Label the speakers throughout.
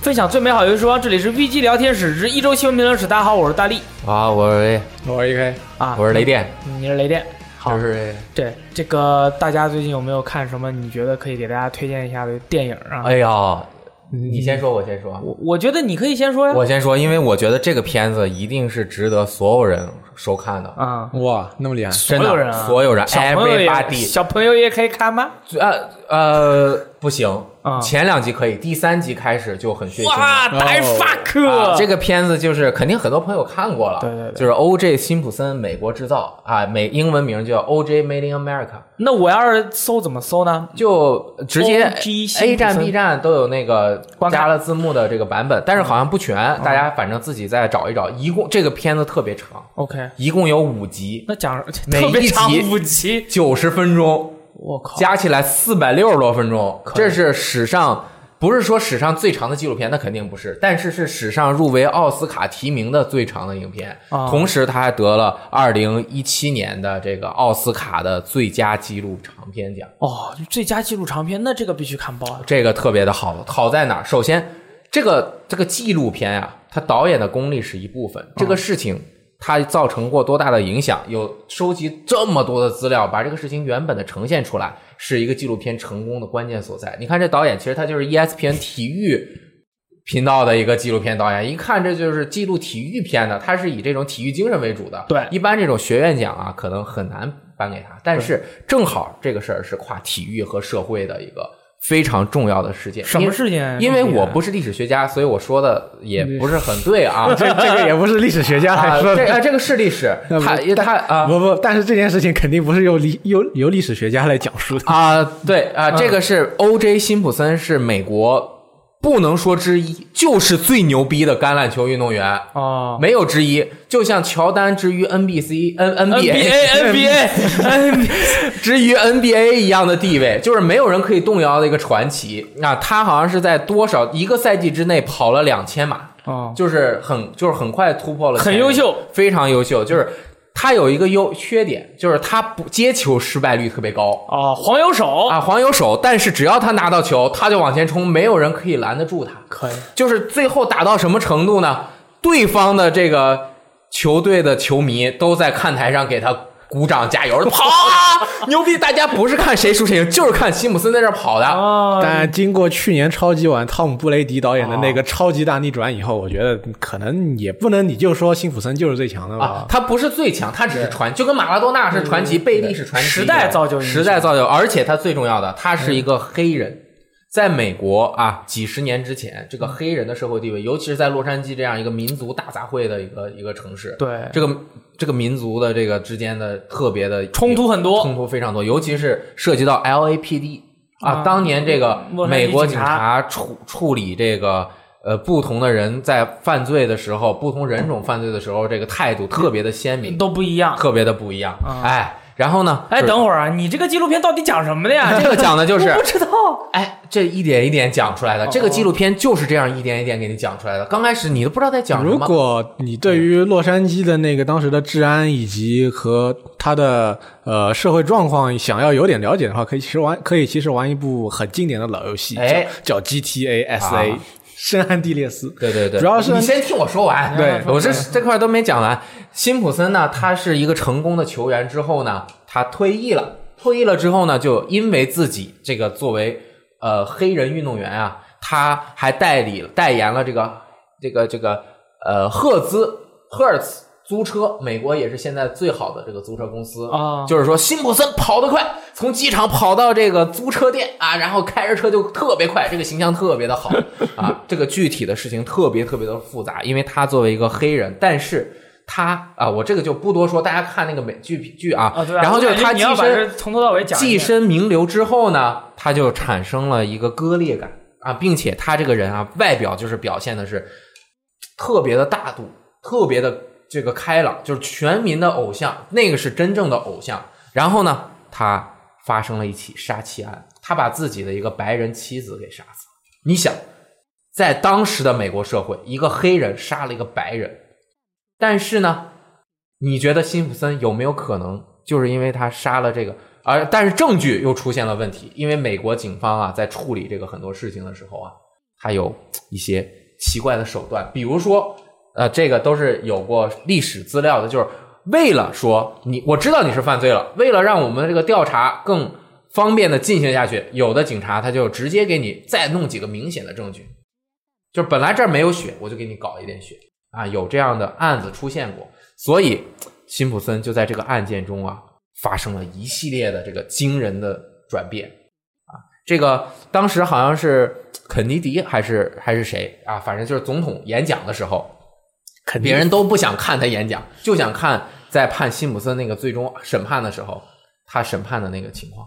Speaker 1: 分享最美好游戏时光，这里是 VG 聊天室之一周新闻评论室。大家好，我是大力
Speaker 2: 啊，我是
Speaker 3: 我是 AK，
Speaker 1: 啊，
Speaker 2: 我是雷，电，
Speaker 1: 你是雷电。好啊
Speaker 2: 就，是
Speaker 1: 对这个大家最近有没有看什么？你觉得可以给大家推荐一下的电影啊？
Speaker 2: 哎呀，
Speaker 1: 嗯
Speaker 2: 你先说，我先说，
Speaker 1: 我我觉得你可以先说呀。
Speaker 2: 我先说，因为我觉得这个片子一定是值得所有人收看的，
Speaker 1: 啊，
Speaker 3: 哇，那么厉害！
Speaker 1: 所
Speaker 2: 真
Speaker 1: 有
Speaker 2: 的
Speaker 1: 人，啊
Speaker 2: 所有人哎
Speaker 1: 小朋友也
Speaker 2: ，everybody，
Speaker 1: 小朋友也可以看吗？
Speaker 2: 呃呃，不行
Speaker 1: 啊，
Speaker 2: 前两集可以，第三集开始就很血腥了。
Speaker 1: 哇，大
Speaker 3: 哦
Speaker 1: fuck！、
Speaker 2: 啊，这个片子就是肯定很多朋友看过了，
Speaker 1: 对对对
Speaker 2: 就是 O.J. 辛普森《美国制造》啊，美英文名叫 O.J. Made in America，
Speaker 1: 那我要是搜怎么搜呢？
Speaker 2: 就直接
Speaker 1: O.G. 辛普森
Speaker 2: A 站、B 站都有那个
Speaker 1: 观看哦
Speaker 2: 加了字幕的这个版本，但是好像不全，大家反正自己再找一找。一共这个片子特别长，
Speaker 1: OK，
Speaker 2: 一共有五集，
Speaker 1: 那讲
Speaker 2: 每
Speaker 1: 特别
Speaker 2: 一
Speaker 1: 长
Speaker 2: 集
Speaker 1: 五集，
Speaker 2: 九十分钟，
Speaker 1: 我靠，
Speaker 2: 加起来四百六十多分钟，这是史上。不是说史上最长的纪录片，那肯定不是，但是是史上入围奥斯卡提名的最长的影片，
Speaker 1: 啊
Speaker 2: 同时他还得了二零一七年的这个奥斯卡的最佳纪录长片奖。
Speaker 1: 哦，最佳纪录长片，那这个必须看爆啊！
Speaker 2: 这个特别的好，好在哪儿？首先，这个这个纪录片啊，它导演的功力是一部分，这个事情它造成过多大的影响，有收集这么多的资料，把这个事情原本的呈现出来，是一个纪录片成功的关键所在。你看这导演，其实他就是 E ESPN 体育。频道的一个纪录片导演，一看这就是记录体育片的，他是以这种体育精神为主的。
Speaker 1: 对
Speaker 2: 一般这种学院奖啊，可能很难颁给他，但是正好这个事儿是跨体育和社会的一个非常重要的事件。
Speaker 1: 什
Speaker 2: 因
Speaker 1: 么
Speaker 2: 为
Speaker 1: 事情？
Speaker 2: 因为我不是历史学家，所以我说的也不是很对啊。这
Speaker 3: 这个也不是历史学家
Speaker 2: 啊，
Speaker 3: 来说
Speaker 2: 这
Speaker 3: 的，
Speaker 2: 啊，这个是历史，
Speaker 3: 那不
Speaker 2: 他他啊
Speaker 3: 不不，但是这件事情肯定不是由历由由历史学家来讲述的。
Speaker 2: 啊，对啊，这个是 O.J. 辛普森是美国不能说之一，就是最牛逼的橄榄球运动员。
Speaker 1: 哦
Speaker 2: 没有之一，就像乔丹之于 NBC、N NBA
Speaker 1: ，NBA NBA
Speaker 2: 之于 NBA 一样的地位，就是没有人可以动摇的一个传奇。那他好像是在多少一个赛季之内跑了两千码，
Speaker 1: 哦，
Speaker 2: 就是很就是很快突破了，
Speaker 1: 很优秀，
Speaker 2: 非常优秀。就是他有一个优缺点，就是他不接球失败率特别高
Speaker 1: 哦，黄油手
Speaker 2: 啊，黄油手。但是只要他拿到球，他就往前冲，没有人可以拦得住他。
Speaker 1: 可以，
Speaker 2: 就是最后打到什么程度呢？对方的这个球队的球迷都在看台上给他鼓掌加油，跑 啊，牛逼！大家不是看谁输谁赢，就是看辛普森在这儿跑的。
Speaker 1: 哦，
Speaker 3: 但经过去年超级碗汤姆布雷迪导演的那
Speaker 2: 啊
Speaker 3: 个超级大逆转以后，我觉得可能也不能你就说辛普森就是最强的
Speaker 2: 啊
Speaker 3: 吧，。
Speaker 2: 他不是最强，他只是传，就跟马拉多纳是传奇，贝利是传奇，
Speaker 1: 时代造就英雄
Speaker 2: 时代造就，而且他最重要的，他是一个黑人，在美国啊，几十年之前，这个黑人的社会地位，尤其是在洛杉矶这样一个民族大杂烩的一个一个城市，
Speaker 1: 对
Speaker 2: 这个这个民族的这个之间的特别的
Speaker 1: 冲突很多
Speaker 2: 冲突非常多，尤其是涉及到 LAPD
Speaker 1: 啊
Speaker 2: 啊，当年这个
Speaker 1: 洛杉矶
Speaker 2: 美国警
Speaker 1: 警察
Speaker 2: 察处处理这个。呃，不同的人在犯罪的时候，不同人种犯罪的时候，这个态度特别的鲜明，
Speaker 1: 都不一样。
Speaker 2: 特别的不一样。哎，然后呢？
Speaker 1: 哎，
Speaker 2: 就是啊
Speaker 1: 等会儿啊，你这个纪录片到底 讲什么的呀？
Speaker 2: 这个讲的就是
Speaker 1: 我不知道。
Speaker 2: 哎，这一点一点讲出来的，这个纪录片就是这样一点一点给你讲出来的。刚开始你都不知道在讲什
Speaker 3: 如
Speaker 2: 啊么，
Speaker 3: 果你对于洛杉矶的那个当时的治安以及和它的呃社会状况想要有点了解的话，可以其实玩可以其实玩一部很经典的老游戏，
Speaker 2: 哎
Speaker 3: 叫叫 GTA S A、
Speaker 2: 啊
Speaker 3: 深暗地列斯。
Speaker 2: 对对对，
Speaker 3: 主要是
Speaker 2: 你先听我说完。
Speaker 3: 对
Speaker 2: 我这这块都没讲完。辛普森呢，他是一个成功的球员之后呢，他退役了。退役了之后呢，就因为自己这个作为呃黑人运动员啊，他还代理代言了这个这个这个呃赫兹赫尔茨租车，美国也是现在最好的这个租车公司
Speaker 1: 啊
Speaker 2: 就是说，辛普森跑得快，从机场跑到这个租车店啊，然后开着车就特别快，这个形象特别的好 啊。这个具体的事情特别特别的复杂，因为他作为一个黑人，但是他啊，我这个就不多说，大家看那个美剧剧啊。
Speaker 1: 啊，对啊。
Speaker 2: 然后就是
Speaker 1: 我感觉
Speaker 2: 他
Speaker 1: 你
Speaker 2: 跻
Speaker 1: 要把这
Speaker 2: 身
Speaker 1: 从头到尾讲一遍。
Speaker 2: 跻身名流之后呢，他就产生了一个割裂感啊，并且他这个人啊，外表就是表现的是特别的大度，特别的这个开朗，就是全民的偶像，那个是真正的偶像。然后呢，他发生了一起杀妻案，他把自己的一个白人妻子给杀死了。你想，在当时的美国社会，一个黑人杀了一个白人，但是呢，你觉得辛普森有没有可能就是因为他杀了这个？而但是证据又出现了问题，因为美国警方啊在处理这个很多事情的时候啊，他有一些奇怪的手段，比如说，呃，这个都是有过历史资料的，就是为了说你我知道你是犯罪了，为了让我们这个调查更方便的进行下去，有的警察他就直接给你再弄几个明显的证据，就是本来这儿没有血，我就给你搞一点血啊，有这样的案子出现过，所以辛普森就在这个案件中啊，发生了一系列的这个惊人的转变啊，这个当时好像是肯尼迪还是还是谁啊，反正就是总统演讲的时候，
Speaker 1: 肯定
Speaker 2: 别人都不想看他演讲，就想看在判辛普森那个最终审判的时候，他审判的那个情况。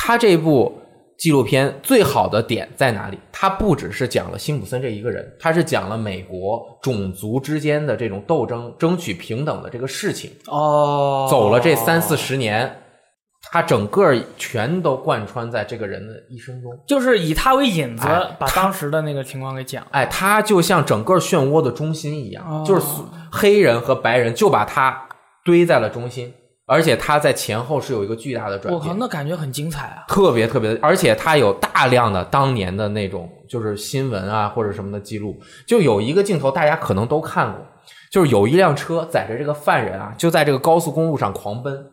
Speaker 2: 他这部纪录片最好的点在哪里？他不只是讲了辛普森这一个人，他是讲了美国种族之间的这种斗争、争取平等的这个事情。
Speaker 1: 哦，
Speaker 2: 走了这三四，十年，他整个全都贯穿在这个人的一生中。
Speaker 1: 就是以他为引子
Speaker 2: 哎，
Speaker 1: 把当时的那个情况给讲。
Speaker 2: 哎，他就像整个漩涡的中心一样，
Speaker 1: 哦
Speaker 2: 就是所黑人和白人就把他堆在了中心，而且他在前后是有一个巨大的转
Speaker 1: 我靠，
Speaker 2: 变，
Speaker 1: 那感觉很精彩啊！
Speaker 2: 特别特别的，而且他有大量的当年的那种就是新闻啊或者什么的记录，就有一个镜头大家可能都看过，就是有一辆车载着这个犯人啊，就在这个高速公路上狂奔。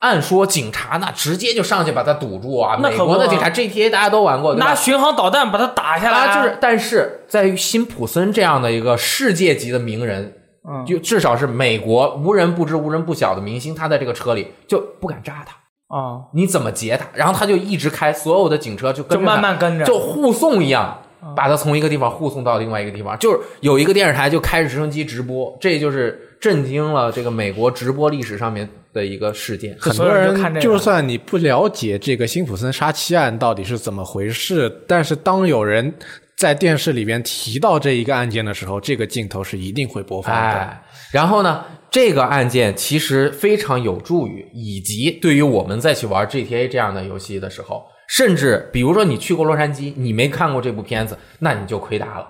Speaker 2: 按说警察那直接就上去把他堵住啊！
Speaker 1: 那
Speaker 2: 美
Speaker 1: 可
Speaker 2: 国
Speaker 1: 不
Speaker 2: 的
Speaker 1: 嘛
Speaker 2: 警察 GTA 大家都玩过，对吧
Speaker 1: 拿巡航导弹把他打下来，
Speaker 2: 他就是，但是在于辛普森这样的一个世界级的名人，
Speaker 1: 嗯，
Speaker 2: 就至少是美国无人不知、无人不晓的明星，他在这个车里就不敢扎他，
Speaker 1: 啊，
Speaker 2: 你怎么截他？然后他就一直开，所有的警车就跟
Speaker 1: 就
Speaker 2: 着他
Speaker 1: 慢慢跟着，嗯
Speaker 2: 就护送一样，把他从一个地方护送到另外一个地方。就是有一个电视台就开着直升机直播，这就是震惊了这个美国直播历史上面的一个事件。
Speaker 3: 很
Speaker 1: 所
Speaker 3: 多
Speaker 1: 有人就看这个
Speaker 3: 人就算你不了解这个辛普森杀妻案到底是怎么回事，但是当有人在电视里边提到这一个案件的时候，这个镜头是一定会播放的。
Speaker 2: 哎，然后呢，这个案件其实非常有助于，以及对于我们再去玩 GTA 这样的游戏的时候，甚至比如说你去过洛杉矶，你没看过这部片子，那你就亏大了。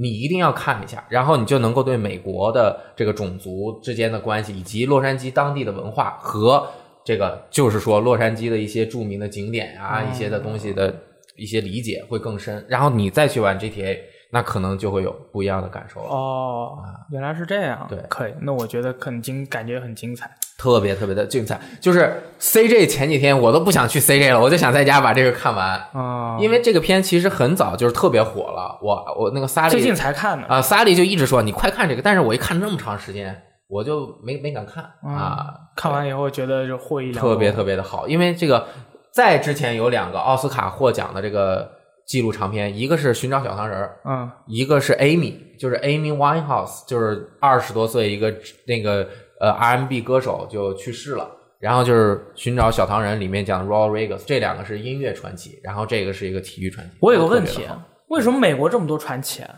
Speaker 2: 你一定要看一下，然后你就能够对美国的这个种族之间的关系，以及洛杉矶当地的文化和这个，就是说洛杉矶的一些著名的景点啊，一些的东西的一些理解会更深。然后你再去玩 GTA，那可能就会有不一样的感受了。
Speaker 1: 哦，原来是这样，
Speaker 2: 对
Speaker 1: 可以，那我觉得很精，感觉很精彩。
Speaker 2: 特别特别的精彩。就是 CJ 前几天我都不想去 CJ 了，我就想在家把这个看完，
Speaker 1: 啊，
Speaker 2: 因为这个片其实很早就是特别火了。我我那个萨利
Speaker 1: 最近才看的，
Speaker 2: 啊、萨利就一直说你快看这个，但是我一看那么长时间，我就没没敢看啊，
Speaker 1: 看完以后觉得就获益良多，
Speaker 2: 特别特别的好。因为这个在之前有两个奥斯卡获奖的这个纪录长片，一个是《寻找小糖人》，
Speaker 1: 嗯，
Speaker 2: 一个是 Amy，就是 Amy Winehouse，就是二十多岁一个那个呃 R&B 歌手就去世了。然后就是《寻找小糖人》里面讲 Raw Regas，这两个是音乐传奇，然后这个是一个体育传奇。
Speaker 1: 我有个
Speaker 2: 特别
Speaker 1: 问
Speaker 2: 的
Speaker 1: 题
Speaker 2: 好，
Speaker 1: 为什么美国这么多传奇啊？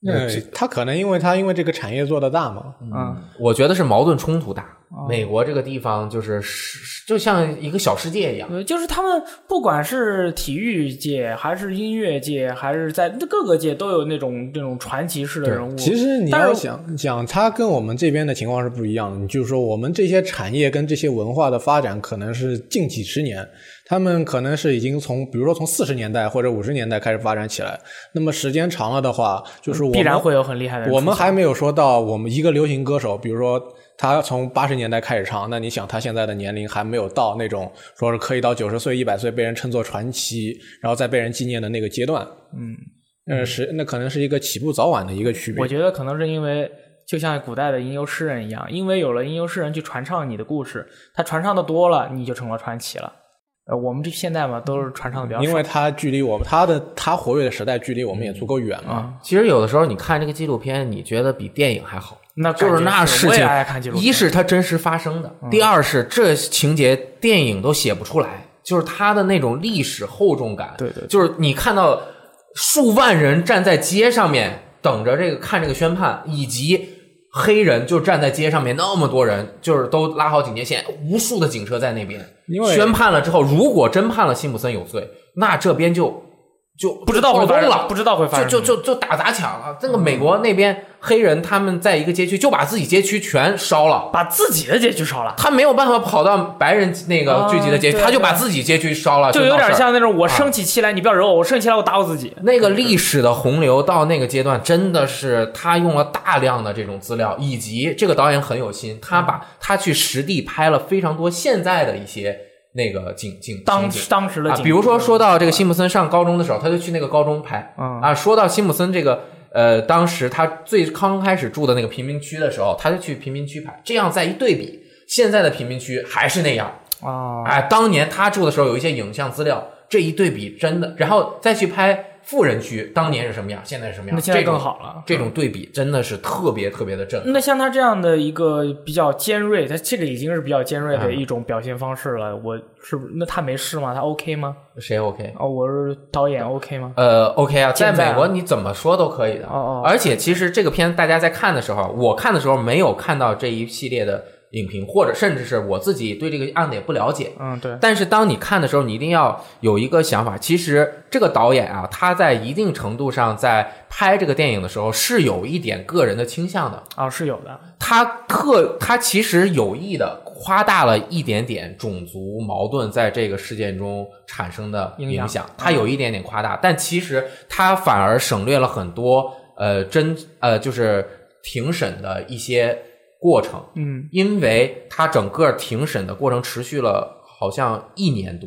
Speaker 3: 那他可能因为他因为这个产业做得大嘛，
Speaker 1: 嗯，
Speaker 2: 我觉得是矛盾冲突大
Speaker 1: 哦。
Speaker 2: 美国这个地方就是是就像一个小世界一样，
Speaker 1: 呃就是他们不管是体育界，还是音乐界，还是在各个界都有那种那种传奇式的
Speaker 2: 对
Speaker 1: 人物。
Speaker 3: 其实你
Speaker 1: 但
Speaker 3: 要
Speaker 1: 是
Speaker 3: 想讲，它跟我们这边的情况是不一样的。你就是说，我们这些产业跟这些文化的发展，可能是近几十年，他们可能是已经从，比如说从四十年代或者五十年代开始发展起来。那么时间长了的话，就是我
Speaker 1: 必
Speaker 3: 们
Speaker 1: 然会有很厉害的人出
Speaker 3: 我
Speaker 1: 现。
Speaker 3: 们还没有说到我们一个流行歌手，比如说他从八十年代开始唱，那你想他现在的年龄还没有到那种说是可以到九十岁、一百岁被人称作传奇，然后再被人纪念的那个阶段。
Speaker 1: 嗯，
Speaker 3: 呃，是那可能是一个起步早晚的一个区别
Speaker 1: 我。觉得可能是因为，就像古代的吟游诗人一样，因为有了吟游诗人去传唱你的故事，他传唱的多了，你就成了传奇了。呃，我们这现在嘛，都是传唱的比较
Speaker 3: 因
Speaker 1: 少。
Speaker 3: 为他距离我们他的他活跃的时代距离我们也足够远嘛。
Speaker 1: 啊，
Speaker 2: 其实有的时候你看这个纪录片，你觉得比电影还好。
Speaker 1: 那
Speaker 2: 就
Speaker 1: 感
Speaker 2: 是
Speaker 1: 觉
Speaker 2: 那事
Speaker 1: 我也
Speaker 2: 情
Speaker 1: 爱看纪录，片嗯
Speaker 2: 一是它真实发生的，第二是这情节电影都写不出来，就是它的那种历史厚重感。
Speaker 1: 对对对
Speaker 2: 就是你看到数万人站在街上面等着这个看这个宣判，以及黑人就站在街上面那么多人，就是都拉好警戒线，无数的警车在那边
Speaker 3: 因为
Speaker 2: 宣判了之后，如果真判了辛普森有罪，那这边就就
Speaker 1: 不知道会
Speaker 2: 就暴
Speaker 1: 发
Speaker 2: 动
Speaker 1: 生
Speaker 2: 了，
Speaker 1: 不知道会发
Speaker 2: 就
Speaker 1: 生
Speaker 2: 就
Speaker 1: 什么
Speaker 2: 就就打砸抢了。
Speaker 1: 嗯
Speaker 2: 这个美国那边黑人他们在一个街区就把自己街区全烧了。
Speaker 1: 把自己的街区烧了，
Speaker 2: 他没有办法跑到白人那个聚集的街区，
Speaker 1: 啊对
Speaker 2: 他就把自己街区烧了，
Speaker 1: 就有
Speaker 2: 啊闹事
Speaker 1: 点
Speaker 2: 儿
Speaker 1: 像那种我生起气来你不要惹我，我生起来我打我自己。
Speaker 2: 那个历史的洪流到那个阶段，真的是他用了大量的这种资料，以及这个导演很有心，他
Speaker 1: 嗯
Speaker 2: 把他去实地拍了非常多现在的一些那个景景
Speaker 1: 当
Speaker 2: 情景
Speaker 1: 当时的
Speaker 2: 啊
Speaker 1: 景，
Speaker 2: 比如说说到这个辛普森上高中的时候，他就去那个高中拍
Speaker 1: 嗯
Speaker 2: 啊。说到辛普森这个呃，当时他最刚开始住的那个贫民区的时候，他就去贫民区拍，这样再一对比，现在的贫民区还是那样，
Speaker 1: 啊，
Speaker 2: 哎，当年他住的时候有一些影像资料，这一对比真的，然后再去拍富人区，当年是什么样，现在是什么样，
Speaker 1: 那现在
Speaker 2: 这种
Speaker 1: 更。好了。
Speaker 2: 这种对比真的是特别特别的震撼。
Speaker 1: 那像他这样的一个比较尖锐，他这个已经是比较尖锐的
Speaker 2: 嗯
Speaker 1: 一种表现方式了。我是不那他没事吗？他 OK 吗？
Speaker 2: 谁 OK？
Speaker 1: 哦，我是导演 OK 吗？
Speaker 2: 呃，OK 啊，在
Speaker 1: 现在啊
Speaker 2: 美国你怎么说都可以的。
Speaker 1: 哦哦
Speaker 2: 而且其实这个片大家在看的时候，我看的时候没有看到这一系列的影评，或者甚至是我自己对这个案子也不了解。
Speaker 1: 嗯，对，
Speaker 2: 但是当你看的时候，你一定要有一个想法。其实这个导演啊，他在一定程度上在拍这个电影的时候是有一点个人的倾向的。
Speaker 1: 啊，是有的。
Speaker 2: 他特他其实有意的夸大了一点点种族矛盾在这个事件中产生的
Speaker 1: 影
Speaker 2: 影
Speaker 1: 响
Speaker 2: 响，他有一点点夸大，但其实他反而省略了很多呃真呃就是庭审的一些过程。
Speaker 1: 嗯，
Speaker 2: 因为他整个庭审的过程持续了好像一年多。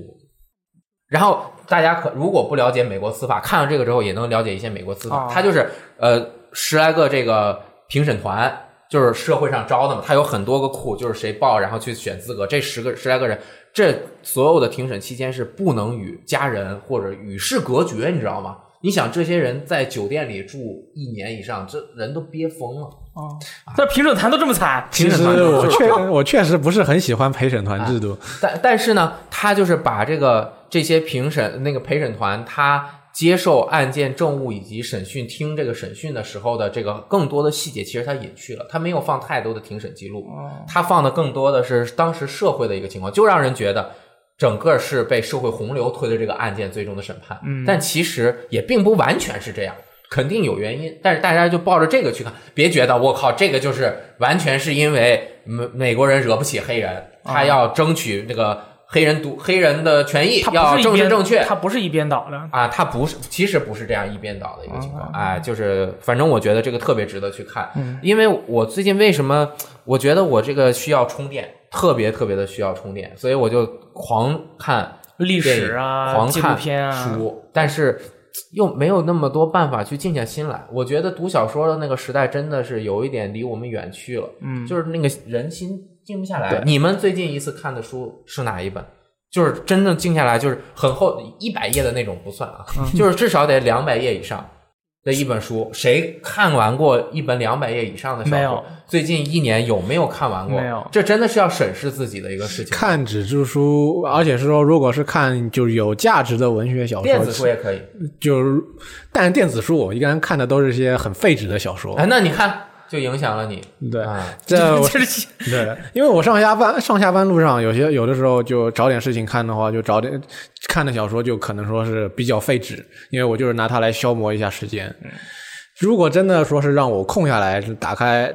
Speaker 2: 然后大家可如果不了解美国司法，看了这个之后也能了解一些美国司法。
Speaker 1: 哦
Speaker 2: 他就是呃十来个这个评审团，就是社会上招的嘛，他有很多个库，就是谁报然后去选资格。这十个十来个人，这所有的庭审期间是不能与家人或者与世隔绝，你知道吗？你想这些人在酒店里住一年以上，这人都憋疯了。
Speaker 1: 哦，这评审团都这么惨，
Speaker 2: 啊评
Speaker 3: 其
Speaker 2: 审
Speaker 3: 实
Speaker 2: 团就是啊
Speaker 3: 我确我确实不是很喜欢陪审团制度，
Speaker 2: 但但是呢，他就是把这个这些评审那个陪审团，他接受案件证物以及审讯听这个审讯的时候的这个更多的细节，其实他隐去了，他没有放太多的庭审记录，他放的更多的是当时社会的一个情况，就让人觉得。整个是被社会洪流推的这个案件最终的审判，嗯，但其实也并不完全是这样，肯定有原因，但是大家就抱着这个去看，别觉得我靠，这个就是完全是因为美美国人惹不起黑人，
Speaker 1: 啊
Speaker 2: 他要争取这个黑人独黑人的权益，
Speaker 1: 他
Speaker 2: 要
Speaker 1: 不是一
Speaker 2: 正式
Speaker 1: 边
Speaker 2: 正确
Speaker 1: 他不是一边倒的。
Speaker 2: 啊，他不是，其实不是这样一边倒的一个情况，哎，就是反正我觉得这个特别值得去看，因为我最近为什么我觉得我这个需要充电，特别特别的需要充电，所以我就狂看
Speaker 1: 历
Speaker 2: 电
Speaker 1: 史
Speaker 2: 影
Speaker 1: 啊，
Speaker 2: 狂
Speaker 1: 纪录
Speaker 2: 看
Speaker 1: 片啊，
Speaker 2: 书，但是又没有那么多办法去静下心来。我觉得读小说的那个时代真的是有一点离我们远去了，
Speaker 1: 嗯，
Speaker 2: 就是那个人心静不下来。你们最近一次看的书是哪一本？就是真正静下来，就是很厚一百页的那种不算啊，
Speaker 1: 嗯
Speaker 2: 就是至少得两百页以上的一本书。谁看完过一本两百页以上的小说？
Speaker 1: 没有。
Speaker 2: 最近一年有没有看完过？
Speaker 1: 没有
Speaker 2: 这真的是要审视自己的一个事情。
Speaker 3: 看纸质书，而且是说如果是看就是有价值的文学小
Speaker 2: 电子书
Speaker 3: 说，
Speaker 2: 也可以。
Speaker 3: 就是但电子书我一般看的都是些很废纸的小说
Speaker 2: 哎，，那你看，就影响了你。
Speaker 3: 对。
Speaker 2: 啊，
Speaker 3: 这我
Speaker 1: 就是
Speaker 3: 对，因为我上下班上下班路上，有些有的时候就找点事情看的话，就找点看的小说，就可能说是比较费纸，因为我就是拿它来消磨一下时间。如果真的说是让我空下来，打开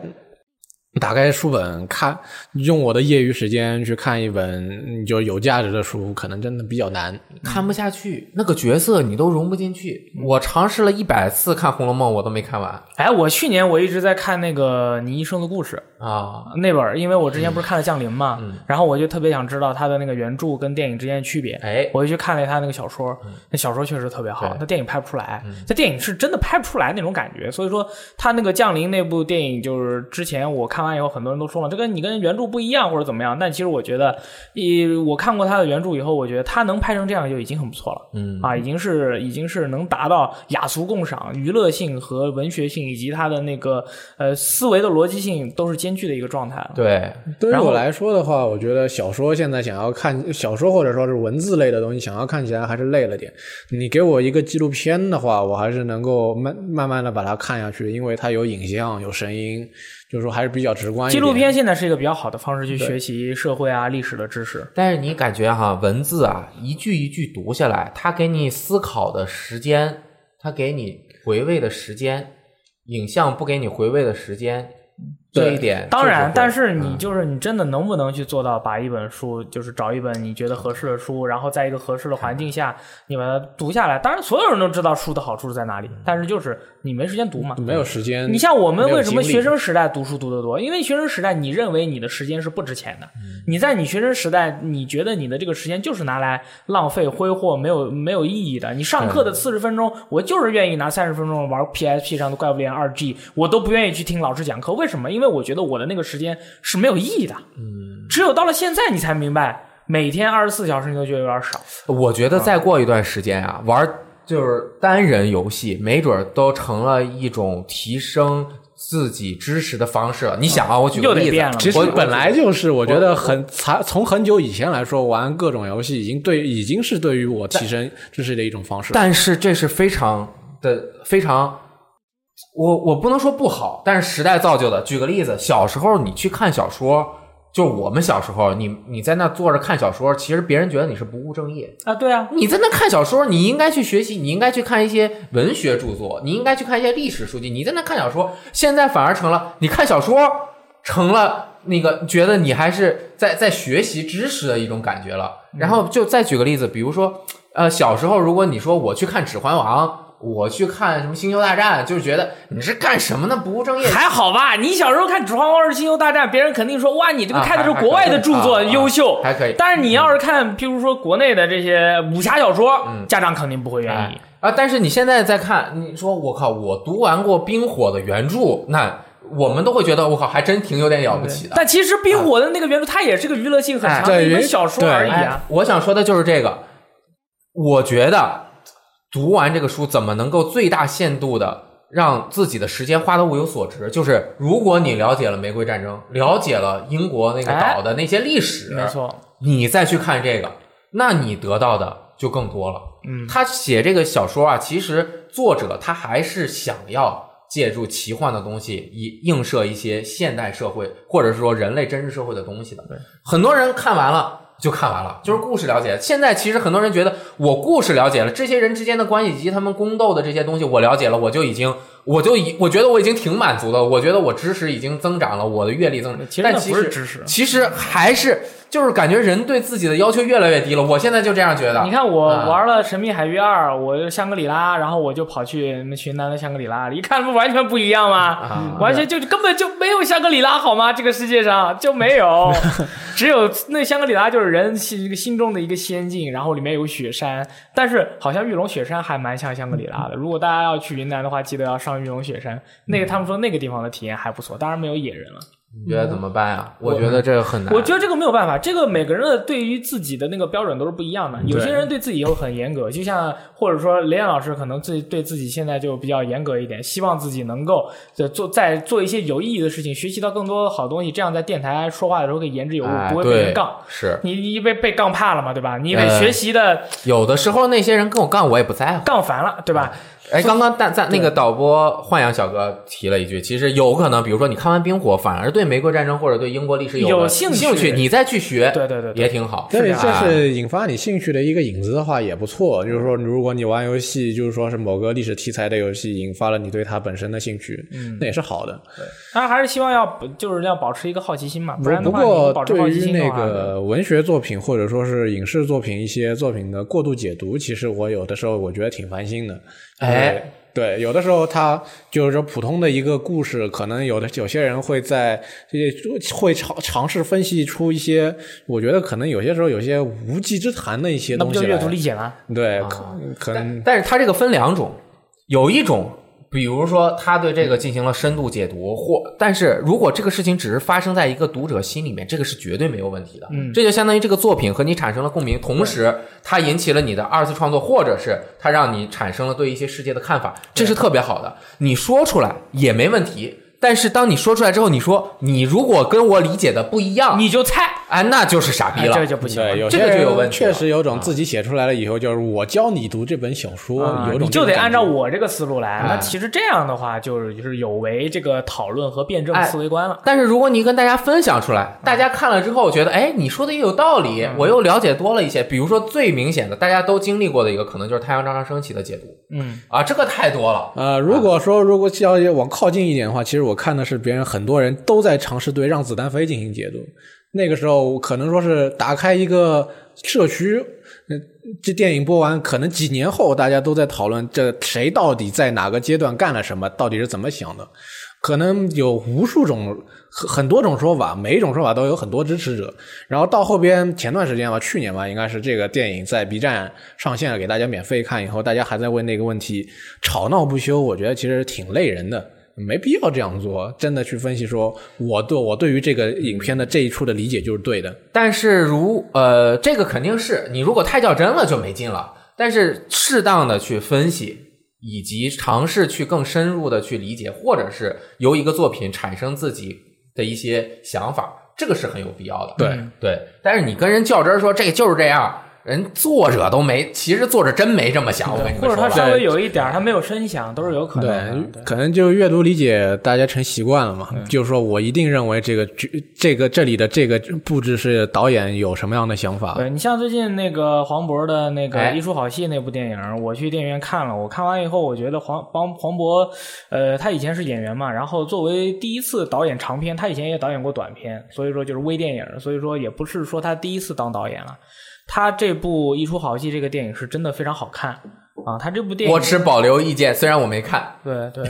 Speaker 3: 打开书本看，用我的业余时间去看一本嗯就有价值的书，可能真的比较难。
Speaker 2: 看不下去，那个角色你都融不进去。
Speaker 1: 嗯
Speaker 2: 我尝试了一百次看《红楼梦》，我都没看完
Speaker 1: 哎，我去年我一直在看那个《你一生的故事》
Speaker 2: 啊。
Speaker 1: 那本儿，因为我之前不是看了《降临》嘛，
Speaker 2: 嗯
Speaker 1: 然后我就特别想知道它的那个原著跟电影之间的区别。
Speaker 2: 哎，
Speaker 1: 我就去看了一下他那个小说，那小说确实特别好
Speaker 2: 嗯对，嗯
Speaker 1: 那电影拍不出来，这电影是真的拍不出来那种感觉。所以说，他那个《降临》那部电影，就是之前我看完以后，很多人都说了，这跟你跟原著不一样或者怎么样。但其实我觉得，呃，我看过他的原著以后，我觉得他能拍成这样就已经很不错了。
Speaker 2: 嗯
Speaker 1: 啊，已经是已经是能达到雅俗共赏、娱乐性和文学性，以及他的那个呃思维的逻辑性都是兼具的一个状态了。
Speaker 2: 对，
Speaker 3: 对于
Speaker 1: 然后
Speaker 3: 我来说的话，我觉得小说现在想要看小说或者说是文字类的东西，想要看起来还是累了点。你给我一个纪录片的话，我还是能够慢慢慢的把它看下去，因为它有影像、有声音，就是说还是比较直观一
Speaker 1: 纪
Speaker 3: 点。
Speaker 1: 录片现在是一个比较好的方式去学习社会啊、历史的知识。
Speaker 2: 但是你感觉哈，文字啊，一句一句读下来，它给你思考的时间，它给你回味的时间，影像不给你回味的时间，这一点
Speaker 1: 当然，但是你
Speaker 2: 就
Speaker 1: 就是你真的能不能去做到把一本书，就是找一本你觉得合适的书，然后在一个合适的环境下，你把它读下来。当然，所有人都知道书的好处是在哪里，但是就是你没时间读嘛。
Speaker 3: 没有时间。
Speaker 1: 你像我们
Speaker 3: 没有
Speaker 1: 为什么
Speaker 3: 精力
Speaker 1: 学生时代读书读得多？因为学生时代你认为你的时间是不值钱的，
Speaker 2: 嗯
Speaker 1: 你在你学生时代，你觉得你的这个时间就是拿来浪费挥霍，没有没有意义的。你上课的四十分钟，我就是愿意拿三十分钟玩 PSP 上的怪物猎人二 G，我都不愿意去听老师讲课。为什么？因为我觉得我的那个时间是没有意义的。
Speaker 2: 嗯
Speaker 1: 只有到了现在，你才明白。每天二十四小时，你都觉得有点少。
Speaker 2: 我觉
Speaker 1: 嗯
Speaker 2: 得再过一段时间啊，玩就是单人游戏，没准儿都成了一种提升自己知识的方式了。你想啊，我举
Speaker 1: 又
Speaker 2: 个
Speaker 1: 得
Speaker 2: 例子
Speaker 1: 变了，
Speaker 3: 其实
Speaker 2: 我
Speaker 3: 本来就是，我觉得很才从很久以前来说，玩各种游戏已经对已经是对于我提升知识的一种方式了。
Speaker 2: 但是这是非常的非常，我我不能说不好，但是时代造就的。举个例子，小时候你去看小说，就我们小时候，你你在那坐着看小说，其实别人觉得你是不务正业。
Speaker 1: 啊，对啊，
Speaker 2: 你在那看小说，你应该去学习，你应该去看一些文学著作，你应该去看一些历史书籍。你在那看小说，现在反而成了你看小说成了那个觉得你还是在在学习知识的一种感觉了。然后就再举个例子，比如说，呃，小时候如果你说我去看《指环王》，我去看什么《星球大战》，就是觉得你是干什么呢？不务正业。
Speaker 1: 还好吧，你小时候看《指环王》是《星球大战》，别人肯定说哇，你这个
Speaker 2: 啊
Speaker 1: 看的是
Speaker 2: 还
Speaker 1: 国外的著作，
Speaker 2: 还可以
Speaker 1: 优秀。
Speaker 2: 啊还可以
Speaker 1: 但是你要是看，譬如说国内的这些武侠小说，家长肯定不会愿意
Speaker 2: 嗯哎。啊！但是你现在再看，你说我靠，我读完过《冰火》的原著，那我们都会觉得我靠，还真挺有点了不起的。嗯
Speaker 1: 但其实《冰火》的那个原著，它也是个娱乐性很强的
Speaker 3: 哎
Speaker 1: 一本
Speaker 3: 对
Speaker 1: 小说而已啊。
Speaker 2: 我想说的就是这个，我觉得读完这个书怎么能够最大限度的让自己的时间花的物有所值？就是如果你了解了玫瑰战争，了解了英国那个岛的那些历史，
Speaker 1: 没错，
Speaker 2: 你再去看这个，那你得到的就更多了。嗯，他写这个小说啊，其实作者他还是想要借助奇幻的东西，以映射一些现代社会或者是说人类真实社会的东西的。对，很多人看完了。就看完了，就是故事了解。现在其实很多人觉得，我故事了解了，这些人之间的关系以及他们宫斗的这些东西，我了解了，我就已经，我就已，我觉得我已经挺满足了。我觉得我知识已经增长了，我的阅历增长。
Speaker 1: 其实
Speaker 2: 但
Speaker 1: 那
Speaker 2: 其
Speaker 1: 不是
Speaker 2: 实
Speaker 1: 知
Speaker 2: 啊
Speaker 1: 识
Speaker 2: 其实还是就是感觉人对自己的要求越来越低了。我现在就这样觉得。
Speaker 1: 你，看我
Speaker 2: 啊
Speaker 1: 玩了《神秘海域二》，我就香格里拉，然后我就跑去云南的香格里拉，一看不完全不一样
Speaker 2: 啊
Speaker 1: 吗？完全就根本就没有香格里拉好吗？这个世界上就没有，只有那香格里拉就是人心心中的一个仙境，然后里面有雪山，但是好像玉龙雪山还蛮像香格里拉的。如果大家要去云南的话，记得要上玉龙雪山，那个他们说那个地方的体验还不错，当然没有野人了。
Speaker 2: 你觉得怎么办呀、我觉得这个很难。
Speaker 1: 我觉得这个没有办法，这个每个人的对于自己的那个标准都是不一样的。有些人对自己又很严格，就像或者说雷燕老师可能自对自己现在就比较严格一点，希望自己能够呃做在做一些有意义的事情，学习到更多的好东西，这样在电台说话的时候可以言之有物，
Speaker 2: 哎
Speaker 1: 不会被
Speaker 2: 对
Speaker 1: 人杠。
Speaker 2: 是
Speaker 1: 你你被被杠怕了嘛，对吧？你被
Speaker 2: 呃
Speaker 1: 学习的
Speaker 2: 有的时候那些人跟我杠，我也不在乎。
Speaker 1: 杠烦了，对吧？
Speaker 2: 哎，刚刚但在那个导播幻想小哥提了一句，其实有可能，比如说你看完《冰火》，反而对玫瑰战争或者对英国历史
Speaker 1: 有
Speaker 2: 了
Speaker 1: 兴
Speaker 2: 兴
Speaker 1: 趣
Speaker 2: 你再去学，
Speaker 1: 对对对对
Speaker 2: 也挺好。
Speaker 3: 对，
Speaker 1: 是
Speaker 3: 这是引发你兴趣的一个引子的话也不错。就是说，如果你玩游戏，就是说是某个历史题材的游戏，引发了你对它本身的兴趣，
Speaker 1: 嗯
Speaker 3: 那也是好的。
Speaker 1: 当然还是希望要就是要保持一个好奇心嘛，不然的
Speaker 3: 不
Speaker 1: 话你
Speaker 3: 过
Speaker 1: 保，持好
Speaker 3: 对
Speaker 1: 奇
Speaker 3: 于
Speaker 1: 心的
Speaker 3: 那
Speaker 1: 话，
Speaker 3: 个文学作品或者说是影视作品一些作品的过度解读，其实我有的时候我觉得挺烦心的。
Speaker 2: 哎
Speaker 3: 对，对，有的时候它就是说普通的一个故事，可能有的有些人会在这些会尝尝试分析出一些，我觉得可能有些时候有些无稽之谈的一些
Speaker 1: 那不
Speaker 3: 东西
Speaker 1: 就
Speaker 3: 来。
Speaker 1: 阅读理解吗？
Speaker 3: 对，可可能
Speaker 2: 但是它这个分两种，有一种，比如说他对这个进行了深度解读，或但是如果这个事情只是发生在一个读者心里面，这个是绝对没有问题的。嗯，这就相当于这个作品和你产生了共鸣，同时它引起了你的二次创作，或者是它让你产生了对一些世界的看法，这是特别好的。你说出来也没问题。但是当你说出来之后，你说你如果跟我理解的不一样，
Speaker 1: 你就菜。
Speaker 2: 哎，那就是傻逼
Speaker 1: 哎这
Speaker 2: 了。
Speaker 1: 就不行了
Speaker 3: 对，。有
Speaker 2: 这
Speaker 3: 些
Speaker 2: 个就有
Speaker 3: 人
Speaker 2: 问题
Speaker 3: 确
Speaker 2: 了
Speaker 3: 实有种自己写出来了以后，就是我教你读这本小说，
Speaker 1: 啊
Speaker 3: 有种
Speaker 1: 你就
Speaker 3: 这种
Speaker 1: 得按照
Speaker 3: 感觉
Speaker 1: 我这个思路来。那
Speaker 2: 哎
Speaker 1: 其实这样的话，就是就是有违这个讨论和辩证
Speaker 2: 哎
Speaker 1: 思维观了。
Speaker 2: 但是如果你跟大家分享出来，大家看了之后觉得，哎，你说的也有道理，我又了解多了一些。比如说最明显的，大家都经历过的一个，可能就是太阳照常升起的解读
Speaker 1: 嗯，
Speaker 2: 啊，这个太多了。
Speaker 3: 呃，如果说如果要往靠近一点的话，其实我看的是别人很多人都在尝试对《让子弹飞》进行解读。那个时候我可能说是打开一个社区，嗯，这电影播完，可能几年后大家都在讨论这谁到底在哪个阶段干了什么，到底是怎么想的。可能有无数种很很多种说法，每一种说法都有很多支持者。然后到后边前段时间吧，去年吧，应该是这个电影在 B 站上线了，给大家免费看以后，大家还在为那个问题吵闹不休，我觉得其实挺累人的。没必要这样做，真的去分析说，我对我对于这个影片的这一处的理解就是对的。
Speaker 2: 但是如呃，这个肯定是你如果太较真了就没劲了。但是适当的去分析，以及尝试去更深入的去理解，或者是由一个作品产生自己的一些想法，这个是很有必要的。
Speaker 1: 嗯
Speaker 3: 对，
Speaker 2: 对，但是你跟人较真儿说这就是这样，人作者都没，其实作者真没这么想。我跟你
Speaker 1: 或
Speaker 2: 们
Speaker 1: 者
Speaker 2: 说
Speaker 1: 他
Speaker 2: 吧，
Speaker 1: 稍微有一点儿，他没有声响，都是有可能嗯的。
Speaker 3: 可能就阅读理解大家成习惯了嘛。就是说我一定认为这个剧这个这里的这个布置是导演有什么样的想法。
Speaker 1: 对你像最近那个黄渤的那个
Speaker 2: 哎
Speaker 1: 《一出好戏》那部电影，我去电影院看了。我看完以后，我觉得黄帮黄渤，呃，他以前是演员嘛，然后作为第一次导演长片，他以前也导演过短片，所以说就是微电影，所以说也不是说他第一次当导演了。他这部《一出好戏》这个电影是真的非常好看啊！他这部电影
Speaker 2: 我持保留意见，虽然我没看，
Speaker 1: 对 对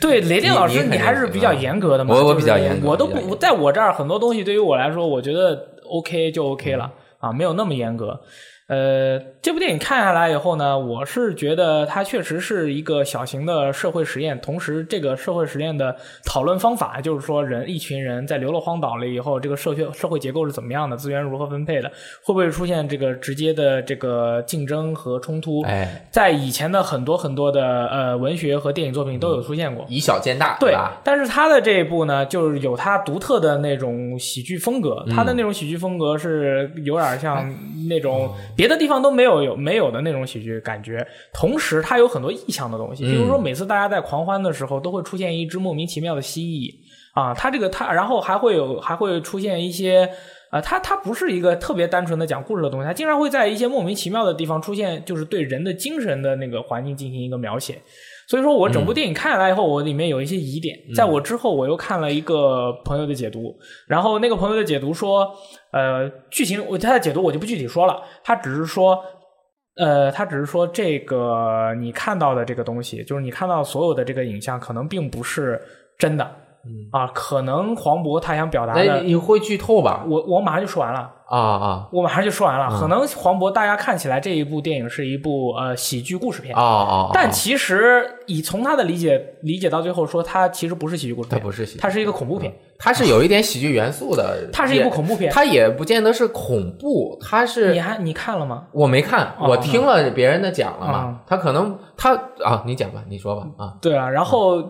Speaker 1: 对，雷电老
Speaker 2: 你
Speaker 1: 师
Speaker 2: 肯定
Speaker 1: 还是
Speaker 2: 是
Speaker 1: 比较
Speaker 2: 啊
Speaker 1: 严格的嘛，
Speaker 2: 我我
Speaker 1: 就是
Speaker 2: 比较严格
Speaker 1: 我都
Speaker 2: 比较严
Speaker 1: 不
Speaker 2: 格
Speaker 1: 在我这儿很多东西对于我来说，我觉得 OK 就
Speaker 2: 嗯
Speaker 1: OK 了啊，没有那么严格。呃，这部电影看下来以后呢，我是觉得它确实是一个小型的社会实验，同时这个社会实验的讨论方法就是说人，一群人在流落荒岛了以后，这个社会社会结构是怎么样的，资源如何分配的，会不会出现这个直接的这个竞争和冲突？
Speaker 2: 哎，
Speaker 1: 在以前的很多很多的呃文学和电影作品都有出现过。
Speaker 2: 以小见大，
Speaker 1: 对
Speaker 2: 吧？，哎
Speaker 1: 但是他的这一部呢，就是有他独特的那种喜剧风格，他的那种喜剧风格是有点像那种别的地方都没有有没有的那种喜剧感觉。同时，他有很多意象的东西，比如说每次大家在狂欢的时候，都会出现一只莫名其妙的蜥蜴啊，他这个他，然后还会有还会出现一些。啊，它它不是一个特别单纯的讲故事的东西，它经常会在一些莫名其妙的地方出现，就是对人的精神的那个环境进行一个描写。所以说我整部电影看下来以后，我里面有一些疑点。在我之后，我又看了一个朋友的解读，然后那个朋友的解读说，呃，剧情我他的解读我就不具体说了，他只是说。呃，他只是说这个你看到的这个东西，就是你看到所有的这个影像，可能并不是真的，啊，可能黄渤他想表达
Speaker 2: 那
Speaker 1: 的，
Speaker 2: 你会剧透吧？
Speaker 1: 我我马上就说完了，
Speaker 2: 啊啊
Speaker 1: 我马上就说完了。可能黄渤大家看起来这一部电影是一部呃喜剧故事片
Speaker 2: 啊，啊！
Speaker 1: 但其实以从他的理解理解到最后说，他其实不是喜剧故事
Speaker 2: 它
Speaker 1: 片，
Speaker 2: 不是喜剧
Speaker 1: 它是一个恐怖片，
Speaker 2: 它是有一点喜剧元素的，
Speaker 1: 它是一部恐怖
Speaker 2: 也
Speaker 1: 片。
Speaker 2: 它也不见得是恐怖，它
Speaker 1: 你
Speaker 2: 是
Speaker 1: 还你看了吗？
Speaker 2: 我没看，
Speaker 1: 哦
Speaker 2: 我听了别人的讲了
Speaker 1: 嗯
Speaker 2: 嘛，它可能它啊，你讲吧，你说吧啊，
Speaker 1: 对啊，然后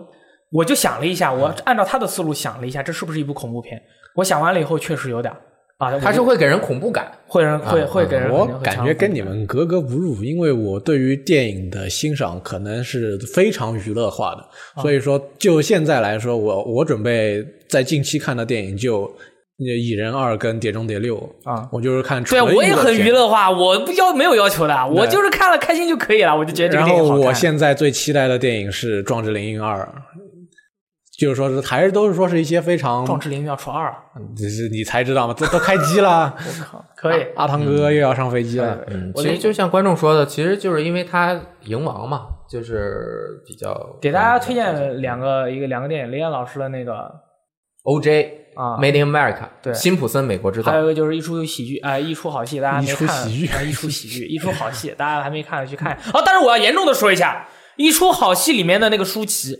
Speaker 1: 我就想了一下，我按照他的思路想了一下，这是不是一部恐怖片？我想完了以后，确实有点儿啊，我
Speaker 2: 它是会给人恐怖感，
Speaker 1: 会让会
Speaker 2: 啊
Speaker 1: 会给人
Speaker 3: 我
Speaker 1: 很
Speaker 3: 感觉跟你们格格不入，因为我对于电影的欣赏可能是非常娱乐化
Speaker 1: 啊
Speaker 3: 的，所以说就现在来说，我我准备在近期看的电影就《蚁人二》跟《碟中谍六》
Speaker 1: 啊，
Speaker 3: 我就是看
Speaker 1: 对
Speaker 3: 纯
Speaker 1: 啊，我也很
Speaker 3: 片
Speaker 1: 娱。乐化，我不要没有要求的，啊我就是看了开心就可以了，我就觉得这个
Speaker 3: 然
Speaker 1: 电
Speaker 3: 后
Speaker 1: 影好看。
Speaker 3: 我现在最期待的电影是《壮志凌云二》，就是说是还是都是说是一些非常，
Speaker 1: 壮志凌云要出二了，
Speaker 3: 只是你才知道嘛，这都开机 了，
Speaker 1: 我靠，可 以。
Speaker 3: 阿汤哥又要上飞机了。
Speaker 2: 嗯，
Speaker 1: 我
Speaker 2: 其实
Speaker 1: 理
Speaker 2: 就像观众说的，其实就是因为它赢王嘛，就是比较嗯
Speaker 1: 给大家推荐两个，一个两个电影，雷燕老师的那个
Speaker 2: OJ
Speaker 1: 啊
Speaker 2: Made in America，
Speaker 1: 对
Speaker 2: 辛普森美国制造
Speaker 1: 还，有一个就是一出喜剧，啊、一出好戏，大家没看，
Speaker 3: 一出喜剧
Speaker 1: 啊一出喜剧， 一出好戏，大家还没看去看啊！但是我要严重的说一下，一出好戏里面的那个舒淇，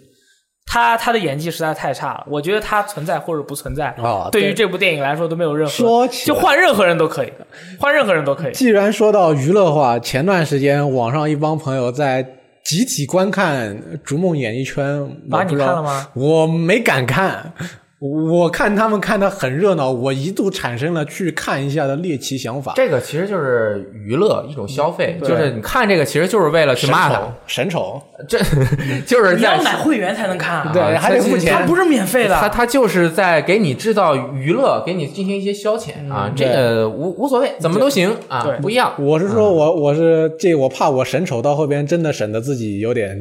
Speaker 1: 她她的演技实在太差了，我觉得她存在或者不存在，
Speaker 3: 啊
Speaker 1: 对于
Speaker 3: 对
Speaker 1: 这部电影来说都没有任何，
Speaker 3: 说起
Speaker 1: 就
Speaker 3: 来
Speaker 1: 换任何人都可以，换任何人都可以。
Speaker 3: 既然说到娱乐化，前段时间网上一帮朋友在集体观看《逐梦演艺圈》，
Speaker 1: 啊
Speaker 3: 我不
Speaker 1: 你
Speaker 3: 知道
Speaker 1: 看了吗？
Speaker 3: 我没敢看，我看他们看的很热闹，我一度产生了去看一下的猎奇想法。
Speaker 2: 这个其实就是娱乐一种消费，
Speaker 1: 嗯对
Speaker 2: 就是你看这个其实就是为了去骂嗯
Speaker 3: 神丑
Speaker 2: 他，，
Speaker 3: 神丑，
Speaker 2: 这就是
Speaker 1: 你
Speaker 2: 在
Speaker 1: 要买会员才能看啊，
Speaker 3: 对
Speaker 2: 啊
Speaker 3: 还得付钱
Speaker 1: 它不是免费
Speaker 2: 他
Speaker 1: 的。
Speaker 2: 他就是在给你制造娱乐，给你进行一些消遣啊，这个无无所谓，怎么都行啊
Speaker 1: 嗯对，
Speaker 2: 不一样。
Speaker 3: 我是说我我是这我怕我神丑到后边真的审的自己有点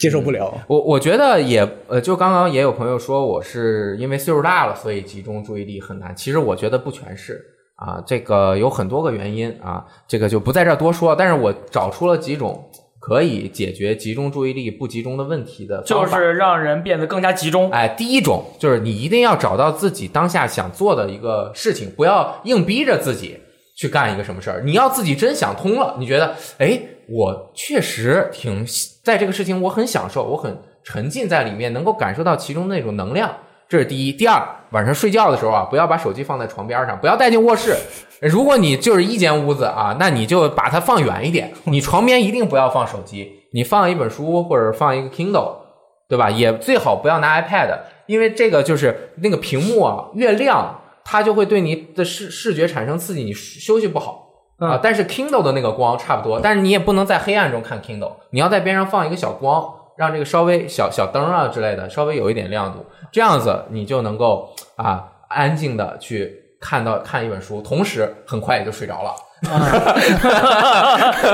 Speaker 3: 接受不了。
Speaker 2: 我我觉得也呃，就刚刚也有朋友说我是因为岁数大了，所以集中注意力很难。其实我觉得不全是啊，这个有很多个原因啊，这个就不在这儿多说。但是我找出了几种可以解决集中注意力不集中的问题的
Speaker 1: 就
Speaker 2: 方法
Speaker 1: 是让人变得更加集中，
Speaker 2: 哎，第一种就是你一定要找到自己当下想做的一个事情，不要硬逼着自己去干一个什么事儿。你要自己真想通了，你觉得，哎，我确实挺喜在这个事情，我很享受，我很沉浸在里面，能够感受到其中那种能量。这是第一，第二，晚上睡觉的时候啊，不要把手机放在床边上，不要带进卧室。如果你就是一间屋子啊，那你就把它放远一点，你床边一定不要放手机，你放一本书或者放一个 Kindle，对吧？也最好不要拿 iPad，因为这个就是那个屏幕啊越亮，它就会对你的视视觉产生刺激，你休息不好
Speaker 1: 嗯
Speaker 2: 啊、但是 Kindle 的那个光差不多，但是你也不能在黑暗中看 Kindle，你要在边上放一个小光，让这个稍微小小灯啊之类的稍微有一点亮度，这样子你就能够啊安静的去看到看一本书，同时很快也就睡着了。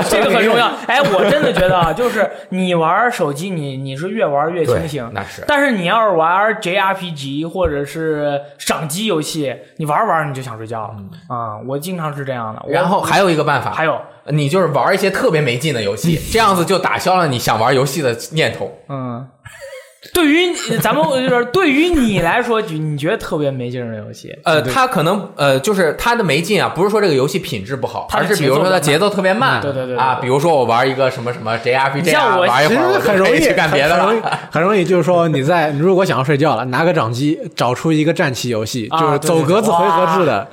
Speaker 1: 这个很重 要。哎，我真的觉得啊，就是你玩手机，你你是越玩越清醒，
Speaker 2: 那是。
Speaker 1: 但是你要是玩 JRPG 或者是赏析游戏，你玩着玩着你就想睡觉了
Speaker 3: 嗯
Speaker 1: 啊、我经常是这样的。我
Speaker 2: 然后还有一个办法，
Speaker 1: 还有，
Speaker 2: 你就是玩一些特别没劲的游戏，这样子就打消了你想玩游戏的念头。
Speaker 1: 嗯，对于咱们就是对于你来说，你你觉得特别没劲儿的游戏，
Speaker 2: 呃，它可能呃，就是它的没劲啊，不是说这个游戏品质不好，
Speaker 1: 它
Speaker 2: 而
Speaker 1: 的
Speaker 2: 是比如说它节
Speaker 1: 节
Speaker 2: 奏特别慢，
Speaker 1: 嗯对对对对
Speaker 2: 啊，比如说我玩一个什么什么 JRPG 啊，
Speaker 1: 像我
Speaker 2: 玩一
Speaker 3: 其
Speaker 2: 会
Speaker 3: 实
Speaker 2: 儿我就
Speaker 3: 很容
Speaker 2: 可以
Speaker 3: 易
Speaker 2: 去干别的
Speaker 3: 很容易
Speaker 2: 了。，
Speaker 3: 很容易就是说你在如果想要睡觉了，拿个掌机找出一个战棋游戏，
Speaker 1: 啊
Speaker 3: 就是走格子回合制的，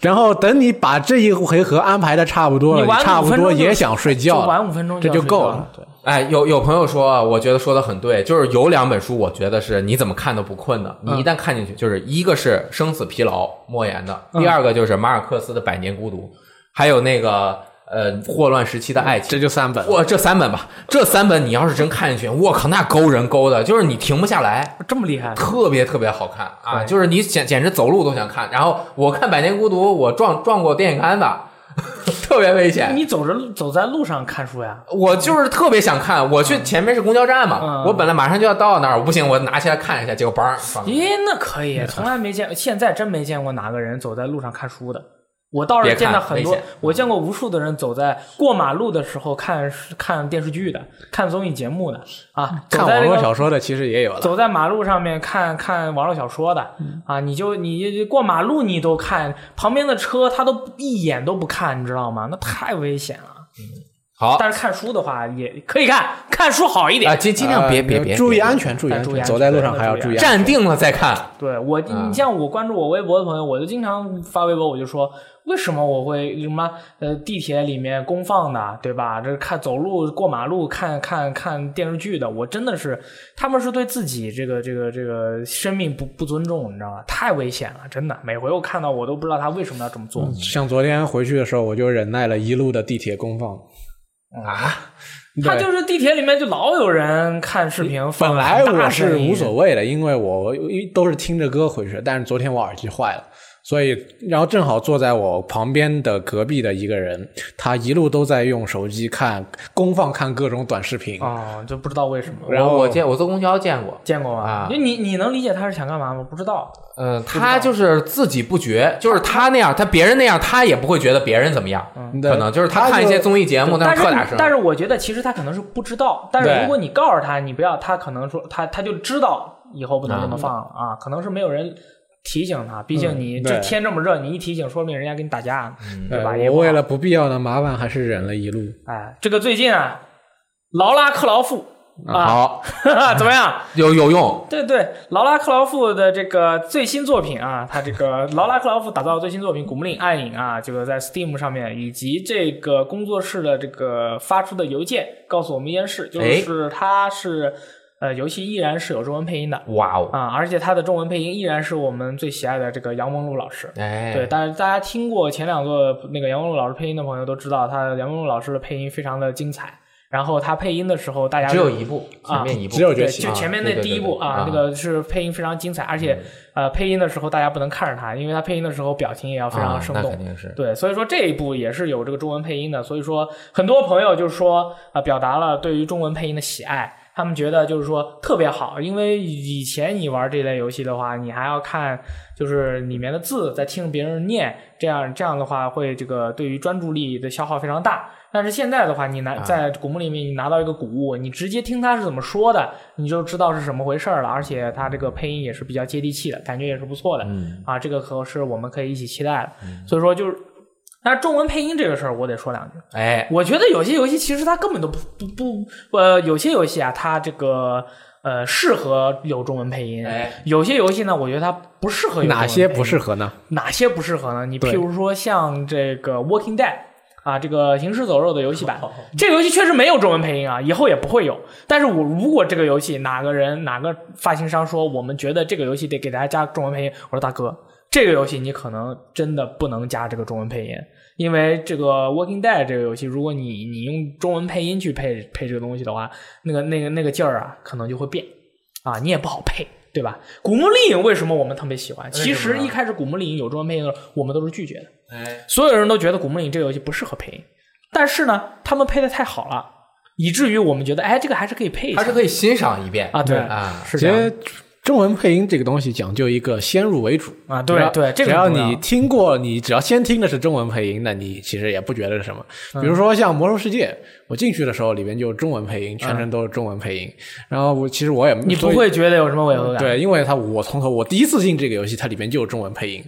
Speaker 3: 然后等你把这一回合安排的差不多了，
Speaker 1: 你玩
Speaker 3: 差
Speaker 1: 五
Speaker 3: 不
Speaker 1: 分
Speaker 3: 多
Speaker 1: 钟就
Speaker 3: 也想睡
Speaker 1: 就
Speaker 3: 觉了，
Speaker 1: 玩五分钟
Speaker 3: 这
Speaker 1: 就
Speaker 3: 就
Speaker 1: 要睡觉
Speaker 3: 够
Speaker 1: 了
Speaker 3: 了。。
Speaker 2: 哎，有有朋友说，我觉得说的很对，就是有两本书，我觉得是你怎么看都不困的。你一旦看进去，就是一个是《生死疲劳》莫言的，第二个就是马尔克斯的《百年孤独》，还有那个呃《霍乱时期的爱情》。
Speaker 3: 这就三本。
Speaker 2: 我这三本吧，这三本你要是真看进去，我靠，那勾人勾的，就是你停不下来，
Speaker 1: 这么厉害，
Speaker 2: 特别特别好看啊！就是你简简直走路都想看。然后我看《百年孤独》，我撞撞过电线杆的， 特别危险。
Speaker 1: 你走着走在路上看书呀？
Speaker 2: 我就是特别想看，我去前面是公交站嘛，
Speaker 1: 嗯
Speaker 2: 我本来马上就要到那儿，我不行，我拿起来看一下，结果嘣，放那儿
Speaker 1: 咦，那可以，从来没见，现在真没见过哪个人走在路上看书的。我倒
Speaker 2: 别
Speaker 1: 是见
Speaker 2: 看
Speaker 1: 到很多
Speaker 2: 危险，
Speaker 1: 我见过无数的人走在过马路的时候看看电视剧的，看综艺节目的啊，
Speaker 3: 看
Speaker 1: 走在
Speaker 3: 网
Speaker 1: 那
Speaker 3: 络
Speaker 1: 个
Speaker 3: 小说的其实也有了，
Speaker 1: 走在马路上面看看网络小说的啊，你就你过马路你都看旁边的车，他都一眼都不看，你知道吗？那太危险了。
Speaker 2: 好啊
Speaker 1: 但是看书的话也可以看，看书好一点。，
Speaker 2: 尽尽量别
Speaker 3: 呃
Speaker 2: 别别，
Speaker 3: 注意
Speaker 2: 别
Speaker 3: 安全，注意安
Speaker 1: 注意安全
Speaker 3: 走在路上还要注意安全。
Speaker 2: 站定了再看。
Speaker 1: 对我，
Speaker 2: 嗯
Speaker 1: 你像我关注我微博的朋友，我就经常发微博，我就说为什么我会什么呃地铁里面公放的，对吧？这看走路过马路看看看电视剧的，我真的是他们是对自己这个这个这个生命不不尊重，你知道吗？太危险了，真的。每回我看到我都不知道他为什么要这么做。
Speaker 3: 像昨天回去的时候，我就忍耐了一路的地铁公放。
Speaker 2: 啊，
Speaker 1: 他
Speaker 3: 对嗯
Speaker 1: 就是地铁里面就老有人看视频，
Speaker 3: 本来
Speaker 1: 放很
Speaker 3: 我
Speaker 1: 大声
Speaker 3: 是
Speaker 1: 音
Speaker 3: 无所谓的，因为我都是听着歌回去的，但是昨天我耳机坏了，所以然后正好坐在我旁边的隔壁的一个人，他一路都在用手机看公放看各种短视频，
Speaker 1: 啊、就不知道为什么。
Speaker 3: 然后
Speaker 2: 我我见我坐公交见过，
Speaker 1: 见过吗？
Speaker 2: 啊
Speaker 1: 因为你你能理解他是想干嘛吗？不知道。
Speaker 2: 呃，他就是自己不觉，就是他那样，他别人那样，他也不会觉得别人怎么样，
Speaker 3: 对
Speaker 1: 嗯
Speaker 2: 可能就是他
Speaker 3: 他
Speaker 2: 看一
Speaker 3: 就
Speaker 2: 些综艺节目，
Speaker 1: 但是
Speaker 2: 是特大声，
Speaker 1: 但是我觉得其实他可能是不知道，但是
Speaker 3: 对
Speaker 1: 如果你告诉他，你不要，他可能说他他就知道以后不能这么放了啊，可能是没有人提醒他，毕竟你
Speaker 3: 嗯
Speaker 1: 这
Speaker 3: 对
Speaker 1: 天这么热，你一提醒，说不定人家跟你打架呢，对吧？也
Speaker 3: 呃
Speaker 1: 不
Speaker 3: 我
Speaker 1: 好
Speaker 3: 为了不必要的麻烦，还是忍 了一路。
Speaker 1: 哎，这个最近啊，劳拉克劳夫啊，
Speaker 2: 好
Speaker 1: 怎么样？
Speaker 2: 有有用，
Speaker 1: 对对，劳拉·克劳夫的这个最新作品啊，他这个 劳拉·克劳夫打造的最新作品《古墓丽影：暗影》啊，这个在 Steam 上面以及这个工作室的这个发出的邮件告诉我们一件事，就
Speaker 2: 哎
Speaker 1: 是他是呃，游戏依然是有中文配音的
Speaker 2: 哇哦，
Speaker 1: 啊、而且它的中文配音依然是我们最喜爱的这个杨文璐老师。
Speaker 2: 哎，
Speaker 1: 对，但是大家听过前两个那个杨文璐老师配音的朋友都知道，他杨文璐老师的配音非常的精彩。然后他配音的时候，大家
Speaker 2: 只有一部，前
Speaker 1: 啊
Speaker 2: 面一部，
Speaker 3: 只有
Speaker 1: 对，
Speaker 3: 崛起
Speaker 1: 就
Speaker 2: 啊
Speaker 1: 前面
Speaker 2: 对
Speaker 1: 那
Speaker 2: 对
Speaker 1: 第
Speaker 2: 对
Speaker 1: 一部
Speaker 2: 对
Speaker 1: 啊
Speaker 2: 啊，嗯
Speaker 1: 那个是配音非常精彩，而且呃，配音的时候大家不能看着他，因为他配音的时候表情也要非常
Speaker 2: 啊，
Speaker 1: 生
Speaker 2: 那
Speaker 1: 动
Speaker 2: 肯。定是
Speaker 1: 对，所以说这一部也是有这个中文配音的，所以说很多朋友就是说，呃，表达了对于中文配音的喜爱，他们觉得就是说特别好，因为以前你玩这类游戏的话，你还要看就是里面的字，再听别人念，这样这样的话会这个对于专注力的消耗非常大。但是现在的话，你拿在古墓里面，你拿到一个古物，你直接听他是怎么说的，你就知道是什么回事儿了。而且他这个配音也是比较接地气的，感觉也是不错的。
Speaker 2: 嗯
Speaker 1: 啊，这个可是我们可以一起期待的。所以说就是，但是中文配音这个事儿，我得说两句。
Speaker 2: 哎，
Speaker 1: 我觉得有些游戏其实它根本都不不不呃，有些游戏啊，它这个呃适合有中文配音，
Speaker 2: 哎
Speaker 1: 有些游戏呢，我觉得它不适合有中文
Speaker 3: 哪些不
Speaker 1: 配音
Speaker 3: 适合呢？
Speaker 1: 哪些不适合呢？你
Speaker 3: 对
Speaker 1: 譬如说像这个《Walking Dead》啊，这个《行尸走肉》的游戏 版，这个游戏确实没有中文配音啊，以后也不会有。但是我如果这个游戏哪个人哪个发行商说我们觉得这个游戏得给大家加中文配音，我说大哥，这个游戏你可能真的不能加这个中文配音，因为这个《Walking Dead》这个游戏，如果你你用中文配音去配配这个东西的话，那个那个那个劲儿啊，可能就会变。啊，你也不好配，对吧？古墓丽影为什么我们特别喜欢？
Speaker 2: 什么
Speaker 1: 其实一开始古墓丽影有中文配音的时候，我们都是拒绝的，
Speaker 2: 哎，
Speaker 1: 所有人都觉得古墓丽影这个游戏不适合配音。但是呢，他们配的太好了，以至于我们觉得，哎，这个还是可以配一下
Speaker 2: 还是可以欣赏一遍
Speaker 1: 啊，对
Speaker 2: 啊，
Speaker 1: 是
Speaker 3: 其
Speaker 1: 这样
Speaker 3: 实中文配音这个东西讲究一个先入为主
Speaker 1: 啊对
Speaker 3: 只要
Speaker 1: 对这个
Speaker 3: 只要
Speaker 1: 很重要
Speaker 3: 你听过，你只要先听的是中文配音，那你其实也不觉得是什么。
Speaker 1: 嗯
Speaker 3: 比如说像《魔兽世界》，我进去的时候里边就中文配音，全程都是中文配音。然后我其实我也
Speaker 1: 嗯你不
Speaker 3: 所以
Speaker 1: 会觉得有什么违和感。
Speaker 3: 对，因为它我从头我第一次进这个游戏，它里面就有中文配音。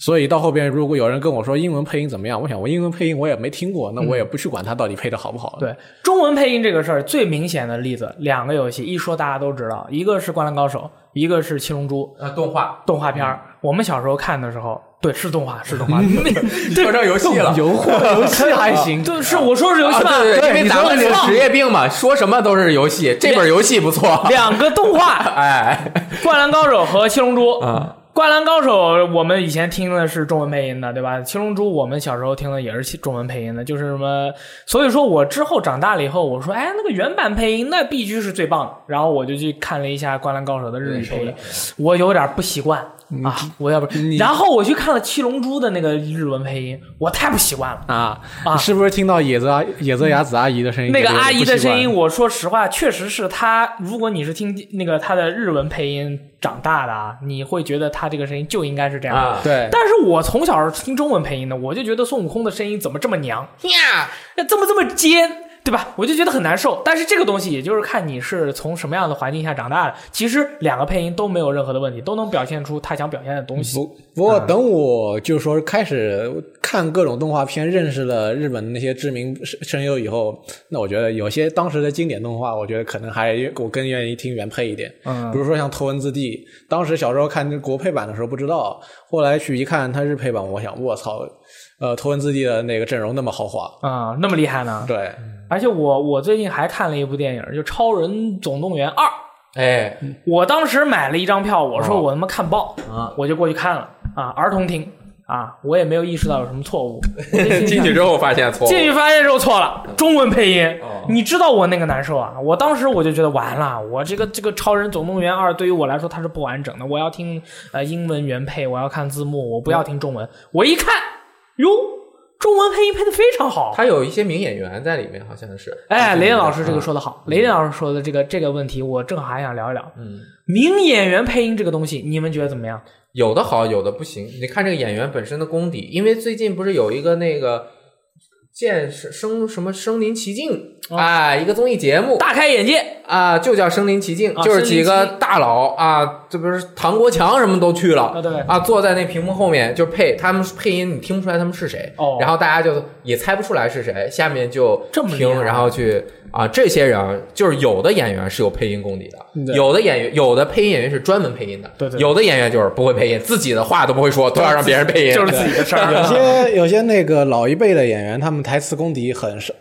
Speaker 3: 所以到后边，如果有人跟我说英文配音怎么样，我想我英文配音我也没听过，那我也不去管它到底配的好不好。
Speaker 1: 嗯对中文配音这个事儿，最明显的例子，两个游戏一说大家都知道，一个是《灌篮高手》，一个是《七龙珠》。
Speaker 2: 呃，动画
Speaker 1: 动画片儿。我们小时候看的时候，对，是动画，是动画。对，
Speaker 2: 说到游戏了，
Speaker 3: 游货游戏还行，
Speaker 1: 对，是我说是游戏吧？
Speaker 2: 啊对对，因为
Speaker 1: 你
Speaker 2: 咱
Speaker 1: 说
Speaker 2: 们
Speaker 1: 的
Speaker 2: 这
Speaker 1: 是
Speaker 2: 个
Speaker 1: 吧
Speaker 2: 职业病嘛，说什么都是游戏，这本游戏不错，
Speaker 1: 两个动画，
Speaker 2: 哎，
Speaker 1: 《 灌篮高手》和《七龙珠》
Speaker 2: 啊。
Speaker 1: 灌篮高手》我们以前听的是中文配音的，对吧？《七龙珠》我们小时候听的也是中文配音的，就是什么，所以说我之后长大了以后，我说，哎，那个原版配音那必须是最棒的。然后我就去看了一下《灌篮高手》的日语配音，我有点不习惯啊，我要不，然后我去看了《七龙珠》的那个日文配音，我太不习惯了。
Speaker 3: 啊，
Speaker 1: 啊
Speaker 3: 你是不是听到野泽阿野泽雅子阿姨的声音？
Speaker 1: 那个
Speaker 3: 觉得
Speaker 1: 阿姨的
Speaker 3: 不习惯
Speaker 1: 声音，我说实话，确实是她。如果你是听那个她的日文配音长大的啊，你会觉得她这个声音就应该是这样的。
Speaker 2: 啊，
Speaker 3: 对，
Speaker 1: 但是我从小是听中文配音的，我就觉得孙悟空的声音怎么这么娘，
Speaker 2: 呀，
Speaker 1: 那这么这么尖，对吧？我就觉得很难受。但是这个东西，也就是看你是从什么样的环境下长大的。其实两个配音都没有任何的问题，都能表现出他想表现的东西。
Speaker 3: 不不过等我就是说开始看各种动画片，认识了日本那些知名声声优以后，那我觉得有些当时的经典动画，我觉得可能还我更愿意听原配一点。
Speaker 1: 嗯
Speaker 3: 比如说像《头文字 D》，当时小时候看国配版的时候不知道，后来去一看它日配版，我想我操，呃，《头文字 D》的那个阵容那么豪华，
Speaker 1: 啊、那么厉害呢？
Speaker 3: 对，
Speaker 1: 而且我我最近还看了一部电影，就《超人总动员二》。
Speaker 2: 哎，
Speaker 1: 我当时买了一张票，我说我他妈看报，
Speaker 2: 哦啊
Speaker 1: 我就过去看了啊，儿童厅啊，我也没有意识到有什么错 误。我就心想
Speaker 2: 进去之后发现错误，
Speaker 1: 进去发现之后错了，中文配音
Speaker 2: 哦。
Speaker 1: 你知道我那个难受啊！我当时我就觉得完了，我这个这个《超人总动员二》对于我来说它是不完整的，我要听呃英文原配，我要看字幕，我不要听中文。我一看，哟，中文配音配的非常好。
Speaker 2: 他有一些名演员在里面，好像是，
Speaker 1: 哎，雷电老师
Speaker 2: 嗯
Speaker 1: 这个说的好，雷电老师说的这个这个问题，我正好还想聊一聊。
Speaker 2: 嗯，
Speaker 1: 名演员配音这个东西，你们觉得怎么样？
Speaker 2: 有的好，有的不行。你看这个演员本身的功底，因为最近不是有一个那个见生生什么身临其境
Speaker 1: 哦
Speaker 2: 啊，一个综艺节目
Speaker 1: 大开眼界，
Speaker 2: 啊，就叫身临其境，
Speaker 1: 啊
Speaker 2: 就是几
Speaker 1: 身临
Speaker 2: 个
Speaker 1: 其境
Speaker 2: 大佬啊，这不是唐国强什么都去
Speaker 1: 啊
Speaker 2: 了。
Speaker 1: 对，
Speaker 2: 啊，坐在那屏幕后面就配他们配音，你听不出来他们是谁，
Speaker 1: 哦
Speaker 2: 然后大家就也猜不出来是谁，下面就
Speaker 1: 这么厉害
Speaker 2: 听，然后去啊，这些人就是有的演员是有配音功底的，
Speaker 3: 对
Speaker 2: 有的演员有的配音演员是专门配音的，
Speaker 1: 嗯对对对
Speaker 2: 有的演员就是不会配音，自己的话都不会说，都要让别人配音，
Speaker 1: 就是自己的事儿。
Speaker 3: 有些有些那个老一辈的演员，他们台词功底很深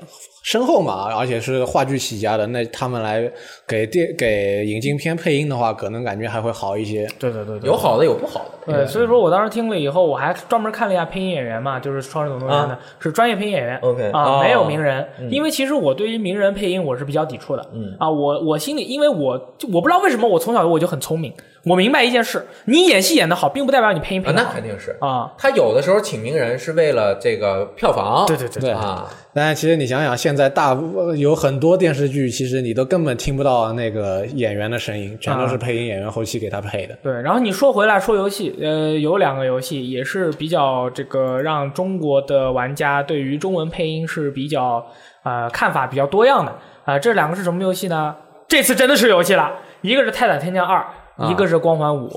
Speaker 3: 深厚嘛，而且是话剧起家的，那他们来给电给引进片配音的话，可能感觉还会好一些。
Speaker 1: 对对对对，
Speaker 2: 有好的有不好的。
Speaker 1: 对，所以说我当时听了以后，我还专门看了一下配音演员嘛，就是《双人总动员》的、是专业配音演员
Speaker 2: OK，
Speaker 1: 啊，
Speaker 2: 哦
Speaker 1: 没有名人、因为其实我对于名人配音我是比较抵触的，嗯啊，我我心里因为我就我不知道为什么我从小我就很聪明，我明白一件事，你演戏演得好，并不代表你配音配
Speaker 2: 啊，
Speaker 1: 得
Speaker 2: 那
Speaker 1: 好
Speaker 2: 肯定是。
Speaker 1: 啊，
Speaker 2: 他有的时候请名人是为了这个票房，
Speaker 1: 对对对
Speaker 3: 对
Speaker 2: 啊，
Speaker 3: 但其实你想想，现在大呃有很多电视剧，其实你都根本听不到那个演员的声音，全
Speaker 1: 啊
Speaker 3: 都是配音演员后期给他配的。
Speaker 1: 对，然后你说回来说游戏，呃，有两个游戏也是比较这个让中国的玩家对于中文配音是比较呃看法比较多样的啊、这两个是什么游戏呢？这次真的是游戏了，一个是《泰坦天降二》，一个是《光环五》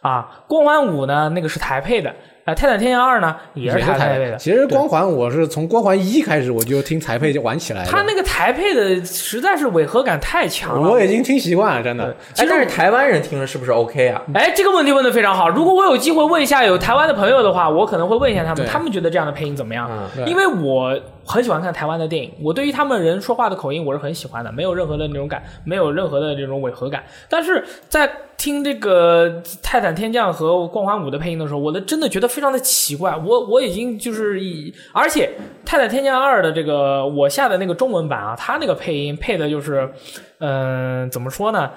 Speaker 1: 啊，《光环五》呢那个是台配的，呃，《泰坦天降二》呢也是
Speaker 2: 也是
Speaker 1: 台
Speaker 2: 台
Speaker 1: 配的。
Speaker 3: 其实光环我是从光环一开始我就听才配就玩起来的，
Speaker 1: 它那个台配的实在是违和感太强了，
Speaker 3: 我已经听习惯了，真的。
Speaker 1: 其
Speaker 2: 哎，
Speaker 1: 实
Speaker 2: 但是台湾人听着是不是 OK 啊？
Speaker 1: 哎，这个问题问的非常好。如果我有机会问一下有台湾的朋友的话，我可能会问一下他们，
Speaker 3: 对
Speaker 1: 他们觉得这样的配音怎么样？
Speaker 2: 嗯
Speaker 3: 对
Speaker 1: 因为我很喜欢看台湾的电影，我对于他们人说话的口音我是很喜欢的，没有任何的那种感，没有任何的这种违和感。但是在听这个《泰坦天降》和《光环五》的配音的时候，我的真的觉得非常的奇怪。我我已经就是以，而且《泰坦天降二》的这个我下的那个中文版啊，它那个配音配的就是，嗯、怎么说呢？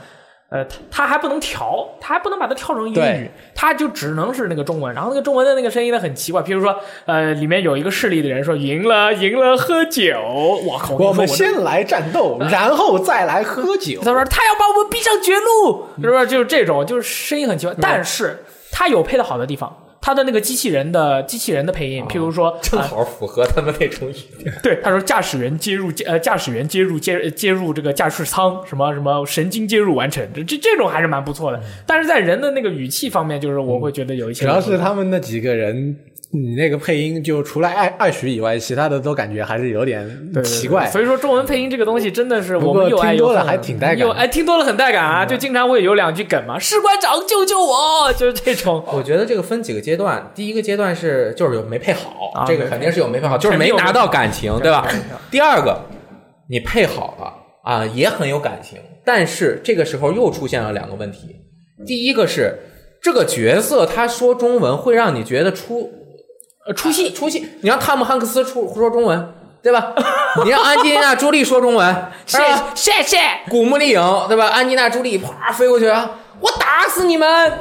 Speaker 1: 呃，它它还不能调，它还不能把它调成英语
Speaker 3: 对，
Speaker 1: 它就只能是那个中文。然后那个中文的那个声音呢很奇怪，譬如说，呃，里面有一个势力的人说赢了，赢了，喝酒。我靠，
Speaker 3: 我
Speaker 1: 我跟
Speaker 3: 们
Speaker 1: 你说我
Speaker 3: 先来战斗，然后再来喝酒
Speaker 1: 这，。他说他要把我们逼上绝路，
Speaker 3: 嗯
Speaker 1: 是不是？就是这种，就是声音很奇怪，但是他有配的好的地方。他的那个机器人的机器人的
Speaker 3: 哦
Speaker 1: 配音，譬如说，
Speaker 2: 正
Speaker 1: 啊
Speaker 2: 好符合他们那种语境。
Speaker 1: 对，他说驾驶员接入呃驾驶员接入接接入这个驾驶舱什么什么神经接入完成，这这这种还是蛮不错的。但是在人的那个语气方面，就是我会觉得有一些
Speaker 3: 嗯主要是他们那几个人，你那个配音就除了艾艾许以外，其他的都感觉还是有点
Speaker 1: 对对对
Speaker 3: 奇怪。
Speaker 1: 所以说中文配音这个东西真的是
Speaker 3: 不
Speaker 1: 我
Speaker 3: 过
Speaker 1: 们又爱又
Speaker 3: 听多了
Speaker 1: 恨
Speaker 3: 还挺带感嗯
Speaker 1: 又哎听多了很带感啊，就经常会有两句梗嘛，士官长救救我，就是这种。
Speaker 3: 哦
Speaker 2: 我觉得这个分几个阶段，第一个阶段是就是有没配好，
Speaker 1: 啊
Speaker 2: 这个肯定是有没配好，就是
Speaker 1: 肯定
Speaker 2: 没
Speaker 1: 有
Speaker 2: 拿到感情，
Speaker 1: 对
Speaker 2: 对吧
Speaker 1: 对对？
Speaker 2: 第二个，你配好了啊，也很有感情，但是这个时候又出现了两个问题，第一个是这个角色他说中文会让你觉得出
Speaker 1: 呃出戏
Speaker 2: 出戏，你让汤姆汉克斯出说中文，对吧？ 你让安吉丽娜朱莉说中文，是
Speaker 1: 谢
Speaker 2: 吧？
Speaker 1: 谢谢。
Speaker 3: 啊
Speaker 2: 古墓丽影，对吧？安吉娜朱莉啪飞过去啊！我打死你们！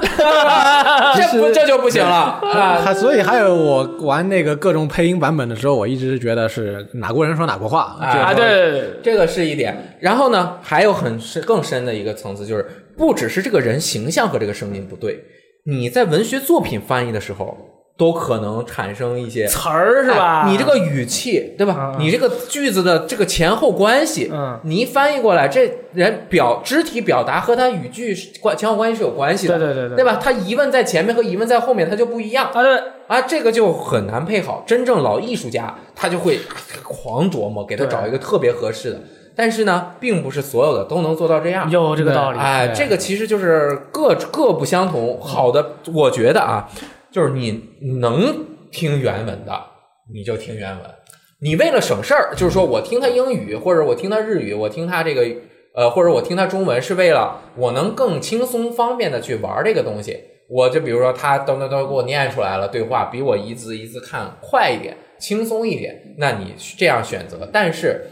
Speaker 2: 这不这就不行了啊！
Speaker 3: 他所以还有我玩那个各种配音版本的时候，我一直觉得是哪国人说哪国话，
Speaker 2: 啊
Speaker 3: 就
Speaker 1: 啊，对对对对
Speaker 2: 这个是一点。然后呢，还有很深更深的一个层次，就是不只是这个人形象和这个声音不对，你在文学作品翻译的时候，都可能产生一些
Speaker 1: 词儿是吧？
Speaker 3: 啊
Speaker 2: 哎你这个语气对吧？
Speaker 1: 嗯
Speaker 2: 你这个句子的这个前后关系，
Speaker 1: 嗯
Speaker 2: 你一翻译过来，这人表肢体表达和他语句是关前后关系是有关系的，
Speaker 1: 啊对对对对
Speaker 2: 对，吧？他疑问在前面和疑问在后面，他就不一样
Speaker 1: 啊对。
Speaker 2: 啊，这个就很难配好。真正老艺术家，他就会狂琢磨，给他
Speaker 1: 对
Speaker 2: 找一个特别合适的。但是呢，并不是所有的都能做到这样。
Speaker 1: 有这个道理。
Speaker 2: 哎，这个其实就是各各不相同。好的，我觉得啊，就是你能听原文的，你就听原文。你为了省事儿，就是说我听他英语，或者我听他日语，我听他这个呃，或者我听他中文，是为了我能更轻松方便的去玩这个东西。我就比如说他噔噔噔给我念出来了对话，比我一字一字看快一点，轻松一点，那你这样选择。但是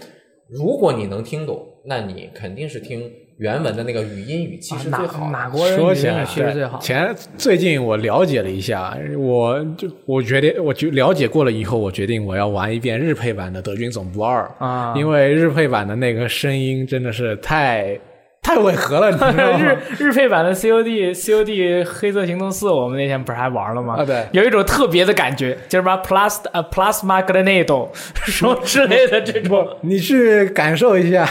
Speaker 2: 如果你能听懂，那你肯定是听原文的那个语音语气
Speaker 1: 啊
Speaker 2: 是
Speaker 1: 哪
Speaker 2: 最好的。
Speaker 1: 哪国人
Speaker 3: 说
Speaker 1: 语
Speaker 3: 起
Speaker 1: 言
Speaker 3: 来
Speaker 1: 语气是最好？
Speaker 3: 前最近我了解了一下，我就我决定，我就了解过了以后，我决定我要玩一遍日配版的《德军总部二》
Speaker 1: 啊
Speaker 3: 因为日配版的那个声音真的是太太违和了，你知道 吗
Speaker 1: 日？日配版的 COD COD 黑色行动四，我们那天不是还玩了吗？
Speaker 3: 啊对
Speaker 1: 有一种特别的感觉，叫什么 plus 呃 plasma grenade 什么之类的这种。
Speaker 3: 你去感受一下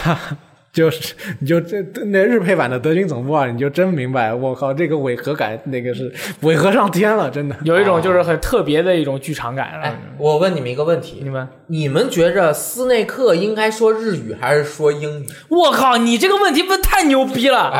Speaker 3: 就是你就这那日配版的德军总部啊，你就真明白，我靠，这个违和感那个是违和上天了，真的。
Speaker 1: 有一种就是很特别的一种剧场感了
Speaker 2: 哎。，我问你们一个问
Speaker 1: 你
Speaker 2: 题：
Speaker 1: 们，
Speaker 2: 你们觉着斯内克应该说日语还是说英语？
Speaker 1: 我靠，你这个问题问太牛逼了。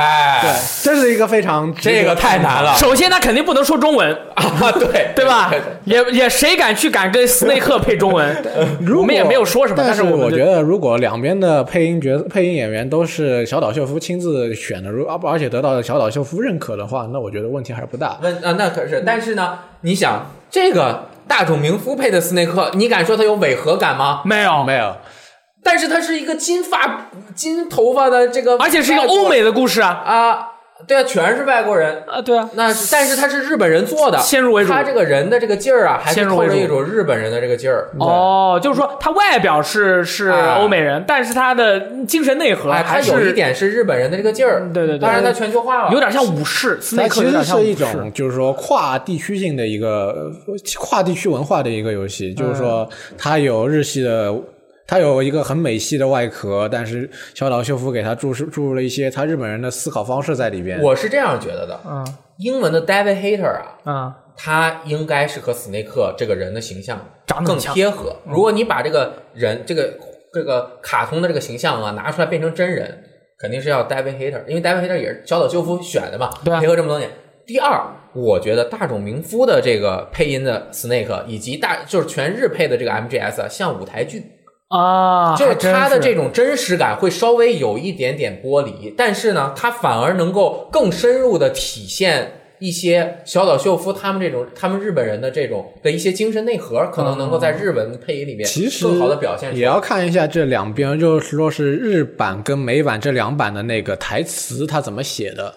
Speaker 3: 对
Speaker 2: 哎，，
Speaker 3: 这是一个非常值得
Speaker 2: 这个太
Speaker 3: 哎
Speaker 2: 难了
Speaker 1: 首先，他肯定不能说中文，
Speaker 2: 啊！对
Speaker 1: 对吧
Speaker 2: 对对？
Speaker 1: 也也谁敢去敢跟斯内克配中文？
Speaker 3: 如果
Speaker 1: 我们也没有说什么，
Speaker 3: 但
Speaker 1: 但
Speaker 3: 是
Speaker 1: 我
Speaker 3: 我
Speaker 1: 们就
Speaker 3: 觉得，如果两边的配音角配音演员都是小岛秀夫亲自选的，如而而且得到小岛秀夫认可的话，那我觉得问题还是不大。
Speaker 2: 问啊，那可是，但是呢，你想这个大冢明夫配的斯内克，你敢说他有违和感吗？
Speaker 1: 没有
Speaker 3: 没有，
Speaker 2: 但是他是一个金发、金头发的这个，
Speaker 1: 而且是一个欧美的故事啊
Speaker 2: 啊，对啊，全是外国人。
Speaker 1: 啊，对啊，
Speaker 2: 那是但是他是日本人做的，
Speaker 1: 先入为主
Speaker 2: 他这个人的这个劲儿啊，还是
Speaker 1: 先入
Speaker 2: 透
Speaker 1: 为
Speaker 2: 着
Speaker 1: 主
Speaker 2: 一种日本人的这个劲儿。
Speaker 1: 哦，就是说他外表是是
Speaker 2: 哎
Speaker 1: 欧美人，但是他的精神内核
Speaker 2: 哎，他
Speaker 1: 还是
Speaker 2: 有一点啊是日本人的这个劲儿，
Speaker 1: 对对对
Speaker 2: 当然他全球化了，
Speaker 1: 有点像武士，斯
Speaker 3: 它
Speaker 1: 内克
Speaker 3: 其
Speaker 1: 有
Speaker 3: 实
Speaker 1: 点像武
Speaker 3: 是
Speaker 1: 士
Speaker 3: 一种就是说跨地区性的一个呃跨地区文化的一个游戏，就是说
Speaker 1: 嗯
Speaker 3: 它有日系的。它有一个很美系的外壳，但是小岛秀夫给它注入注入了一些他日本人的思考方式在里边。
Speaker 2: 我是这样觉得的，
Speaker 1: 嗯
Speaker 2: 英文的 David Hater 啊，
Speaker 1: 嗯，
Speaker 2: 他应该是和斯内克这个人的形象
Speaker 1: 长得
Speaker 2: 更
Speaker 1: 很像嗯
Speaker 2: 贴合。如果你把这个人这个这个卡通的这个形象啊拿出来变成真人，肯定是要 David Hater，因为 David Hater 也是小岛秀夫选的嘛，
Speaker 1: 对啊
Speaker 2: 配合这么多年。第二，我觉得大冢明夫的这个配音的 Snake 以及大就是全日配的这个 MGS 啊，像舞台剧，
Speaker 1: 啊，
Speaker 2: 就是
Speaker 1: 还真
Speaker 2: 他
Speaker 1: 是
Speaker 2: 的这种真实感会稍微有一点点剥离，但是呢，他反而能够更深入的体现一些小岛秀夫他们这种他们日本人的这种的一些精神内核，可能能够在日文配音里面
Speaker 3: 其实
Speaker 2: 更好的表现出
Speaker 3: 也
Speaker 2: 来。
Speaker 3: 要看一下这两边，就是说是日版跟美版这两版的那个台词它怎么写的，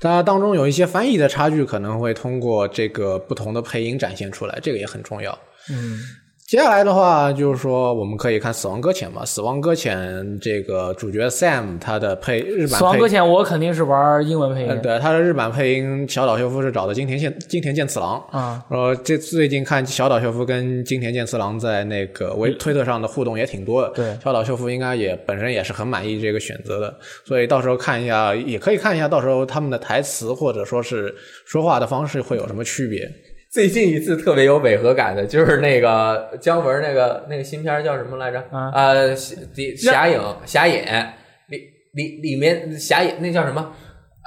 Speaker 3: 它当中有一些翻译的差距，可能会通过这个不同的配音展现出来，这个也很重要。
Speaker 1: 嗯
Speaker 3: 接下来的话就是说，我们可以看《死亡搁浅》嘛，《死亡搁浅》这个主角 Sam 他的配日版
Speaker 1: 死亡
Speaker 3: 配
Speaker 1: 搁浅，我肯定是玩英文配
Speaker 2: 哎
Speaker 3: 呃
Speaker 1: 音
Speaker 3: 对，他的日版配音小岛秀夫是找的金田健金田健次郎。
Speaker 1: 啊，
Speaker 3: 呃，这最近看小岛秀夫跟金田健次郎在那个微推特上的互动也挺多的。
Speaker 1: 嗯对
Speaker 3: 小岛秀夫应该也本身也是很满意这个选择的，所以到时候看一下，也可以看一下到时候他们的台词或者说是说话的方式会有什么区别。
Speaker 2: 最近一次特别有违和感的就是那个姜文那个那个新片叫什么来着？
Speaker 1: 啊
Speaker 2: 呃，底侠影侠隐里里里面侠隐那叫什么？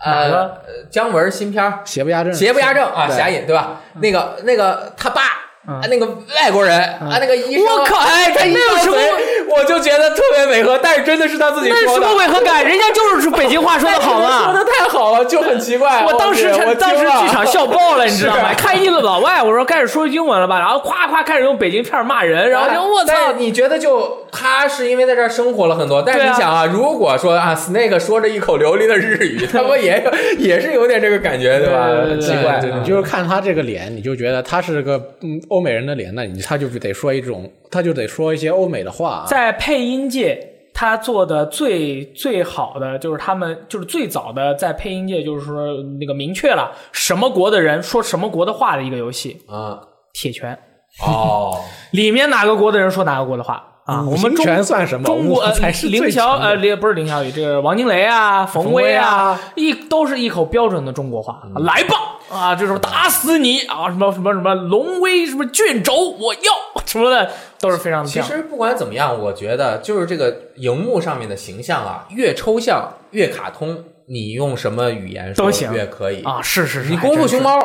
Speaker 1: 哪个
Speaker 2: 呃，姜文新片儿
Speaker 3: 邪不压
Speaker 1: 嗯
Speaker 3: 正，
Speaker 2: 邪不压正啊，
Speaker 3: 对
Speaker 2: 侠隐对吧？那个那个他爸。啊，那个外国人啊，那个医生，
Speaker 1: 嗯我靠
Speaker 2: 哎，他一
Speaker 1: 那有
Speaker 2: 张
Speaker 1: 什么
Speaker 2: 嘴我就觉得特别违和，但是真的是他自己
Speaker 1: 那
Speaker 2: 说
Speaker 1: 什
Speaker 2: 的
Speaker 1: 么，违和感？人家就是说北京话说的 好
Speaker 2: 哎
Speaker 1: 嘛
Speaker 2: 说。的太好了，就很奇怪。
Speaker 1: 我当时
Speaker 2: 哎我
Speaker 1: 看
Speaker 2: 我
Speaker 1: 当时
Speaker 2: 惊了
Speaker 1: 剧场笑爆了，你知道吗？
Speaker 2: 是啊
Speaker 1: 看一个老外，我说开始说英文了吧，然后夸夸开始用北京片儿骂 人，
Speaker 2: 哎
Speaker 1: 然后就我操，
Speaker 2: 但是你觉得就他是因为在这儿生活了很多，但是
Speaker 1: 对啊
Speaker 2: 你想啊，如果说啊，Snake 说着一口流利的日语，他们也也是有点这个感觉，对吧？
Speaker 1: 对对对
Speaker 2: 很
Speaker 1: 对
Speaker 2: 奇怪，
Speaker 3: 对，你就是看他这个脸，你就觉得他是个嗯欧美人的脸，那你他就得说一种，他就得说一些欧美的话。啊
Speaker 1: 在配音界，他做的最最好的就是他们就是最早的在配音界，就是说那个明确了什么国的人说什么国的话的一个游戏
Speaker 2: 啊，
Speaker 1: 《铁拳
Speaker 2: 哦，》，
Speaker 1: 里面哪个国的人说哪个国的话啊？我们中
Speaker 3: 全算什么？
Speaker 1: 中国
Speaker 3: 我们
Speaker 1: 呃
Speaker 3: 才是最
Speaker 1: 林乔
Speaker 3: 强的
Speaker 1: 呃林不是林乔宇，这个王金雷啊，冯
Speaker 2: 威
Speaker 1: 威
Speaker 2: 啊
Speaker 1: 啊，一都是一口标准的中国话，来吧啊，这种打死你啊，什么什么什么龙威什么卷轴我要什么的，都是非常的
Speaker 2: 其
Speaker 1: 像。
Speaker 2: 实不管怎么样，我觉得就是这个荧幕上面的形象啊，越抽象越卡通，你用什么语言说
Speaker 1: 都行
Speaker 2: 越可以。
Speaker 1: 啊，是是是，
Speaker 2: 你
Speaker 1: 还
Speaker 2: 功夫
Speaker 1: 真是
Speaker 2: 熊猫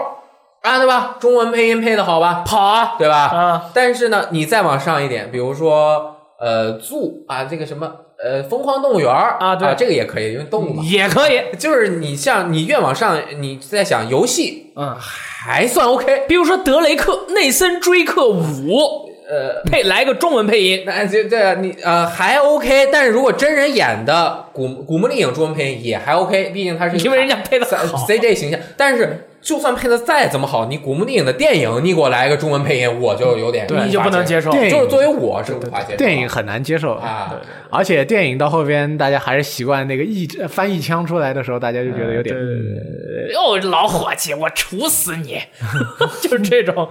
Speaker 2: 啊，对吧？中文配音配的好吧，
Speaker 1: 跑啊，
Speaker 2: 对吧？
Speaker 1: 啊，
Speaker 2: 但是呢，你再往上一点，比如说呃，Zoo 啊，这个什么呃，疯狂动物园儿
Speaker 1: 啊对
Speaker 2: 这个也可以，因为动物嘛。
Speaker 1: 也可以。
Speaker 2: 就是你像你越往上，你再想游戏
Speaker 1: 嗯，
Speaker 2: 还算 OK，
Speaker 1: 比如说德雷克内森追克五，
Speaker 2: 呃，
Speaker 1: 配来个中文配音，
Speaker 2: 那哎这这你呃还 OK，但是如果真人演的古古墓丽影中文配音也还 OK，毕竟他是一个
Speaker 1: 因为人家配的
Speaker 2: 嗯三
Speaker 1: 好。
Speaker 2: CJ 形象，但是就算配的再怎么好，你古墓丽影的电影，你给我来个中文配音，我就有点
Speaker 1: 你就不能接
Speaker 2: 受。
Speaker 1: 受。
Speaker 3: 对
Speaker 2: 就是作为我是无法接受的
Speaker 3: 电影很难接受
Speaker 2: 啊，
Speaker 3: 而且电影到后边，大家还是习惯那个译翻译腔出来的时候，大家就觉得有点
Speaker 1: 哟，老伙计，我处死你！ 就是这 种，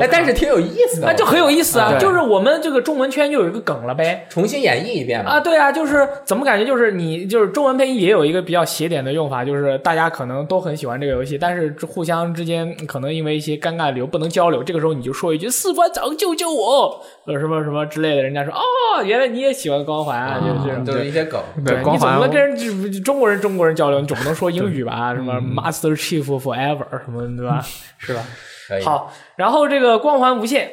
Speaker 2: 哎，但是挺有意思的，
Speaker 1: 那就很有意思
Speaker 2: 啊
Speaker 1: 啊。
Speaker 2: 对
Speaker 1: 就是我们这个中文圈又有一个梗了呗。
Speaker 2: 重新演绎一遍嘛。
Speaker 1: 啊，对啊，就是怎么感觉就是你就是中文配音也有一个比较邪点的用法，就是大家可能都很喜欢这个游戏，但是互相之间可能因为一些尴尬理由不能交流，这个时候你就说一句“士官长救救我”呃什么什么之类的，人家说哦，原来你也喜欢光环啊，就是这种。
Speaker 2: 都是一些梗。
Speaker 1: 对，
Speaker 3: 光
Speaker 1: 你怎
Speaker 3: 环
Speaker 1: 么能跟人就是中国人中国人交流？你总不能说英语吧？什么 Master Chief Forever 什么，对吧？是吧？
Speaker 2: 可以，
Speaker 1: 好，然后这个光环无限，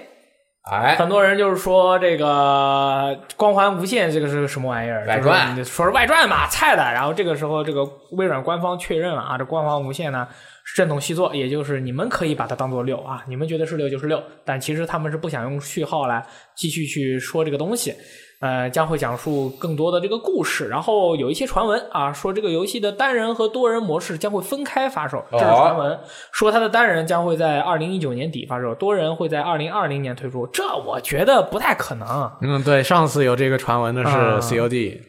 Speaker 2: 哎，
Speaker 1: 很多人就是说这个《光环无限》这个是个什么玩意儿？
Speaker 2: 外传
Speaker 1: 就是你说是外传嘛，菜的。然后这个时候，这个微软官方确认了啊，这《光环无限》呢是正统续作，也就是你们可以把它当做六啊，你们觉得是六就是六，但其实他们是不想用序号来继续去说这个东西。呃，将会讲述更多的这个故事，然后有一些传闻啊，说这个游戏的单人和多人模式将会分开发售，这是
Speaker 2: 哦
Speaker 1: 传闻。说它的单人将会在二零一九年底发售，多人会在二零二零年推出，这我觉得不太可能。
Speaker 3: 嗯，对，上次有这个传闻的
Speaker 1: 啊
Speaker 3: 是 COD，、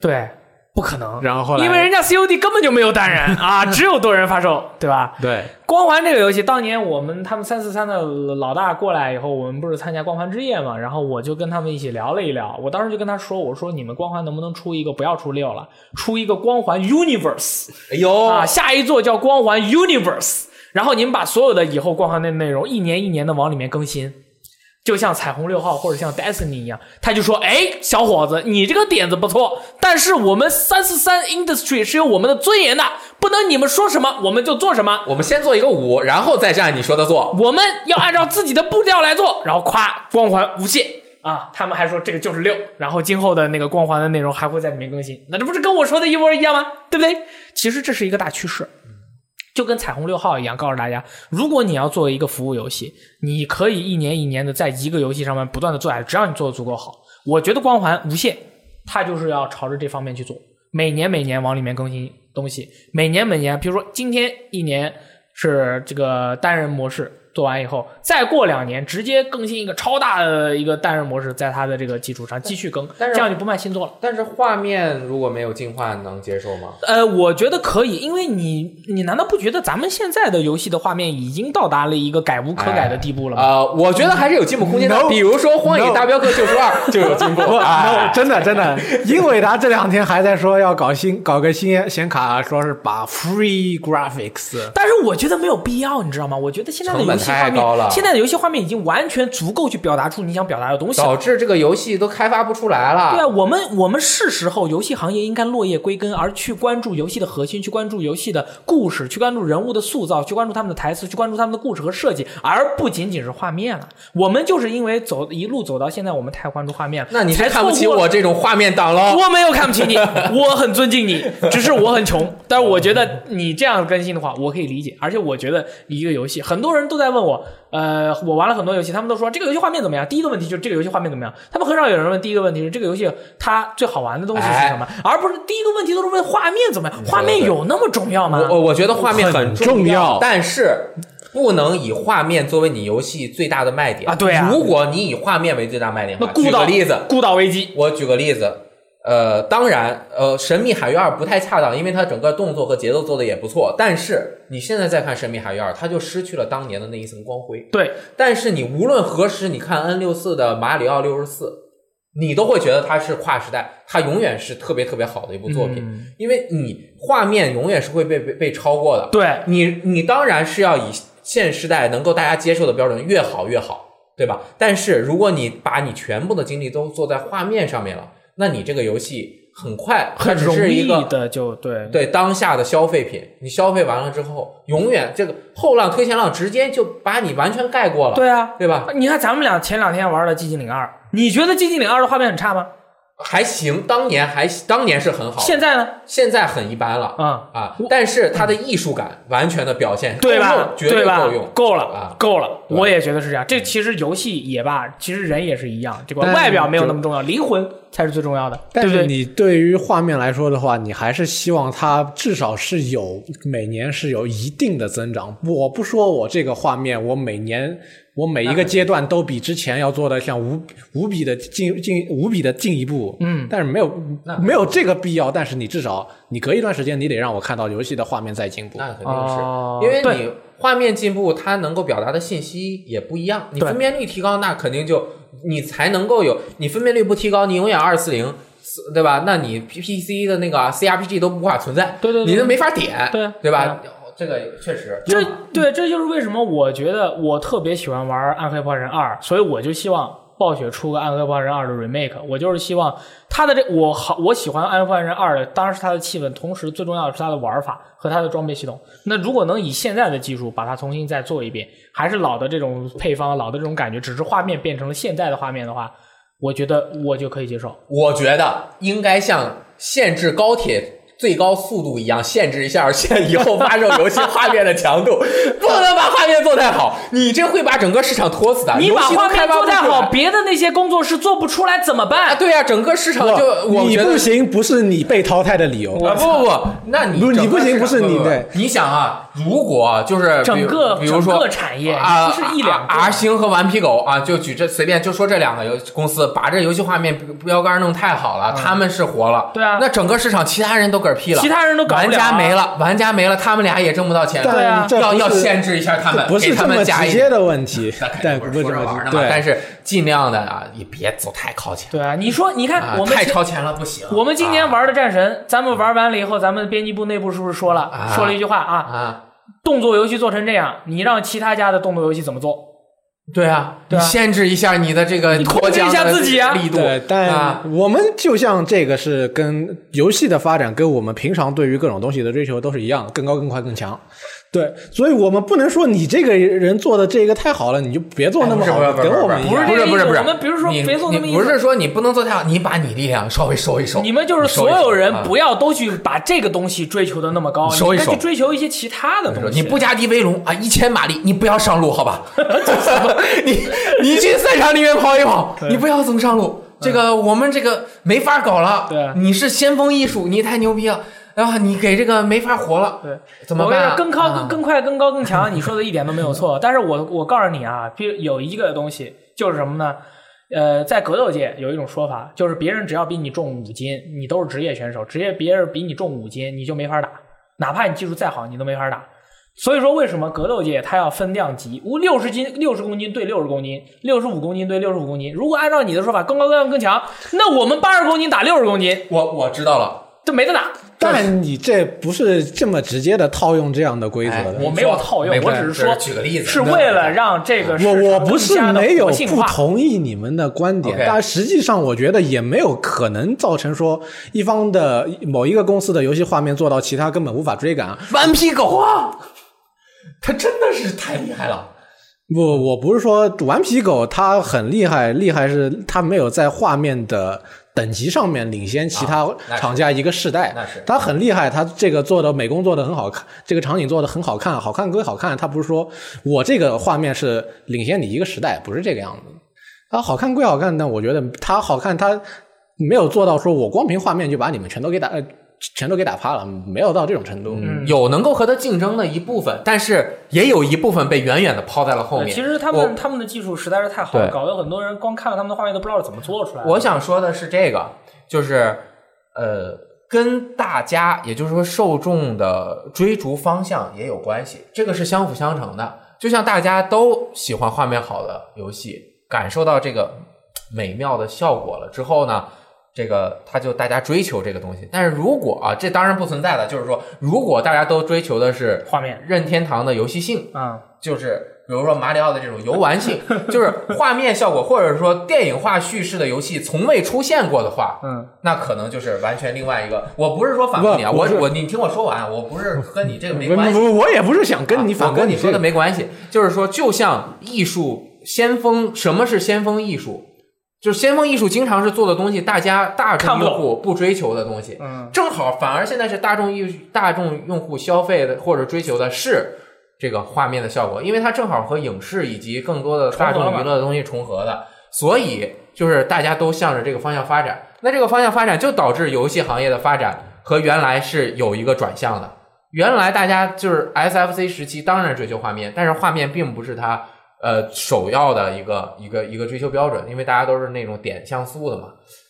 Speaker 1: 对，不可能。
Speaker 3: 然后后来
Speaker 1: 因为人家 COD 根本就没有单人 啊，只有多人发售，对吧？
Speaker 3: 对，
Speaker 1: 光环这个游戏，当年我们他们三四三的老大过来以后，我们不是参加光环之夜嘛，然后我就跟他们一起聊了一聊，我当时就跟他说，我说你们光环能不能出一个，不要出六了，出一个光环 Universe，
Speaker 2: 哎呦，
Speaker 1: 啊，下一座叫光环 Universe，然后你们把所有的以后光环的内容一年一年的往里面更新，就像彩虹六号或者像 Destiny 一样，他就说，哎，小伙子，你这个点子不错，但是我们三四三 Industry 是有我们的尊严的，不能你们说什么我们就做什么。
Speaker 2: 我们先做一个五，然后再按你说的做。
Speaker 1: 我们要按照自己的步调来做，然后夸光环无限啊！他们还说这个就是六，然后今后的那个光环的内容还会在里面更新，那这不是跟我说的一模一样吗？对不对？其实这是一个大趋势，就跟彩虹六号一样，告诉大家，如果你要做一个服务游戏，你可以一年一年的在一个游戏上面不断的做下去，只要你做的足够好，我觉得光环无限，它就是要朝着这方面去做，每年每年往里面更新东西，每年每年，比如说今天一年是这个单人模式做完以后，再过两年直接更新一个超大的一个单人模式，在它的这个基础上继续更，
Speaker 2: 但是
Speaker 1: 这样就不卖新作了。
Speaker 2: 但是画面如果没有进化，能接受吗？
Speaker 1: 呃，我觉得可以，因为你，你难道不觉得咱们现在的游戏的画面已经到达了一个改无可改的地步了吗？
Speaker 2: 啊，我觉得还是有进步空间的。
Speaker 3: No
Speaker 2: 比如说《荒野大镖客救赎二》 就有进步
Speaker 3: 不，
Speaker 2: 啊
Speaker 3: 那。真的真的，英伟达这两天还在说要搞新搞个新显卡，说是把 Free Graphics，
Speaker 1: 但是我觉得没有必要，你知道吗？我觉得现在的
Speaker 2: 成
Speaker 1: 游
Speaker 2: 本
Speaker 1: 戏画
Speaker 2: 太高了
Speaker 1: 面，现在的游戏画面已经完全足够去表达出你想表达的东西了。
Speaker 2: 导致这个游戏都开发不出来了。
Speaker 1: 对啊，我们我们是时候，游戏行业应该落叶归根，而去关注游戏的核心，去关注游戏的故事，去关注人物的塑造，去关注他们的台词，去关注他们的故事和设计，而不仅仅是画面了。我们就是因为走一路走到现在，我们太关注画面了，
Speaker 2: 那你是
Speaker 1: 才
Speaker 2: 看不起
Speaker 1: 错过了
Speaker 2: 我这种画面党喽？
Speaker 1: 我没有看不 起你，我很尊敬你，只是我很穷。但是我觉得你这样更新的话，我可以理解。而且我觉得一个游戏，很多人都在问我，呃，我玩了很多游戏，他们都说这个游戏画面怎么样？第一个问题就是这个游戏画面怎么样？他们很少有人问第一个问题是这个游戏它最好玩的东西是什么，
Speaker 2: 哎
Speaker 1: 而不是第一个问题都是问画面怎么样？画面有那么重要吗？
Speaker 2: 我我觉得画面
Speaker 3: 很
Speaker 2: 重
Speaker 3: 重要
Speaker 2: 但是不能以画面作为你游戏最大的卖点
Speaker 1: 啊对啊
Speaker 2: 如果你以画面为最大卖点的
Speaker 1: 那
Speaker 2: 话，
Speaker 1: 孤
Speaker 2: 举
Speaker 1: 岛
Speaker 2: 个例子，
Speaker 1: 孤岛危机，
Speaker 2: 我举个例子，呃，当然，呃，《神秘海域二》不太恰当，因为它整个动作和节奏做的也不错，但是你现在再看《神秘海域二》，它就失去了当年的那一层光辉。
Speaker 1: 对，
Speaker 2: 但是你无论何时，你看 N 六四的《马里奥六十四》，你都会觉得它是跨时代，它永远是特别特别好的一部作品，
Speaker 1: 嗯
Speaker 2: 因为你画面永远是会被被被超过的。
Speaker 1: 对
Speaker 2: 你你当然是要以现时代能够大家接受的标准越好越好，对吧？但是如果你把你全部的精力都做在画面上面了，那你这个游戏很快它
Speaker 1: 很
Speaker 2: 只
Speaker 1: 容
Speaker 2: 是一
Speaker 1: 易
Speaker 2: 个
Speaker 1: 的就对
Speaker 2: 对当下的消费品。你消费完了之后，永远这个后浪推前浪，直接就把你完全盖过了，
Speaker 1: 对啊，
Speaker 2: 对吧？
Speaker 1: 你看咱们俩前两天玩了《寂静岭二》，你觉得《寂静岭二》的画面很差吗？
Speaker 2: 还行，当年还当年是很好，
Speaker 1: 现在呢？
Speaker 2: 现在很一般了。
Speaker 1: 嗯，
Speaker 2: 啊，但是它的艺术感完全的表现，
Speaker 1: 对
Speaker 2: 够
Speaker 1: 吧
Speaker 2: 用？绝
Speaker 1: 对吧？
Speaker 2: 够用，
Speaker 1: 够
Speaker 2: 啊
Speaker 1: 了，够了，
Speaker 2: 对
Speaker 1: 我也觉得是这样。这其实游戏也罢，其实人也是一样，这个
Speaker 3: 但是
Speaker 1: 外表没有那么重要，灵魂才是最重要的，对
Speaker 3: 但
Speaker 1: 不
Speaker 3: 是
Speaker 1: 对？
Speaker 3: 你对于画面来说的话，你还是希望它至少是有每年是有一定的增长。不我不说我这个画面，我每年我每
Speaker 2: 嗯
Speaker 3: 一个阶段都比之前要做的像无无比的进进无比的进一步。嗯，但是没有没有这个必要。但是你至少你隔一段时间，你得让我看到游戏的画面在进步。
Speaker 2: 那肯定是，
Speaker 1: 哦，
Speaker 2: 因为
Speaker 1: 对
Speaker 2: 你画面进步，它能够表达的信息也不一样。你
Speaker 1: 对
Speaker 2: 分辨率提高，那肯定就你才能够有。你分辨率不提高，你永远二四零，对吧？那你 P P C 的那个啊 C R P G 都无法存在，
Speaker 1: 对对对
Speaker 2: 你都没法点，
Speaker 1: 对
Speaker 2: 对吧？哦这个确实，
Speaker 1: 这对，这就是为什么我觉得我特别喜欢玩《暗黑破坏神二》，所以我就希望暴雪出个《暗黑破坏神二》的 remake。我就是希望它的这我好，我喜欢《暗黑破坏神二》的，当然是它的气氛，同时最重要的是它的玩法和它的装备系统。那如果能以现在的技术把它重新再做一遍，还是老的这种配方，老的这种感觉，只是画面变成了现在的画面的话，我觉得我就可以接受。
Speaker 2: 我觉得应该像限制高铁。最高速度一样限制一下现以后发售游戏画面的 强度，不能把画面做太好，你这会把整个市场拖死的。
Speaker 1: 你
Speaker 2: 游
Speaker 1: 把
Speaker 2: 戏都
Speaker 1: 画
Speaker 2: 开
Speaker 1: 面
Speaker 2: 发
Speaker 1: 做
Speaker 2: 不
Speaker 1: 太
Speaker 2: 出来
Speaker 1: 好，别的那些工作室做不出来怎么
Speaker 2: 啊，
Speaker 1: 办？
Speaker 2: 对呀、整个市场就我
Speaker 3: 你
Speaker 2: 觉
Speaker 3: 不
Speaker 2: 得
Speaker 3: 行，不是你被淘汰的理由。
Speaker 2: 啊，不不不，那你
Speaker 3: 不
Speaker 2: 整个
Speaker 3: 你不行
Speaker 2: 市场
Speaker 3: 不是你对
Speaker 2: 你想啊，如果就是
Speaker 1: 整个
Speaker 2: 比如比如
Speaker 1: 整
Speaker 2: 说
Speaker 1: 个产业
Speaker 2: 啊，
Speaker 1: 不是一两个
Speaker 2: R 星和顽皮狗啊，就举这随便就说这两个游公司把这游戏画面标标杆弄太好
Speaker 3: 嗯
Speaker 2: 了，他们是活了，
Speaker 1: 对啊
Speaker 2: 那整个市场其他人都嗝屁了，
Speaker 1: 其他人都搞不
Speaker 2: 玩
Speaker 1: 了啊
Speaker 2: 家没了，玩家没了，他们俩也挣不到钱，
Speaker 1: 对啊
Speaker 3: 但这
Speaker 2: 要
Speaker 3: 不
Speaker 2: 要
Speaker 3: 是
Speaker 2: 限制一下他们，
Speaker 3: 不是
Speaker 2: 给他
Speaker 3: 这么
Speaker 2: 们加
Speaker 3: 直
Speaker 2: 一
Speaker 3: 接
Speaker 2: 点。
Speaker 3: 的问题
Speaker 2: 那，肯
Speaker 3: 但
Speaker 2: 定
Speaker 3: 不
Speaker 2: 不
Speaker 3: 是
Speaker 2: 是
Speaker 3: 这
Speaker 2: 说着
Speaker 3: 么
Speaker 2: 玩儿的
Speaker 3: 直
Speaker 2: 嘛，但
Speaker 3: 对。
Speaker 2: 是尽量的啊，也别走太靠前
Speaker 1: 对啊，你说，你看
Speaker 2: 啊，
Speaker 1: 我们
Speaker 2: 太
Speaker 1: 前
Speaker 2: 超前了不行。
Speaker 1: 我们今
Speaker 2: 啊
Speaker 1: 年玩的战神，咱们玩完了以后，咱们编辑部内部是不是说了、
Speaker 2: 啊
Speaker 1: 说了一句话啊？
Speaker 2: 啊，
Speaker 1: 动作游戏做成这样，你让其他家的动作游戏怎么做？
Speaker 2: 对啊，
Speaker 1: 对啊
Speaker 2: 你限制一下你的这个
Speaker 1: 你
Speaker 2: 脱
Speaker 1: 控制
Speaker 2: 缰
Speaker 1: 一下
Speaker 2: 的
Speaker 1: 自己啊
Speaker 2: 力度
Speaker 3: 对，，
Speaker 2: 啊
Speaker 3: 但我们就像这个是跟游戏的发展，跟我们平常对于各种东西的追求都是一样的，更高、更快、更强。对，所以我们不能说你这个人做的这个太好了，你就别做那么好，
Speaker 2: 哎不是
Speaker 3: 跟我们一
Speaker 1: 不是
Speaker 3: 样。
Speaker 2: 不是
Speaker 1: 这个
Speaker 2: 不是
Speaker 1: 意思
Speaker 2: 不是，
Speaker 1: 我们不是说
Speaker 2: 你
Speaker 1: 别做那么一
Speaker 2: 你不
Speaker 1: 个
Speaker 2: 是说你不能做太好，你把你力量稍微收一收。
Speaker 1: 你们就是
Speaker 2: 收
Speaker 1: 所
Speaker 2: 一收
Speaker 1: 有人
Speaker 2: 啊
Speaker 1: 不要都去把这个东西追求的那么高，
Speaker 2: 你收一
Speaker 1: 你应该
Speaker 2: 收
Speaker 1: 去追求一些其他的东西。
Speaker 2: 你不加迪威龙啊，一千马力，你不要上路，好吧？ 你你去赛场里面跑一跑，你不要总上路。这个我们这个没法搞了。
Speaker 1: 对啊
Speaker 2: 你是先锋艺术，你太牛逼了。啊，你给这个没法活了。
Speaker 1: 对，
Speaker 2: 怎么
Speaker 1: 我跟
Speaker 2: 办
Speaker 1: 你
Speaker 2: 啊？
Speaker 1: 说，更高、
Speaker 2: 啊
Speaker 1: 更更快、更高、更强，你说的一点都没有 错。但是我我告诉你啊，比如有一个东西就是什么呢？呃，在格斗界有一种说法，就是别人只要比你重五斤，你都是职业选手；职业别人比你重五斤，你就没法打，哪怕你技术再好，你都没法打。所以说，为什么格斗界它要分量级？五六十斤、六十公斤对六十公斤，六十五公斤对六十五公斤。如果按照你的说法，更高、更强、更强，那我们八十公斤打六十公斤，
Speaker 2: 我我知道了。
Speaker 1: 这没得打。
Speaker 3: 但你这不是这么直接的套用这样的规则
Speaker 2: 哎
Speaker 3: 的。
Speaker 1: 我没有套用
Speaker 2: 没
Speaker 1: 我
Speaker 2: 关系
Speaker 1: 只是说
Speaker 2: 举个例子，
Speaker 1: 是为了让这个市
Speaker 3: 我
Speaker 1: 场
Speaker 3: 我不是
Speaker 1: 更加地
Speaker 3: 没有
Speaker 1: 活性
Speaker 3: 不
Speaker 1: 化
Speaker 3: 同意你们的观点
Speaker 2: OK，
Speaker 3: 但实际上我觉得也没有可能造成说一方的某一个公司的游戏画面做到其他根本无法追赶。
Speaker 2: 顽皮狗啊，他真的是太厉害了。
Speaker 3: 不，我不是说顽皮狗它很厉害，厉害是它没有在画面的等级上面领先其他
Speaker 2: 啊那是
Speaker 3: 厂家一个世代。
Speaker 2: 那是
Speaker 3: 它很厉害，它这个做的美工做的很好看，这个场景做的很好看，好看归好看，它不是说我这个画面是领先你一个时代，不是这个样子。它好看归好看，但我觉得它好看，它没有做到说我光凭画面就把你们全都给打，呃全都给打趴了，没有到这种程度。嗯，
Speaker 2: 有能够和他竞争的一部分，但是也有一部分被远远的抛在了后
Speaker 1: 对
Speaker 2: 面。
Speaker 1: 其实他
Speaker 2: 我
Speaker 1: 们他们的技术实在是太好了，
Speaker 2: 对
Speaker 1: 搞得很多人光看了他们的画面都不知道是怎么做出来的。
Speaker 2: 我想说的是这个，就是呃，跟大家也就是说受众的追逐方向也有关系，这个是相辅相成的。就像大家都喜欢画面好的游戏，感受到这个美妙的效果了之后呢，这个他就大家追求这个东西。但是如果啊，这当然不存在的，就是说，如果大家都追求的是
Speaker 1: 画面
Speaker 2: 任天堂的游戏性，
Speaker 1: 啊，
Speaker 2: 就是比如说马里奥的这种游玩性，就是画面效果，或者说电影化叙事的游戏从未出现过的话，
Speaker 1: 嗯，
Speaker 2: 那可能就是完全另外一个。我不是说反驳你啊，
Speaker 3: 不
Speaker 2: 我
Speaker 3: 不是
Speaker 2: 我你听我说完啊，我不是和你这个没
Speaker 3: 不
Speaker 2: 关系。
Speaker 3: 不，我也不是想跟你
Speaker 2: 啊
Speaker 3: 反
Speaker 2: 我跟
Speaker 3: 驳
Speaker 2: 你
Speaker 3: 这
Speaker 2: 说
Speaker 3: 个
Speaker 2: 的没关系，就是说，就像艺术先锋，什么是先锋艺术？就是先锋艺术经常是做的东西，大家大
Speaker 1: 看
Speaker 2: 众
Speaker 1: 不懂
Speaker 2: 用户不追求的东西，
Speaker 1: 嗯，
Speaker 2: 正好反而现在是大众艺大众用户消费的或者追求的是这个画面的效果，因为它正好和影视以及更多的大众娱乐的东西重合的，所以就是大家都向着这个方向发展。那这个方向发展就导致游戏行业的发展和原来是有一个转向的。原来大家就是 SFC 时期，当然追求画面，但是画面并不是它呃首要的一个一个一个追求标准，因为大家都是那种点像素的嘛，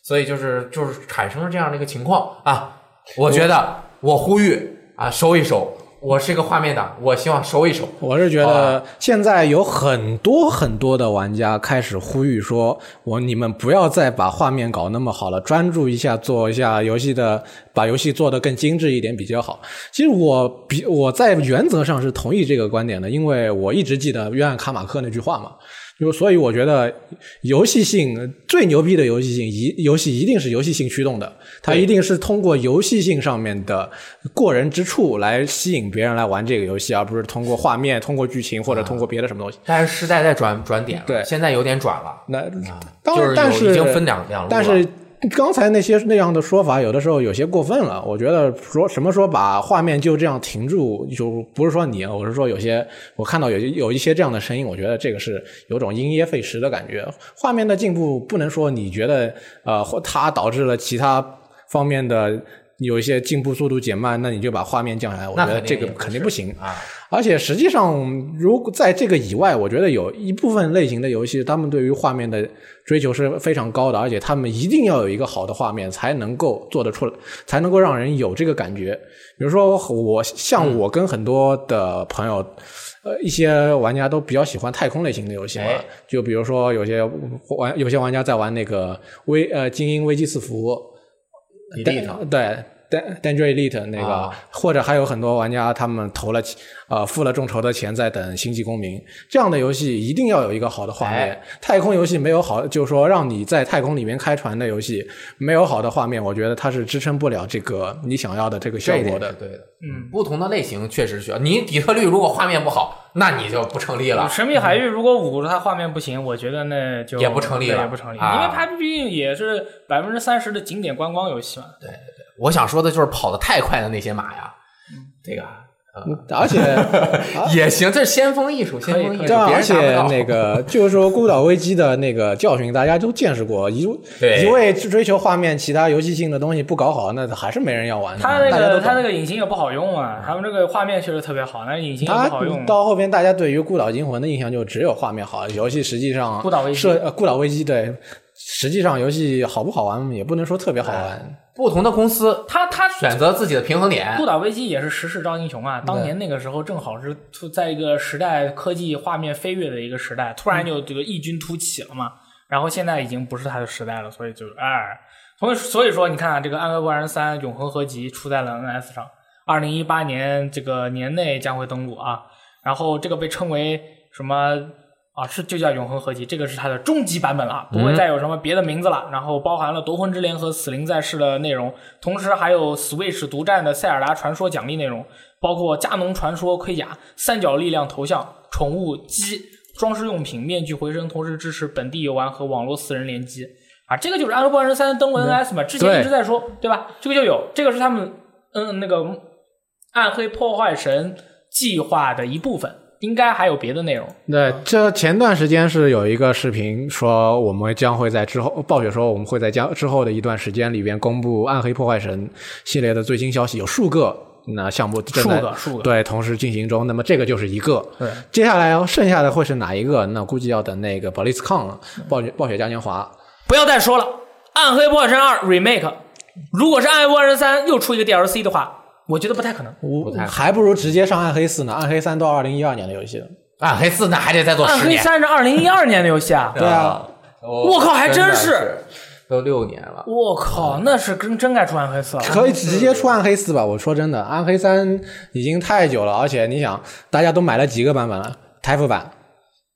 Speaker 2: 所以就是就是产生了这样的一个情况啊。我觉得我呼吁啊，收一收，我是一个画面党，我希望收一收。
Speaker 3: 我是觉
Speaker 2: 好
Speaker 3: 得
Speaker 2: 啊
Speaker 3: 现在有很多很多的玩家开始呼吁说，我你们不要再把画面搞那么好了，专注一下做一下游戏的，把游戏做得更精致一点比较好。其实我比我在原则上是同意这个观点的，因为我一直记得约翰卡马克那句话嘛。就所以我觉得游戏性最牛逼的游戏性一游戏一定是游戏性驱动的，它一定是通过游戏性上面的过人之处来吸引别人来玩这个游戏，而不是通过画面、通过剧情或
Speaker 2: 啊
Speaker 3: 者通过别的什么东西。
Speaker 2: 但是时代在转转点了，
Speaker 3: 对
Speaker 2: 现在有点转了，
Speaker 3: 那
Speaker 2: 啊
Speaker 3: 当
Speaker 2: 就
Speaker 3: 然，但
Speaker 2: 是
Speaker 3: 是
Speaker 2: 有已经分两两路了。
Speaker 3: 但是刚才那些那样的说法，有的时候有些过分了。我觉得说什么说把画面就这样停住，就不是说你，我是说有些我看到有有一些这样的声音，我觉得这个是有种因噎废食的感觉。画面的进步不能说你觉得呃或它导致了其他方面的。有一些进步速度减慢，那你就把画面降下来，我觉
Speaker 2: 那
Speaker 3: 得
Speaker 2: 肯定
Speaker 3: 这个
Speaker 2: 也不
Speaker 3: 肯定
Speaker 2: 是
Speaker 3: 不行。
Speaker 2: 啊，
Speaker 3: 而且实际上，如果在这个以外，我觉得有一部分类型的游戏，他们对于画面的追求是非常高的，而且他们一定要有一个好的画面才能够做得出来，才能够让人有这个感觉。比如说我像
Speaker 2: 嗯
Speaker 3: 我跟很多的朋友，呃，一些玩家都比较喜欢太空类型的游戏嘛，
Speaker 2: 哎
Speaker 3: 就比如说有些玩有些玩家在玩那个危呃《精英危机四伏》
Speaker 2: Elite
Speaker 3: 对。Dan Danger Elite 那个，
Speaker 2: 啊
Speaker 3: 或者还有很多玩家他们投了呃付了众筹的钱在等《星际公民》这样的游戏，一定要有一个好的画面。
Speaker 2: 哎
Speaker 3: 太空游戏没有好，就是说让你在太空里面开船的游戏没有好的画面，我觉得它是支撑不了这个你想要的这个效
Speaker 2: 这一
Speaker 3: 果
Speaker 2: 点
Speaker 3: 的
Speaker 2: 是。对的。
Speaker 1: 嗯，
Speaker 2: 不同的类型确实需要。你底特律如果画面不好，那你就不成立
Speaker 3: 嗯
Speaker 2: 了。
Speaker 1: 神秘海域如果五它画面不行，我觉得那就
Speaker 2: 也不成立了
Speaker 1: 对也不成立，
Speaker 2: 啊
Speaker 1: 因为它毕竟也是百分之三十的景点观光游戏嘛。
Speaker 2: 我想说的就是跑得太快的那些马呀，
Speaker 1: 嗯
Speaker 2: 这个呃
Speaker 3: 而 且，
Speaker 2: 也行，这是先锋艺术，先锋艺术，
Speaker 1: 可以
Speaker 2: 别
Speaker 3: 对啊
Speaker 2: 人
Speaker 3: 而且
Speaker 2: 达不到
Speaker 3: 那个就是说《孤岛危机》的那个教训，大家都见识过。一
Speaker 2: 对
Speaker 3: 一味追求画面，其他游戏性的东西不搞好，那还是没人要玩的。
Speaker 1: 它那
Speaker 3: 大家都
Speaker 1: 个
Speaker 3: 懂
Speaker 1: 它那个引擎也不好用啊，他们这个画面确实特别好，但是引擎也
Speaker 3: 他
Speaker 1: 不好用。啊
Speaker 3: 到后边，大家对于《孤岛惊魂》的印象就只有画面好，游戏实际上
Speaker 1: 孤岛危机
Speaker 3: 设呃，《孤岛危机》对，实际上游戏好不好玩也不能说特别好玩。
Speaker 2: 不同的公司
Speaker 1: 它它
Speaker 2: 选择自己的平衡点
Speaker 1: 孤。岛危机也是时势造英雄啊！当年那个时候正好是处在一个时代科技画面飞跃的一个时代，突然就这个异军突起了嘛。然后现在已经不是它的时代了，所以就哎，所以所以说你看啊，这个《暗黑破坏神三：永恒合集》出在了 NS 上，二零一八年这个年内将会登陆啊。然后这个被称为什么啊？是就叫《永恒合集》，这个是它的终极版本了，不会再有什么别的名字了。然后包含了夺魂之镰和死灵在世的内容，同时还有 Switch 独占的塞尔达传说奖励内容，包括加农传说盔甲、三角力量头像、宠物鸡、装饰用品、面具回声，同时支持本地游玩和网络四人联机。啊，这个就是《暗黑破坏神三》登陆 NS 嘛，之前一直在说，对吧？这个就有，这个是他们嗯那个暗黑破坏神计划的一部分，应该还有别的内容。
Speaker 3: 对，这前段时间是有一个视频说，我们将会在之后暴雪说我们会在将之后的一段时间里边公布《暗黑破坏神》系列的最新消息，有数个那项目正
Speaker 1: 数
Speaker 3: 在
Speaker 1: 个数个
Speaker 3: 对同时进行中。那么这个就是一个，
Speaker 1: 对
Speaker 3: 接下来、哦、剩下的会是哪一个？那估计要等那个 b l i z c o n 了，
Speaker 1: 嗯
Speaker 3: 暴雪暴雪嘉年华。
Speaker 1: 不要再说了，《暗黑破坏神二》remake，如果是《暗黑破坏神三》又出一个 DLC 的话，我觉得不太可能。
Speaker 3: 我
Speaker 2: 太可
Speaker 3: 还不如直接上暗黑四呢，暗黑三都二零一二年的游戏了。
Speaker 2: 暗黑四那还得再做
Speaker 1: 《暗
Speaker 2: 十
Speaker 1: 黑
Speaker 2: 年。
Speaker 1: 三》是二零一二年的游戏啊，
Speaker 3: 对啊，
Speaker 2: 呃我
Speaker 1: 我靠还真
Speaker 2: 真的
Speaker 1: 是
Speaker 2: 是，都六年了。
Speaker 1: 我靠，那是真真该出《暗黑四》了。
Speaker 3: 可以直接出暗黑四吧？我说真的，暗黑三已经太久了，而且你想，大家都买了几个版本了？台服版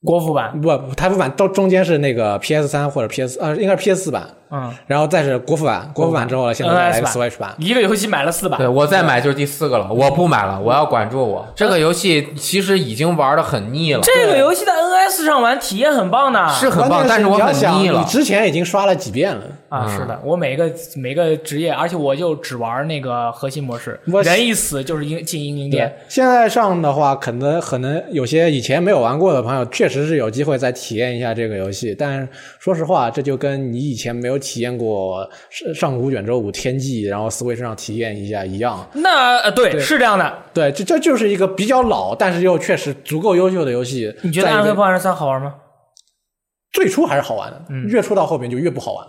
Speaker 1: 国服版
Speaker 3: 不，台服版到中间是那个 PS 三或者 PS 呃，应该是 PS 四版，
Speaker 1: 嗯，
Speaker 3: 然后再是国服版，国服版之后了，现在再来个
Speaker 1: NS 版
Speaker 3: Switch 版，
Speaker 1: 一个游戏买了四把
Speaker 2: 对，我再买就是第四个了，我不买了，我要管住我。这个游戏其实已经玩的很腻了，
Speaker 1: 这个游戏在 NS 上玩体验很棒的，
Speaker 2: 是很
Speaker 3: 关
Speaker 2: 棒，
Speaker 3: 键
Speaker 2: 但是我
Speaker 3: 你要
Speaker 2: 很
Speaker 3: 想，
Speaker 2: 腻
Speaker 3: 你
Speaker 2: 了。
Speaker 3: 之前已经刷了几遍了，
Speaker 1: 啊，是的，我每个每个职业，而且我就只玩那个核心模式，
Speaker 3: 我
Speaker 1: 人一死就是英进英灵殿，
Speaker 3: 现在上的话，可能可能有些以前没有玩过的朋友，确实是有机会再体验一下这个游戏。但说实话，这就跟你以前没有体验过上上古卷轴五天际，然后 Switch 上体验一下一样。
Speaker 1: 那呃对，是这样的。
Speaker 3: 对，这这就是一个比较老，但是又确实足够优秀的游戏。
Speaker 1: 你觉得《
Speaker 3: 在一
Speaker 1: 暗
Speaker 3: 个
Speaker 1: 黑破坏神三》好玩吗？
Speaker 3: 最初还是好玩的，
Speaker 1: 嗯
Speaker 3: 越出到后面就越不好玩。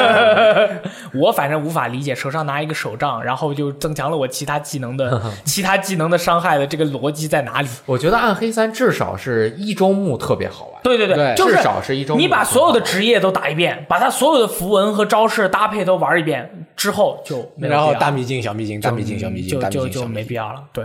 Speaker 1: 我反正无法理解，手上拿一个手杖，然后就增强了我其他技能的其他技能的伤害的这个逻辑在哪里？
Speaker 2: 我觉得《暗黑三》至少是一周目特别好玩，
Speaker 1: 对对
Speaker 3: 对
Speaker 1: 就是
Speaker 2: 至少是一周目
Speaker 1: 你把所有的职业都打一遍，把它所有的符文和招式搭配都玩一遍之后，就没有
Speaker 3: 然后
Speaker 1: 必要
Speaker 3: 大秘境、小秘境、大秘境、小秘境、
Speaker 1: 就
Speaker 3: 大秘
Speaker 1: 就
Speaker 3: 境、
Speaker 1: 就
Speaker 3: 小秘
Speaker 1: 没
Speaker 3: 境。
Speaker 1: 必要了。对。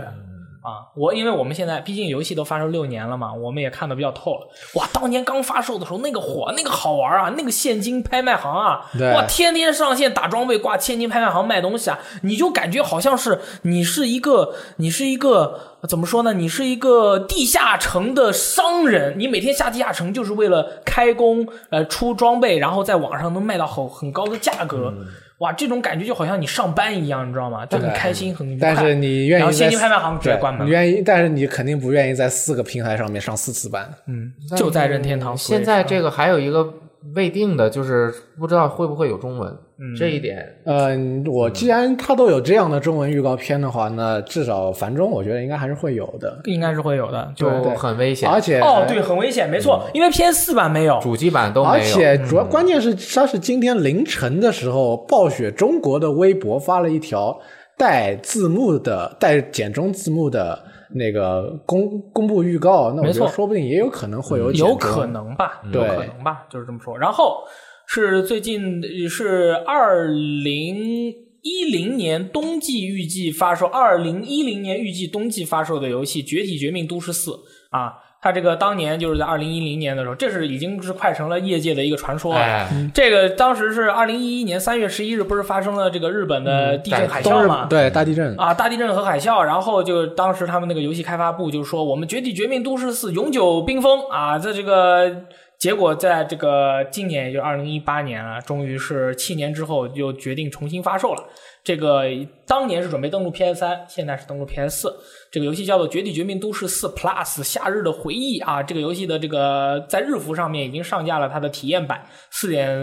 Speaker 1: 啊，我因为我们现在毕竟游戏都发售六年了嘛，我们也看得比较透了。哇，当年刚发售的时候那个火，那个好玩啊，那个现金拍卖行啊，
Speaker 3: 对
Speaker 1: 哇，天天上线打装备，挂现金拍卖行卖东西啊，你就感觉好像是你是一个你是一个怎么说呢？你是一个地下城的商人，你每天下地下城就是为了开工，呃，出装备，然后在网上能卖到很很高的价格。
Speaker 3: 嗯
Speaker 1: 哇，这种感觉就好像你上班一样，你知道吗？就很开心，很愉快
Speaker 3: 但是你
Speaker 1: 然
Speaker 3: 愿
Speaker 1: 后
Speaker 3: 意
Speaker 1: 现
Speaker 3: 在
Speaker 1: 金拍卖行直接关
Speaker 3: 对，你
Speaker 1: 门，
Speaker 3: 愿意，但是你肯定不愿意在四个平台上面上四次班。
Speaker 1: 嗯，就在任天堂。
Speaker 2: 现在这个还有一个未定的，就是不知道会不会有中文，
Speaker 1: 嗯
Speaker 2: 这一点
Speaker 3: 呃，我既然它都有这样的中文预告片的话，那至少繁中我觉得应该还是会有的，
Speaker 1: 应该是会有的，
Speaker 2: 就
Speaker 1: 就
Speaker 2: 很危险。
Speaker 3: 而且
Speaker 1: 哦，对，很危险，没
Speaker 3: 嗯
Speaker 1: 错，因为 PS 四版没有，嗯
Speaker 2: 主机版都
Speaker 3: 而
Speaker 2: 没有，
Speaker 3: 且主要关键是，它是今天凌晨的时候，暴雪中国的微博发了一条带字幕的、带简中字幕的那个公公布预告。那我
Speaker 1: 没
Speaker 3: 觉得
Speaker 1: 错嗯
Speaker 3: 说不定也有可能会有简中
Speaker 1: 有可能吧，有
Speaker 3: 对
Speaker 1: 可能吧，就是这么说。然后是最近是二零一零年冬季预计发售，二零一零年预计冬季发售的游戏《绝体绝命都市四》啊，它这个当年就是在二零一零年的时候，这是已经是快成了业界的一个传说了。
Speaker 2: 哎，
Speaker 1: 这个当时是二零一一年三月十一日，不是发生了这个日本的地震海
Speaker 3: 冬
Speaker 1: 啸啊
Speaker 3: 日
Speaker 1: 吗？
Speaker 3: 对大地震，
Speaker 1: 啊，大地震和海啸，然后就当时他们那个游戏开发部就说，我们《绝地绝命都市四》永久冰封啊，在这个结果在这个今年，也就二零一八年啊，终于是七年之后又决定重新发售了。这个当年是准备登陆 PS 三，现在是登陆 PS 四。这个游戏叫做《绝地绝命都市四 Plus 夏日的回忆》啊，这个游戏的这个在日服上面已经上架了它的体验版四点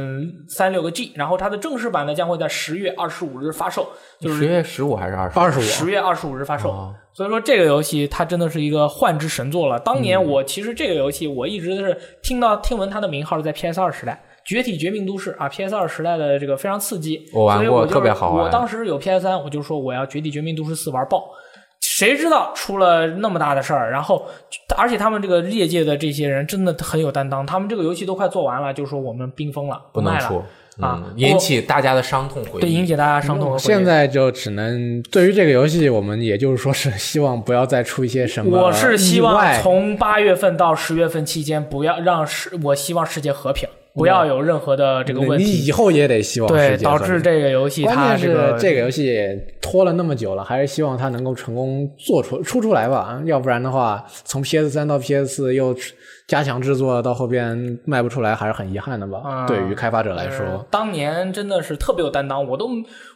Speaker 1: 三六个 G，然后它的正式版呢将会在十月二十五日发售，就是
Speaker 2: 十月十五还是二十？
Speaker 3: 二十五
Speaker 1: 十月二十五日发售。
Speaker 2: 哦
Speaker 1: 所以说这个游戏它真的是一个幻之神作了。当年
Speaker 2: 嗯
Speaker 1: 我其实这个游戏我一直是听到听闻它的名号是在 PS 二时代。绝体绝命都市啊！PS 二时代的这个非常刺激，
Speaker 2: 我玩
Speaker 1: 所
Speaker 2: 过
Speaker 1: 以我就是
Speaker 2: 特别好玩
Speaker 1: 我当时有 PS 三，我就说我要绝体绝命都市四玩爆。谁知道出了那么大的事儿？然后，而且他们这个业界的这些人真的很有担当，他们这个游戏都快做完了，就说我们冰封了，
Speaker 2: 不能
Speaker 1: 卖了
Speaker 2: 出
Speaker 1: 啊
Speaker 2: 嗯引起大家的伤痛回
Speaker 1: 对，引
Speaker 2: 忆。
Speaker 1: 起大家伤痛和悔
Speaker 3: 现
Speaker 1: 意。
Speaker 3: 在就只能对于这个游戏，我们也就是说是希望不要再出一些什呃么意外。
Speaker 1: 我是希望从八月份到十月份期间，不要让世，我希望世界和平，不要有任何的这个问
Speaker 3: 你
Speaker 1: 题。
Speaker 3: 以后也得希望
Speaker 1: 对，
Speaker 3: 世界
Speaker 1: 导
Speaker 3: 和
Speaker 1: 致
Speaker 3: 平
Speaker 1: 这个游戏它
Speaker 3: 关键
Speaker 1: 这
Speaker 3: 是
Speaker 1: 个
Speaker 3: 这个游戏拖了那么久了，还是希望它能够成功做出出出来吧，要不然的话，从 PS 三到 PS 四又加强制作，到后边卖不出来，还是很遗憾的吧。
Speaker 1: 啊
Speaker 3: 对于开发者来
Speaker 1: 呃
Speaker 3: 说，
Speaker 1: 当年真的是特别有担当，我都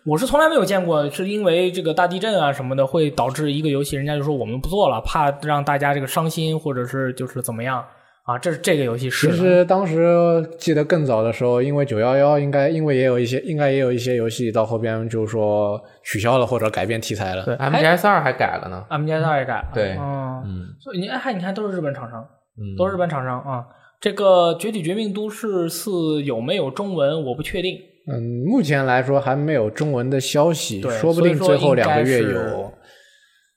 Speaker 1: 我是从来没有见过，是因为这个大地震啊什么的会导致一个游戏，人家就说我们不做了，怕让大家这个伤心或者是就是怎么样啊？这是这个游戏是
Speaker 3: 其
Speaker 1: 的
Speaker 3: 实当时记得更早的时候，因为九幺幺应该因为也有一些应该也有一些游戏到后边就是说取消了或者改变题材了。
Speaker 2: 哎
Speaker 1: 对哎
Speaker 2: MGS 二还改了呢，
Speaker 1: MGS 二也改了，
Speaker 2: 对
Speaker 1: 嗯，
Speaker 2: 嗯
Speaker 1: 所以你哎你看都是日本厂商。
Speaker 2: 嗯，
Speaker 1: 都是日本厂商啊。这个《绝体绝命都市四》有没有中文？我不确定。
Speaker 3: 嗯，目前来说还没有中文的消息，
Speaker 1: 对
Speaker 3: 说不定
Speaker 1: 所以说
Speaker 3: 最后两个月
Speaker 1: 应该是
Speaker 3: 有。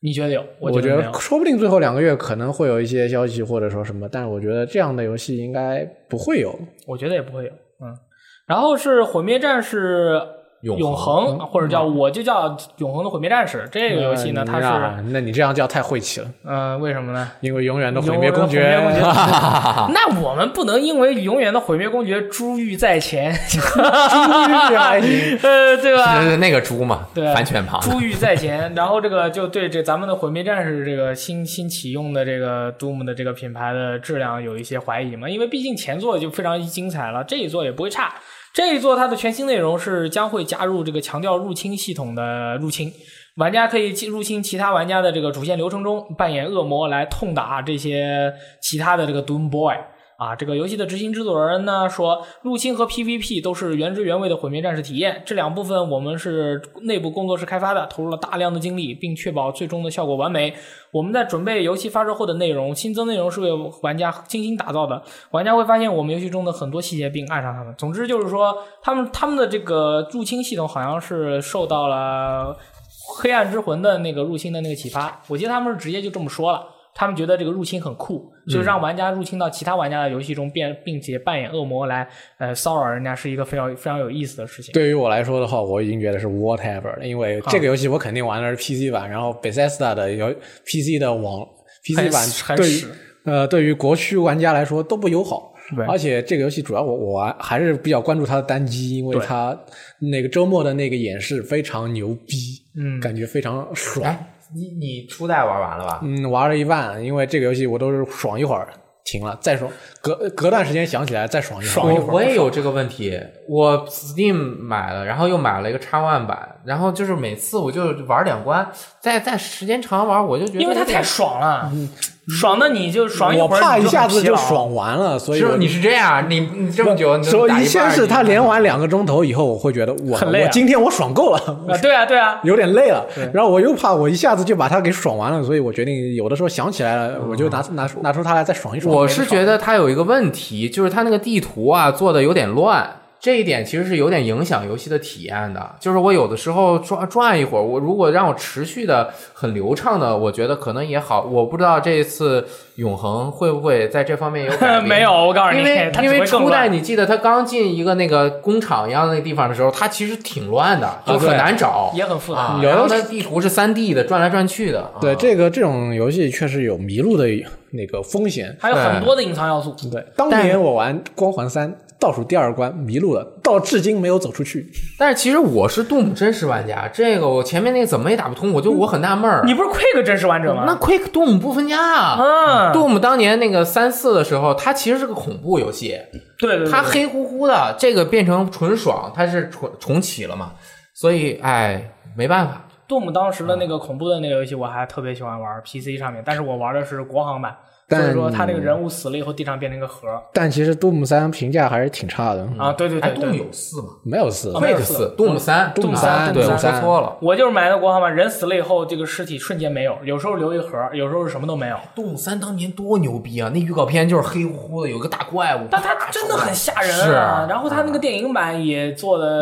Speaker 1: 你觉得有？
Speaker 3: 我
Speaker 1: 觉
Speaker 3: 觉
Speaker 1: 得没有
Speaker 3: 得。说不定最后两个月可能会有一些消息或者说什么，但是我觉得这样的游戏应该不会有。
Speaker 1: 我觉得也不会有。嗯，然后是《毁灭战士
Speaker 2: 永
Speaker 1: 永恒，或者叫我就叫永恒的毁灭战士这个游戏呢，它是
Speaker 3: 那那嗯你这样叫太晦气了，
Speaker 1: 嗯，为什么呢？
Speaker 3: 因为永远的毁灭公
Speaker 1: 永
Speaker 3: 爵
Speaker 1: 远 的毁灭公爵那我们不能因为永远的毁灭公爵珠玉在 前，
Speaker 3: 还行
Speaker 1: 呃，对 吧？
Speaker 2: 是那个猪嘛，
Speaker 1: 对啊
Speaker 2: 反犬旁。
Speaker 1: 珠玉在前，然后这个就对这咱们的毁灭战士这个新新启用的这个 Doom 的这个品牌的质量有一些怀疑嘛，因为毕竟前作就非常精彩了，这一作也不会差。这一作它的全新内容是将会加入这个强调入侵系统的入侵，玩家可以进入侵其他玩家的这个主线流程中扮演恶魔来痛打这些其他的这个 Doom Boy。啊，这个游戏的执行制作人呢说，入侵和 PVP 都是原汁原味的毁灭战士体验。这两部分我们是内部工作室开发的，投入了大量的精力，并确保最终的效果完美。我们在准备游戏发售后的内容，新增内容是为玩家精心打造的。玩家会发现我们游戏中的很多细节，并爱上它们。总之就是说，他们他们的这个入侵系统好像是受到了黑暗之魂的那个入侵的那个启发，我记得他们是直接就这么说了。他们觉得这个入侵很酷，
Speaker 3: 嗯
Speaker 1: 就是让玩家入侵到其他玩家的游戏中，变并且扮演恶魔来呃骚扰人家，是一个非常非常有意思的事情。
Speaker 3: 对于我来说的话，我已经觉得是 whatever 了，因为
Speaker 1: 啊
Speaker 3: 这个游戏我肯定玩的是 PC 版，然后 Bethesda 的游 PC 的网 PC
Speaker 1: 很
Speaker 3: 版
Speaker 1: 很
Speaker 3: 对于
Speaker 1: 屎
Speaker 3: 呃对于国区玩家来说都不友好。
Speaker 1: 对
Speaker 3: 而且这个游戏主要我我玩还是比较关注它的单机，因为
Speaker 1: 对
Speaker 3: 它那个周末的那个演示非常牛逼，
Speaker 1: 嗯
Speaker 3: 感觉非常爽。
Speaker 2: 哎，你你初代玩完了吧？
Speaker 3: 嗯，玩了一半，因为这个游戏我都是爽一会儿停了，再爽隔隔段时间想起来再爽一会儿。
Speaker 2: 我我也有这个问题，我 Steam 买了，然后又买了一个 X One 版，然后就是每次我就玩两关，再再时间长玩，我就觉得
Speaker 1: 因为它
Speaker 2: 有点
Speaker 1: 太爽了，爽的你就爽一
Speaker 3: 嗯我
Speaker 1: 会儿，
Speaker 3: 怕
Speaker 1: 你
Speaker 3: 一
Speaker 1: 就
Speaker 3: 下
Speaker 1: 很
Speaker 3: 子
Speaker 1: 疲
Speaker 3: 就
Speaker 1: 劳。
Speaker 3: 爽完了，所以
Speaker 2: 是
Speaker 3: 我
Speaker 2: 你是这样，你你这么久，你
Speaker 3: 所
Speaker 2: 打
Speaker 3: 以
Speaker 2: 一
Speaker 3: 先
Speaker 2: 半
Speaker 3: 是他
Speaker 2: 你
Speaker 3: 连玩两个钟头以后，我会觉得我
Speaker 1: 很累啊
Speaker 3: 我今天我爽够了，
Speaker 1: 啊！对啊，对啊，
Speaker 3: 有点累了。然后我又怕我一下子就把它给爽完了，所以我决定有的时候想起来了，我就拿拿出拿出它来再爽一爽。
Speaker 2: 我是觉得它有一个问题，就是它那个地图啊做的有点乱，这一点其实是有点影响游戏的体验的。就是我有的时候转转一会儿，我如果让我持续的很流畅的，我觉得可能也好。我不知道这一次永恒会不会在这方面 有改变。
Speaker 1: 没有，我告诉你，
Speaker 2: 因为
Speaker 1: 它只
Speaker 2: 因为
Speaker 1: 会更
Speaker 2: 初代
Speaker 1: 乱。
Speaker 2: 你记得它刚进一个那个工厂一样的那个地方的时候，它其实挺乱的，就
Speaker 3: 对
Speaker 2: 很难找，
Speaker 1: 啊也很复杂
Speaker 2: 啊
Speaker 3: 有
Speaker 2: 然后它地图是三 D 的，转来转去的。啊
Speaker 3: 对这个这种游戏确实有迷路的那个风险。
Speaker 1: 还有很多的隐藏要素，
Speaker 3: 对，当年我玩《光环三》倒数第二关迷路了，到至今没有走出去。
Speaker 2: 但是其实我是杜姆真实玩家，这个我前面那个怎么也打不通，我就我很纳闷
Speaker 1: 嗯
Speaker 2: 儿。
Speaker 1: 你不是 Quick 真实玩者
Speaker 2: 那
Speaker 1: 吗？
Speaker 2: Quick Doom 不分家啊
Speaker 1: 嗯，
Speaker 2: ，Doom 当年那个三四的时候，它其实是个恐怖游戏，
Speaker 1: 对对对，
Speaker 2: 它黑乎乎的，这个变成纯爽，它是重重启了嘛，所以哎没办法，
Speaker 1: 杜姆当时的那个恐怖的那个游戏，我还特别喜欢玩 PC 上面，但是我玩的是国行版，所
Speaker 3: 但
Speaker 1: 以说他那个人物死了以后，地上变成一个盒儿
Speaker 3: 但其实《Doom 三》评价还是挺差的，
Speaker 1: 啊，对对
Speaker 2: 哎
Speaker 1: 对
Speaker 2: Doom
Speaker 1: 对。
Speaker 2: 有四嘛
Speaker 3: 没有四
Speaker 1: 啊。没有
Speaker 2: ，Quick
Speaker 1: 四
Speaker 2: 四，Doom 三
Speaker 3: Doom
Speaker 2: 啊
Speaker 3: 三
Speaker 2: 对我
Speaker 3: Doom
Speaker 2: 说
Speaker 3: 三
Speaker 2: 错了
Speaker 1: 我就是买的国行版，人死了以后，这个尸体瞬间没有，有时候留一盒儿，有时候是什么都没有。
Speaker 2: ，Doom 三当年多牛逼啊，那预告片就是黑乎乎的，有个大怪物，
Speaker 1: 但它真的很吓人
Speaker 2: 是
Speaker 1: 啊！然后它那个电影版也做的，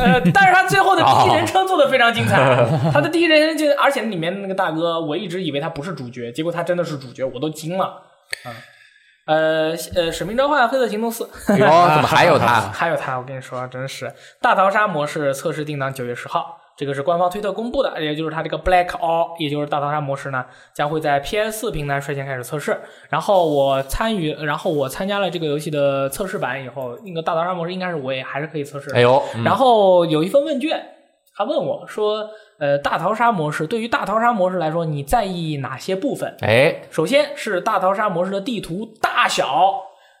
Speaker 1: 呃，但是它最后的第一人称做的非常精彩。它的第一人称就，而且里面那个大哥，我一直以为他不是主角，结果他真的是主角，我都惊了。嗯，呃呃，《使命召唤：黑色行动四》
Speaker 2: 哟，怎么还有它？
Speaker 1: 啊还有它，我跟你说，真是大逃杀模式测试定档九月十号，这个是官方推特公布的，也就是它这个 Black All，也就是大逃杀模式呢，将会在 PS 平台率先开始测试。然后我参与，然后我参加了这个游戏的测试版以后，那个大逃杀模式应该是我也还是可以测试的。
Speaker 2: 哎呦，嗯
Speaker 1: 然后有一份问卷，他问我说，呃，大逃杀模式对于大逃杀模式来说，你在意哪些部分？
Speaker 2: 哎，
Speaker 1: 首先是大逃杀模式的地图大小，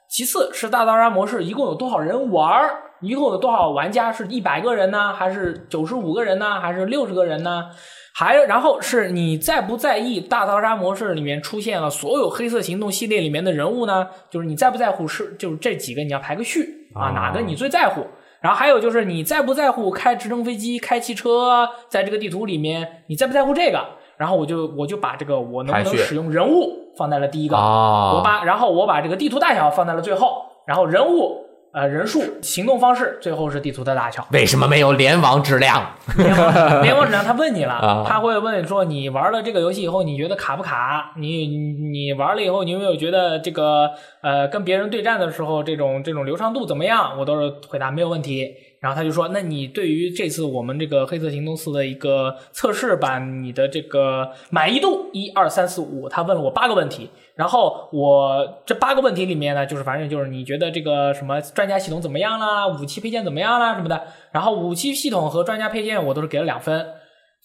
Speaker 1: 其次是大逃杀模式一共有多少人玩儿，一共有多少玩家，是一百个人呢，还是九十五个人呢，还是六十个人呢？还然后是你在不在意大逃杀模式里面出现了所有黑色行动系列里面的人物呢？就是你在不在乎是就是这几个你要排个序啊，
Speaker 2: 哦
Speaker 1: 哪个你最在乎？然后还有就是你在不在乎开直升飞机、开汽车，在这个地图里面你在不在乎这个？然后我就我就把这个我能不能
Speaker 2: 排序
Speaker 1: 使用人物放在了第一个，
Speaker 2: 哦
Speaker 1: 我把然后我把这个地图大小放在了最后，然后人物。呃，人数、行动方式，最后是地图的大 小。
Speaker 2: 为什么没有联网质量？
Speaker 1: 联网联网质量他问你了
Speaker 2: 啊，
Speaker 1: 他会问说你玩了这个游戏以后，你觉得卡不卡？你你你玩了以后，你有没有觉得这个呃跟别人对战的时候这种这种流畅度怎么样？我都是回答没有问题。然后他就说，那你对于这次我们这个《黑色行动四》的一个测试版，你的这个满意度一二三四五，他问了我八个问题。然后我这八个问题里面呢，就是反正就是你觉得这个什么专家系统怎么样啦，武器配件怎么样啦什么的。然后武器系统和专家配件我都是给了两分，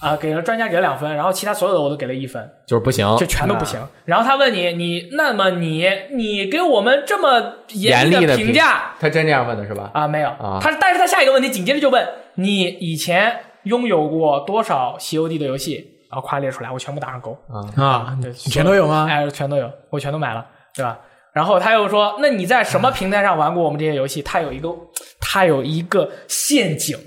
Speaker 1: 啊、给了专家给了两分，然后其他所有的我都给了一分。
Speaker 2: 就是不行，
Speaker 1: 就全都不行。然后他问你，你那么你你给我们这么严
Speaker 2: 严厉
Speaker 1: 的
Speaker 2: 评
Speaker 1: 价
Speaker 2: 他真这样问的是吧？
Speaker 1: 啊？没有，
Speaker 2: 啊
Speaker 1: 他但是他下一个问题紧接着就问你以前拥有过多少 COD 的游戏？然后夸列出来，我全部打上勾，
Speaker 3: 啊，
Speaker 1: 对
Speaker 3: 你全都有吗？
Speaker 1: 哎，全都有，我全都买了，对吧？然后他又说，那你在什么平台上玩过我们这些游戏？他有一个，他有一个陷阱，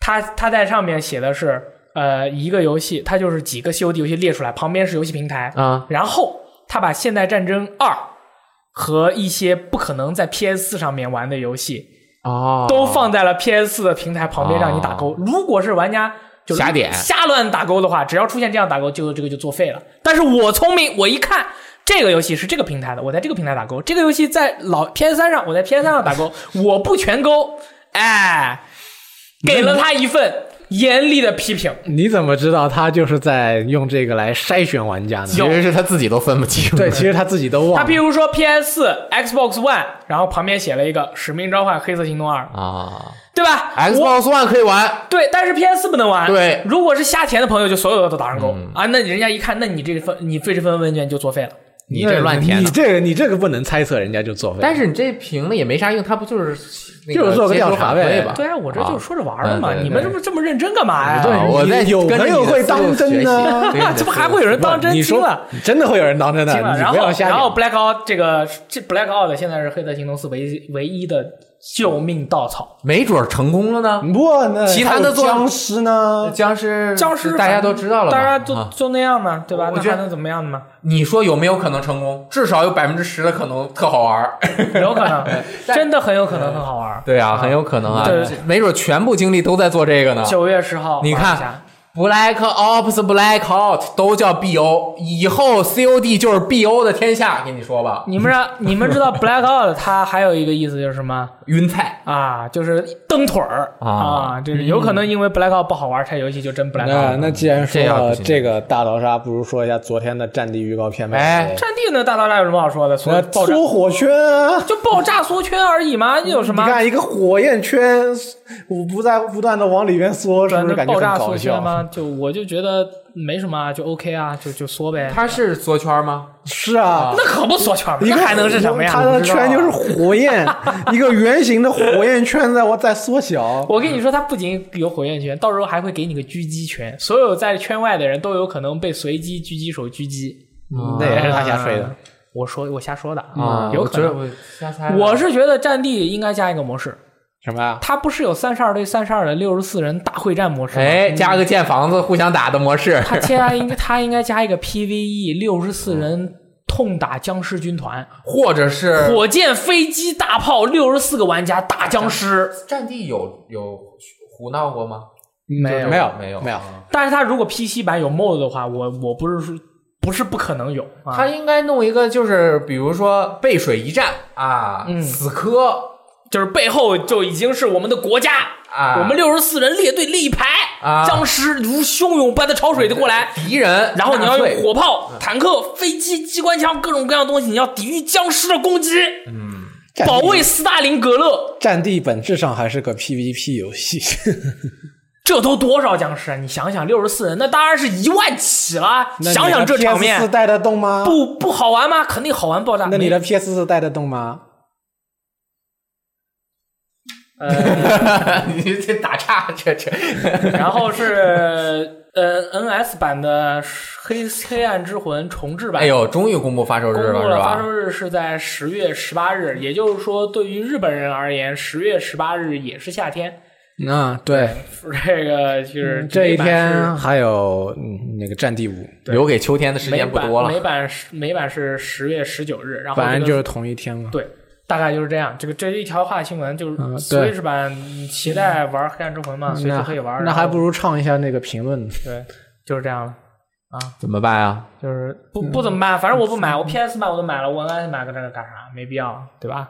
Speaker 1: 他他在上面写的是，呃，一个游戏，它就是几个 COD 游戏列出来，旁边是游戏平台，
Speaker 2: 啊，
Speaker 1: 然后他把《现代战争二》和一些不可能在 PS 4上面玩的游戏
Speaker 2: 哦，
Speaker 1: 都放在了 PS 4的平台旁边，让你打勾。如果是玩家就是
Speaker 2: 瞎点
Speaker 1: 瞎乱打勾的话，只要出现这样打勾，就这个就作废了。但是我聪明，我一看。这个游戏是这个平台的，我在这个平台打勾；这个游戏在老 PS 3上，我在 PS 3上打 勾，我不全勾，哎，给了他一份严厉的批评。
Speaker 3: 你怎么知道他就是在用这个来筛选玩家呢？
Speaker 2: 其实是他自己都分不清。
Speaker 3: 对，其实他自己都
Speaker 1: 他
Speaker 3: 忘
Speaker 1: 比
Speaker 3: 了。
Speaker 1: 如说 PS 4 Xbox One，然后旁边写了一个《使命召唤：黑色行动二》，
Speaker 2: 啊
Speaker 1: 对吧我
Speaker 2: ，Xbox One 可以玩，
Speaker 1: 对，但是 PS 4不能玩。
Speaker 2: 对
Speaker 1: 如果是瞎填的朋友，就所有的都打上勾、啊。那人家一看，那你这份你对这份问卷就作废了。
Speaker 2: 你这乱填
Speaker 3: 你
Speaker 2: 的。
Speaker 3: 这个你这个不能猜测人家就作废。
Speaker 2: 但是你这评了也没啥用，他不就是那
Speaker 3: 就是做个
Speaker 2: 接触
Speaker 3: 调查
Speaker 2: 反馈
Speaker 3: 呗
Speaker 2: 吧？
Speaker 1: 对啊，我这就是说着玩儿的嘛。
Speaker 2: 啊对对对
Speaker 1: 你们这么这么认真干嘛呀？
Speaker 3: 对
Speaker 2: 啊我在
Speaker 3: 有
Speaker 2: 跟着
Speaker 3: 朋友
Speaker 2: 你的思
Speaker 3: 会
Speaker 2: 路
Speaker 3: 当真
Speaker 2: 学习
Speaker 3: 呢
Speaker 2: 对你的
Speaker 1: 这不
Speaker 2: 思
Speaker 1: 还
Speaker 2: 路
Speaker 1: 会有人
Speaker 3: 不
Speaker 1: 当真？
Speaker 3: 你
Speaker 1: 惊
Speaker 3: 说
Speaker 1: 了，
Speaker 3: 真的会有人当真的，
Speaker 1: 惊了。
Speaker 3: 你
Speaker 1: 然
Speaker 3: 不
Speaker 1: 后
Speaker 3: 要瞎
Speaker 1: 然后
Speaker 3: 讲。
Speaker 1: Blackout 这个这 Blackout 现在是黑色行动四唯一唯一的救命稻草。
Speaker 2: 没准儿成功了呢。
Speaker 3: 不过呢，
Speaker 2: 其他
Speaker 3: 还有
Speaker 2: 的做
Speaker 3: 僵尸呢？
Speaker 2: 僵尸，
Speaker 1: 僵尸
Speaker 2: 大家都知道了嘛，
Speaker 1: 大家就
Speaker 2: 啊
Speaker 1: 就那样嘛，对吧？
Speaker 2: 我
Speaker 1: 那
Speaker 2: 觉得
Speaker 1: 还能怎么样呢？
Speaker 2: 你说有没有可能成功？至少有百分之十的可能特好玩儿。
Speaker 1: 有可 能，真的很有可能很好玩儿。
Speaker 2: 对啊，很有可能啊
Speaker 1: 对，
Speaker 2: 没准儿全部精力都在做这个呢。
Speaker 1: 九月十号，
Speaker 2: 你
Speaker 1: 玩一
Speaker 2: 看
Speaker 1: 下，
Speaker 2: ，Black Ops、Blackout 都叫 BO，以后 COD 就是 BO 的天下，跟你说吧，
Speaker 1: 你们知你们知道 blackout 它还有一个意思就是什么
Speaker 2: 晕菜。
Speaker 1: 啊？就是蹬腿儿
Speaker 2: 啊
Speaker 1: 啊，就是有可能因为 blackout 不好玩，这游戏就真 blackout
Speaker 3: 嗯那
Speaker 1: 了。
Speaker 3: 那既然说
Speaker 2: 这样不
Speaker 3: 了
Speaker 2: 行
Speaker 3: 这个大逃杀，不如说一下昨天的战地预告片吧。
Speaker 2: 哎
Speaker 1: 战地那大逃杀有什么好说的？所
Speaker 3: 那
Speaker 1: 爆炸
Speaker 3: 缩火圈啊！
Speaker 1: 就爆炸缩圈而已嘛，你有什
Speaker 3: 你
Speaker 1: 么？
Speaker 3: 看一个火焰圈，我不在不断的往里边缩，是
Speaker 1: 转
Speaker 3: 不
Speaker 1: 的
Speaker 3: 是感觉
Speaker 1: 爆
Speaker 3: 很
Speaker 1: 炸
Speaker 3: 搞
Speaker 1: 缩圈
Speaker 3: 笑？
Speaker 1: 吗？就我就觉得没什么啊，就 OK 啊，就就缩呗。
Speaker 2: 它是缩圈吗？
Speaker 3: 是啊，
Speaker 1: 那可不缩圈吗？
Speaker 3: 一
Speaker 1: 哦那
Speaker 3: 个
Speaker 1: 还能是什么呀？
Speaker 3: 它
Speaker 1: 我
Speaker 3: 的
Speaker 1: 不知道啊
Speaker 3: 圈就是火焰，一个圆形的火焰圈在我在缩小。
Speaker 1: 我跟你说，它不仅有火焰拳，到时候还会给你个狙击拳，所有在圈外的人都有可能被随机狙击手狙击。呃
Speaker 2: 嗯
Speaker 3: 那也是他瞎吹的。
Speaker 1: 我说我瞎说的
Speaker 2: 啊，
Speaker 1: 嗯有
Speaker 2: 我
Speaker 1: 可
Speaker 2: 觉得
Speaker 1: 能。啊
Speaker 2: 我瞎猜的。
Speaker 1: 我是觉得战地应该加一个模式，
Speaker 3: 什么啊呀？
Speaker 1: 它不是有三十二对三十二的六十四人大会战模式吗？
Speaker 2: 哎，加个建房子互相打的模式，
Speaker 1: 它加应该它应该加一个 PVE 六十四人痛打僵尸军团，
Speaker 2: 或者是
Speaker 1: 火箭、飞机、大炮，六十四个玩家打僵尸。
Speaker 2: 战地有有胡闹过吗？
Speaker 1: 没有
Speaker 3: 没有
Speaker 2: 没有
Speaker 3: 没有
Speaker 2: 嗯
Speaker 1: 但是它如果 PC 版有 mod 的话，我我不是说不是不可能有啊。
Speaker 2: 他应该弄一个，就是比如说背水一战啊，
Speaker 1: 嗯
Speaker 2: 死磕
Speaker 1: 就是背后就已经是我们的国家，
Speaker 2: 啊，
Speaker 1: 我们六十四人列队列一排，
Speaker 2: 啊
Speaker 1: 僵尸如汹涌般的潮水的过来，
Speaker 2: 敌人，
Speaker 1: 然后你要
Speaker 2: 纳
Speaker 1: 用
Speaker 2: 粹
Speaker 1: 火炮、坦克、飞机、机关枪各种各样的东西，你要抵御僵尸的攻击，
Speaker 3: 嗯战地
Speaker 1: 保卫斯大林格勒。
Speaker 3: 战地本质上还是个 PVP 游 戏，
Speaker 1: 这都多少僵尸啊！你想想，六十四人，那当然是一万起了。啊
Speaker 3: 那你的
Speaker 1: 想想这场
Speaker 3: PS 四
Speaker 1: 面，
Speaker 3: 带得动吗？，
Speaker 1: 不不好玩吗？肯定好玩爆炸。
Speaker 3: 那你的
Speaker 1: 没
Speaker 3: PS 四带得动吗？
Speaker 2: 你这打岔，这这，
Speaker 1: 然后是呃 NS 版的《黑黑暗之魂》重置版，
Speaker 2: 哎呦，终于公布发售日
Speaker 1: 公布
Speaker 2: 是
Speaker 1: 了发售
Speaker 2: 吧？
Speaker 1: 日是在十月十八日，也就是说，对于日本人而言，十月十八日也是夏天。
Speaker 3: 啊，对，
Speaker 1: 这个就是
Speaker 3: 嗯这一
Speaker 1: 美版
Speaker 3: 天还有嗯那个战地五，
Speaker 2: 留给秋天的时
Speaker 1: 是美
Speaker 2: 间不
Speaker 1: 版
Speaker 2: 多
Speaker 1: 美
Speaker 2: 了。
Speaker 1: 版是美版是十月十九日，然后这个
Speaker 3: 反正就是同一天嘛。
Speaker 1: 对，大概就是这样。这个这一条话新闻就是
Speaker 3: 嗯对嗯
Speaker 1: Switch 版你携带玩《黑暗之魂》嘛，随时
Speaker 3: 那
Speaker 1: 可以玩。
Speaker 3: 那还不
Speaker 1: 如
Speaker 3: 如唱一下那个评论。
Speaker 1: 对，就是这样了。
Speaker 2: 怎么办啊？
Speaker 1: 就是不
Speaker 3: 嗯
Speaker 1: 不怎么办，反正我不买，我 PS 版我都买了，我 NS 买个这个干啥？没必要，对吧？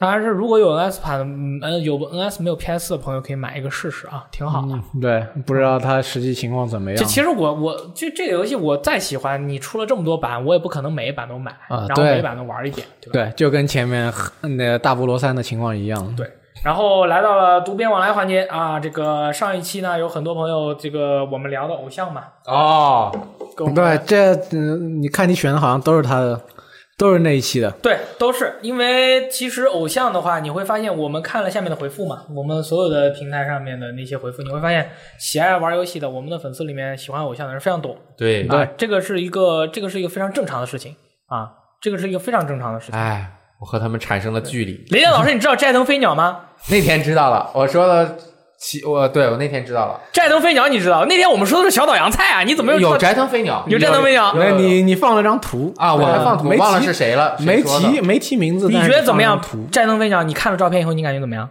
Speaker 1: 当然是如果有 NS 版，嗯，呃有 NS 没有 PS 的朋友可以买一个试试啊，挺好的。
Speaker 3: 对，不知道它实际情况怎么嗯样。
Speaker 1: 就嗯其实我我就这个游戏我再喜欢，你出了这么多版，我也不可能每一版都买，
Speaker 3: 啊
Speaker 1: 然后每
Speaker 3: 对
Speaker 1: 一版都玩一遍，对吧？
Speaker 3: 对，就跟前面那个大菠萝三的情况一样。
Speaker 1: 对，然后来到了读编往来环节啊，这个上一期呢有很多朋友，这个我们聊的偶像嘛，
Speaker 2: 哦，
Speaker 1: 跟我们
Speaker 3: 对，这嗯，你看你选的好像都是他的，都是那一期的。
Speaker 1: 对，都是因为其实偶像的话，你会发现我们看了下面的回复嘛，我们所有的平台上面的那些回复，你会发现喜爱玩游戏的我们的粉丝里面喜欢偶像的人非常多，
Speaker 2: 对，
Speaker 1: 啊，这个是一个这个是一个非常正常的事情啊，这个是一个非常正常的事情。
Speaker 2: 哎，我和他们产生了距离。
Speaker 1: 雷电老师，你知道斋藤飞鸟吗？
Speaker 2: 那天知道了，我说了，其我对我那天知道了，
Speaker 1: 斋藤飞鸟你知道？那天我们说的是小岛洋菜啊，你怎么又知道
Speaker 2: 有斋藤飞鸟，
Speaker 1: 啊有斋藤飞鸟？
Speaker 3: 那你你放了张图
Speaker 2: 啊，我还
Speaker 3: 呃
Speaker 2: 放图，
Speaker 3: 没
Speaker 2: 忘了
Speaker 3: 提
Speaker 2: 是谁了，谁
Speaker 3: 没
Speaker 2: 说的
Speaker 3: 提没提名字，
Speaker 1: 你
Speaker 3: 但是
Speaker 1: 觉得怎么
Speaker 3: 放了
Speaker 1: 样
Speaker 3: 张图？
Speaker 1: 战争飞鸟，你看了照片以后，你感觉怎么样？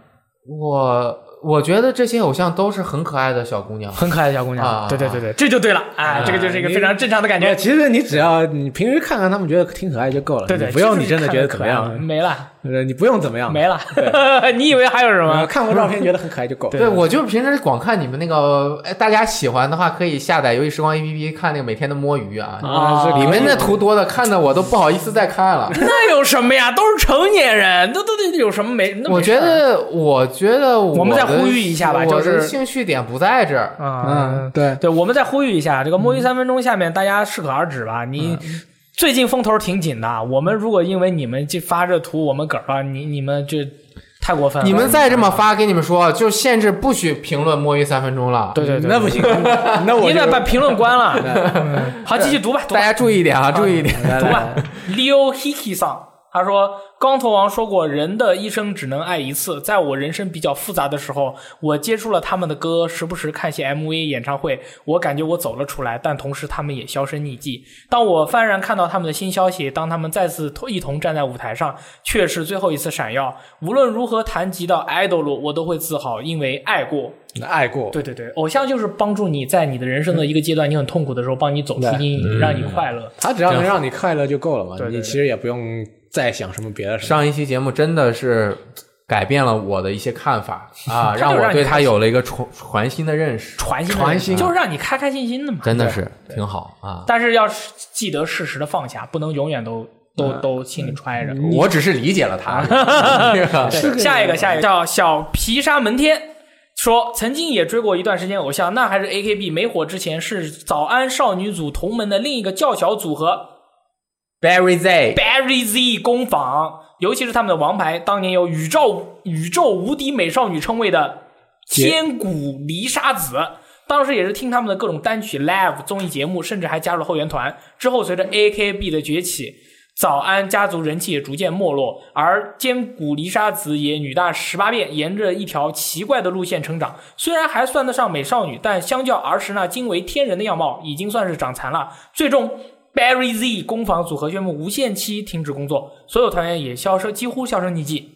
Speaker 2: 我我觉得这些偶像都是很可爱的小姑娘，
Speaker 1: 很可爱的小姑娘，
Speaker 2: 啊
Speaker 1: 对对对对，这就对了，哎，
Speaker 2: 啊
Speaker 1: 这个就是一个
Speaker 3: 你
Speaker 1: 非常正常的感觉
Speaker 3: 哎。其实你只要你平时看看他们觉得挺可爱就够了，
Speaker 1: 对对，
Speaker 3: 你不用
Speaker 1: 就是
Speaker 3: 你真的
Speaker 1: 看
Speaker 3: 觉得
Speaker 1: 着
Speaker 3: 怎
Speaker 1: 可
Speaker 3: 么
Speaker 1: 爱
Speaker 3: 样
Speaker 1: 了，没了，
Speaker 3: 呃，你不用怎么样，
Speaker 1: 没了。 你以为还有什
Speaker 3: 呃
Speaker 1: 么？
Speaker 3: 看过照片觉得很可爱就够。
Speaker 2: 对，我就是平时光看你们那个，哎，大家喜欢的话可以下载游戏时光 APP 看那个每天的摸鱼啊，
Speaker 1: 啊
Speaker 2: 里面那图多的，看的我都不好意思再看了。
Speaker 3: 嗯
Speaker 1: 那有什么呀？都是成年人，那都得有什么没？那没
Speaker 2: 我觉得，我觉得我
Speaker 1: 我们再呼吁
Speaker 2: 的
Speaker 1: 一下吧
Speaker 2: 我
Speaker 1: 就是
Speaker 2: 的兴趣点不在这儿
Speaker 1: 事儿啊，
Speaker 3: 嗯，对，
Speaker 1: 对，我们再呼吁一下，这个摸鱼三分钟下面大家适可而止吧。
Speaker 3: 嗯
Speaker 1: 你最近风头挺紧的，我们如果因为你们这发这图我们梗了，你你们这太过分了。
Speaker 2: 你们再这么发，跟你们说，就限制不许评论摸鱼三分钟了。
Speaker 1: 对对对，
Speaker 3: 那不行，那我
Speaker 1: 你
Speaker 3: 就
Speaker 1: 得把评论关 了。好，继续读吧，读
Speaker 2: 大
Speaker 1: 吧，
Speaker 2: 家注意一点啊，注意一点。
Speaker 1: 读吧。Leo Hiki 桑他说：“光头王说过，人的一生只能爱一次。在我人生比较复杂的时候，我接触了他们的歌，时不时看些 MV、演唱会，我感觉我走了出来，但同时他们也销声匿迹。当我幡然看到他们的新消息，当他们再次一同站在舞台上，却是最后一次闪耀。无论如何谈及到 idol，我都会自豪，因为爱过。”
Speaker 3: 爱过，
Speaker 1: 对对对，偶像就是帮助你在你的人生的一个阶段，你很痛苦的时候，帮你走出
Speaker 3: 对
Speaker 1: 阴影，让你快乐。
Speaker 3: 他只要能让你快乐就够了嘛
Speaker 1: 对，对啊
Speaker 3: 你
Speaker 1: 对
Speaker 3: 其实也不用再想什么别的事。
Speaker 2: 上一期节目真的是改变了我的一些看法 啊，
Speaker 1: 就让
Speaker 2: 让
Speaker 1: 你
Speaker 2: 我对他有了一个全全新的认识，
Speaker 1: 传心的
Speaker 3: 传心
Speaker 1: 就是让你开开心心的嘛。
Speaker 2: 真的是挺好啊。
Speaker 1: 但是要是记得适时的放下，不能永远都都都心里揣着。
Speaker 2: 我只是理解了 他，
Speaker 1: 对下一个，下一个叫小皮沙门天。说曾经也追过一段时间偶像，那还是 A K B 没火之前是早安少女组同门的另一个较小组合
Speaker 2: Barry Z，
Speaker 1: Barry Z 工坊，尤其是他们的王牌，当年有宇宙宇宙无敌美少女称谓的千古离沙子。当时也是听他们的各种单曲、live 综艺节目，甚至还加入了后援团。之后随着 AKB 的崛起，早安家族人气也逐渐没落，而千古离沙子也女大十八变，沿着一条奇怪的路线成长。虽然还算得上美少女，但相较儿时那惊为天人的样貌，已经算是长残了。最终。Barry Z 工坊组合宣布无限期停止工作，所有团员也销声，几乎销声匿迹。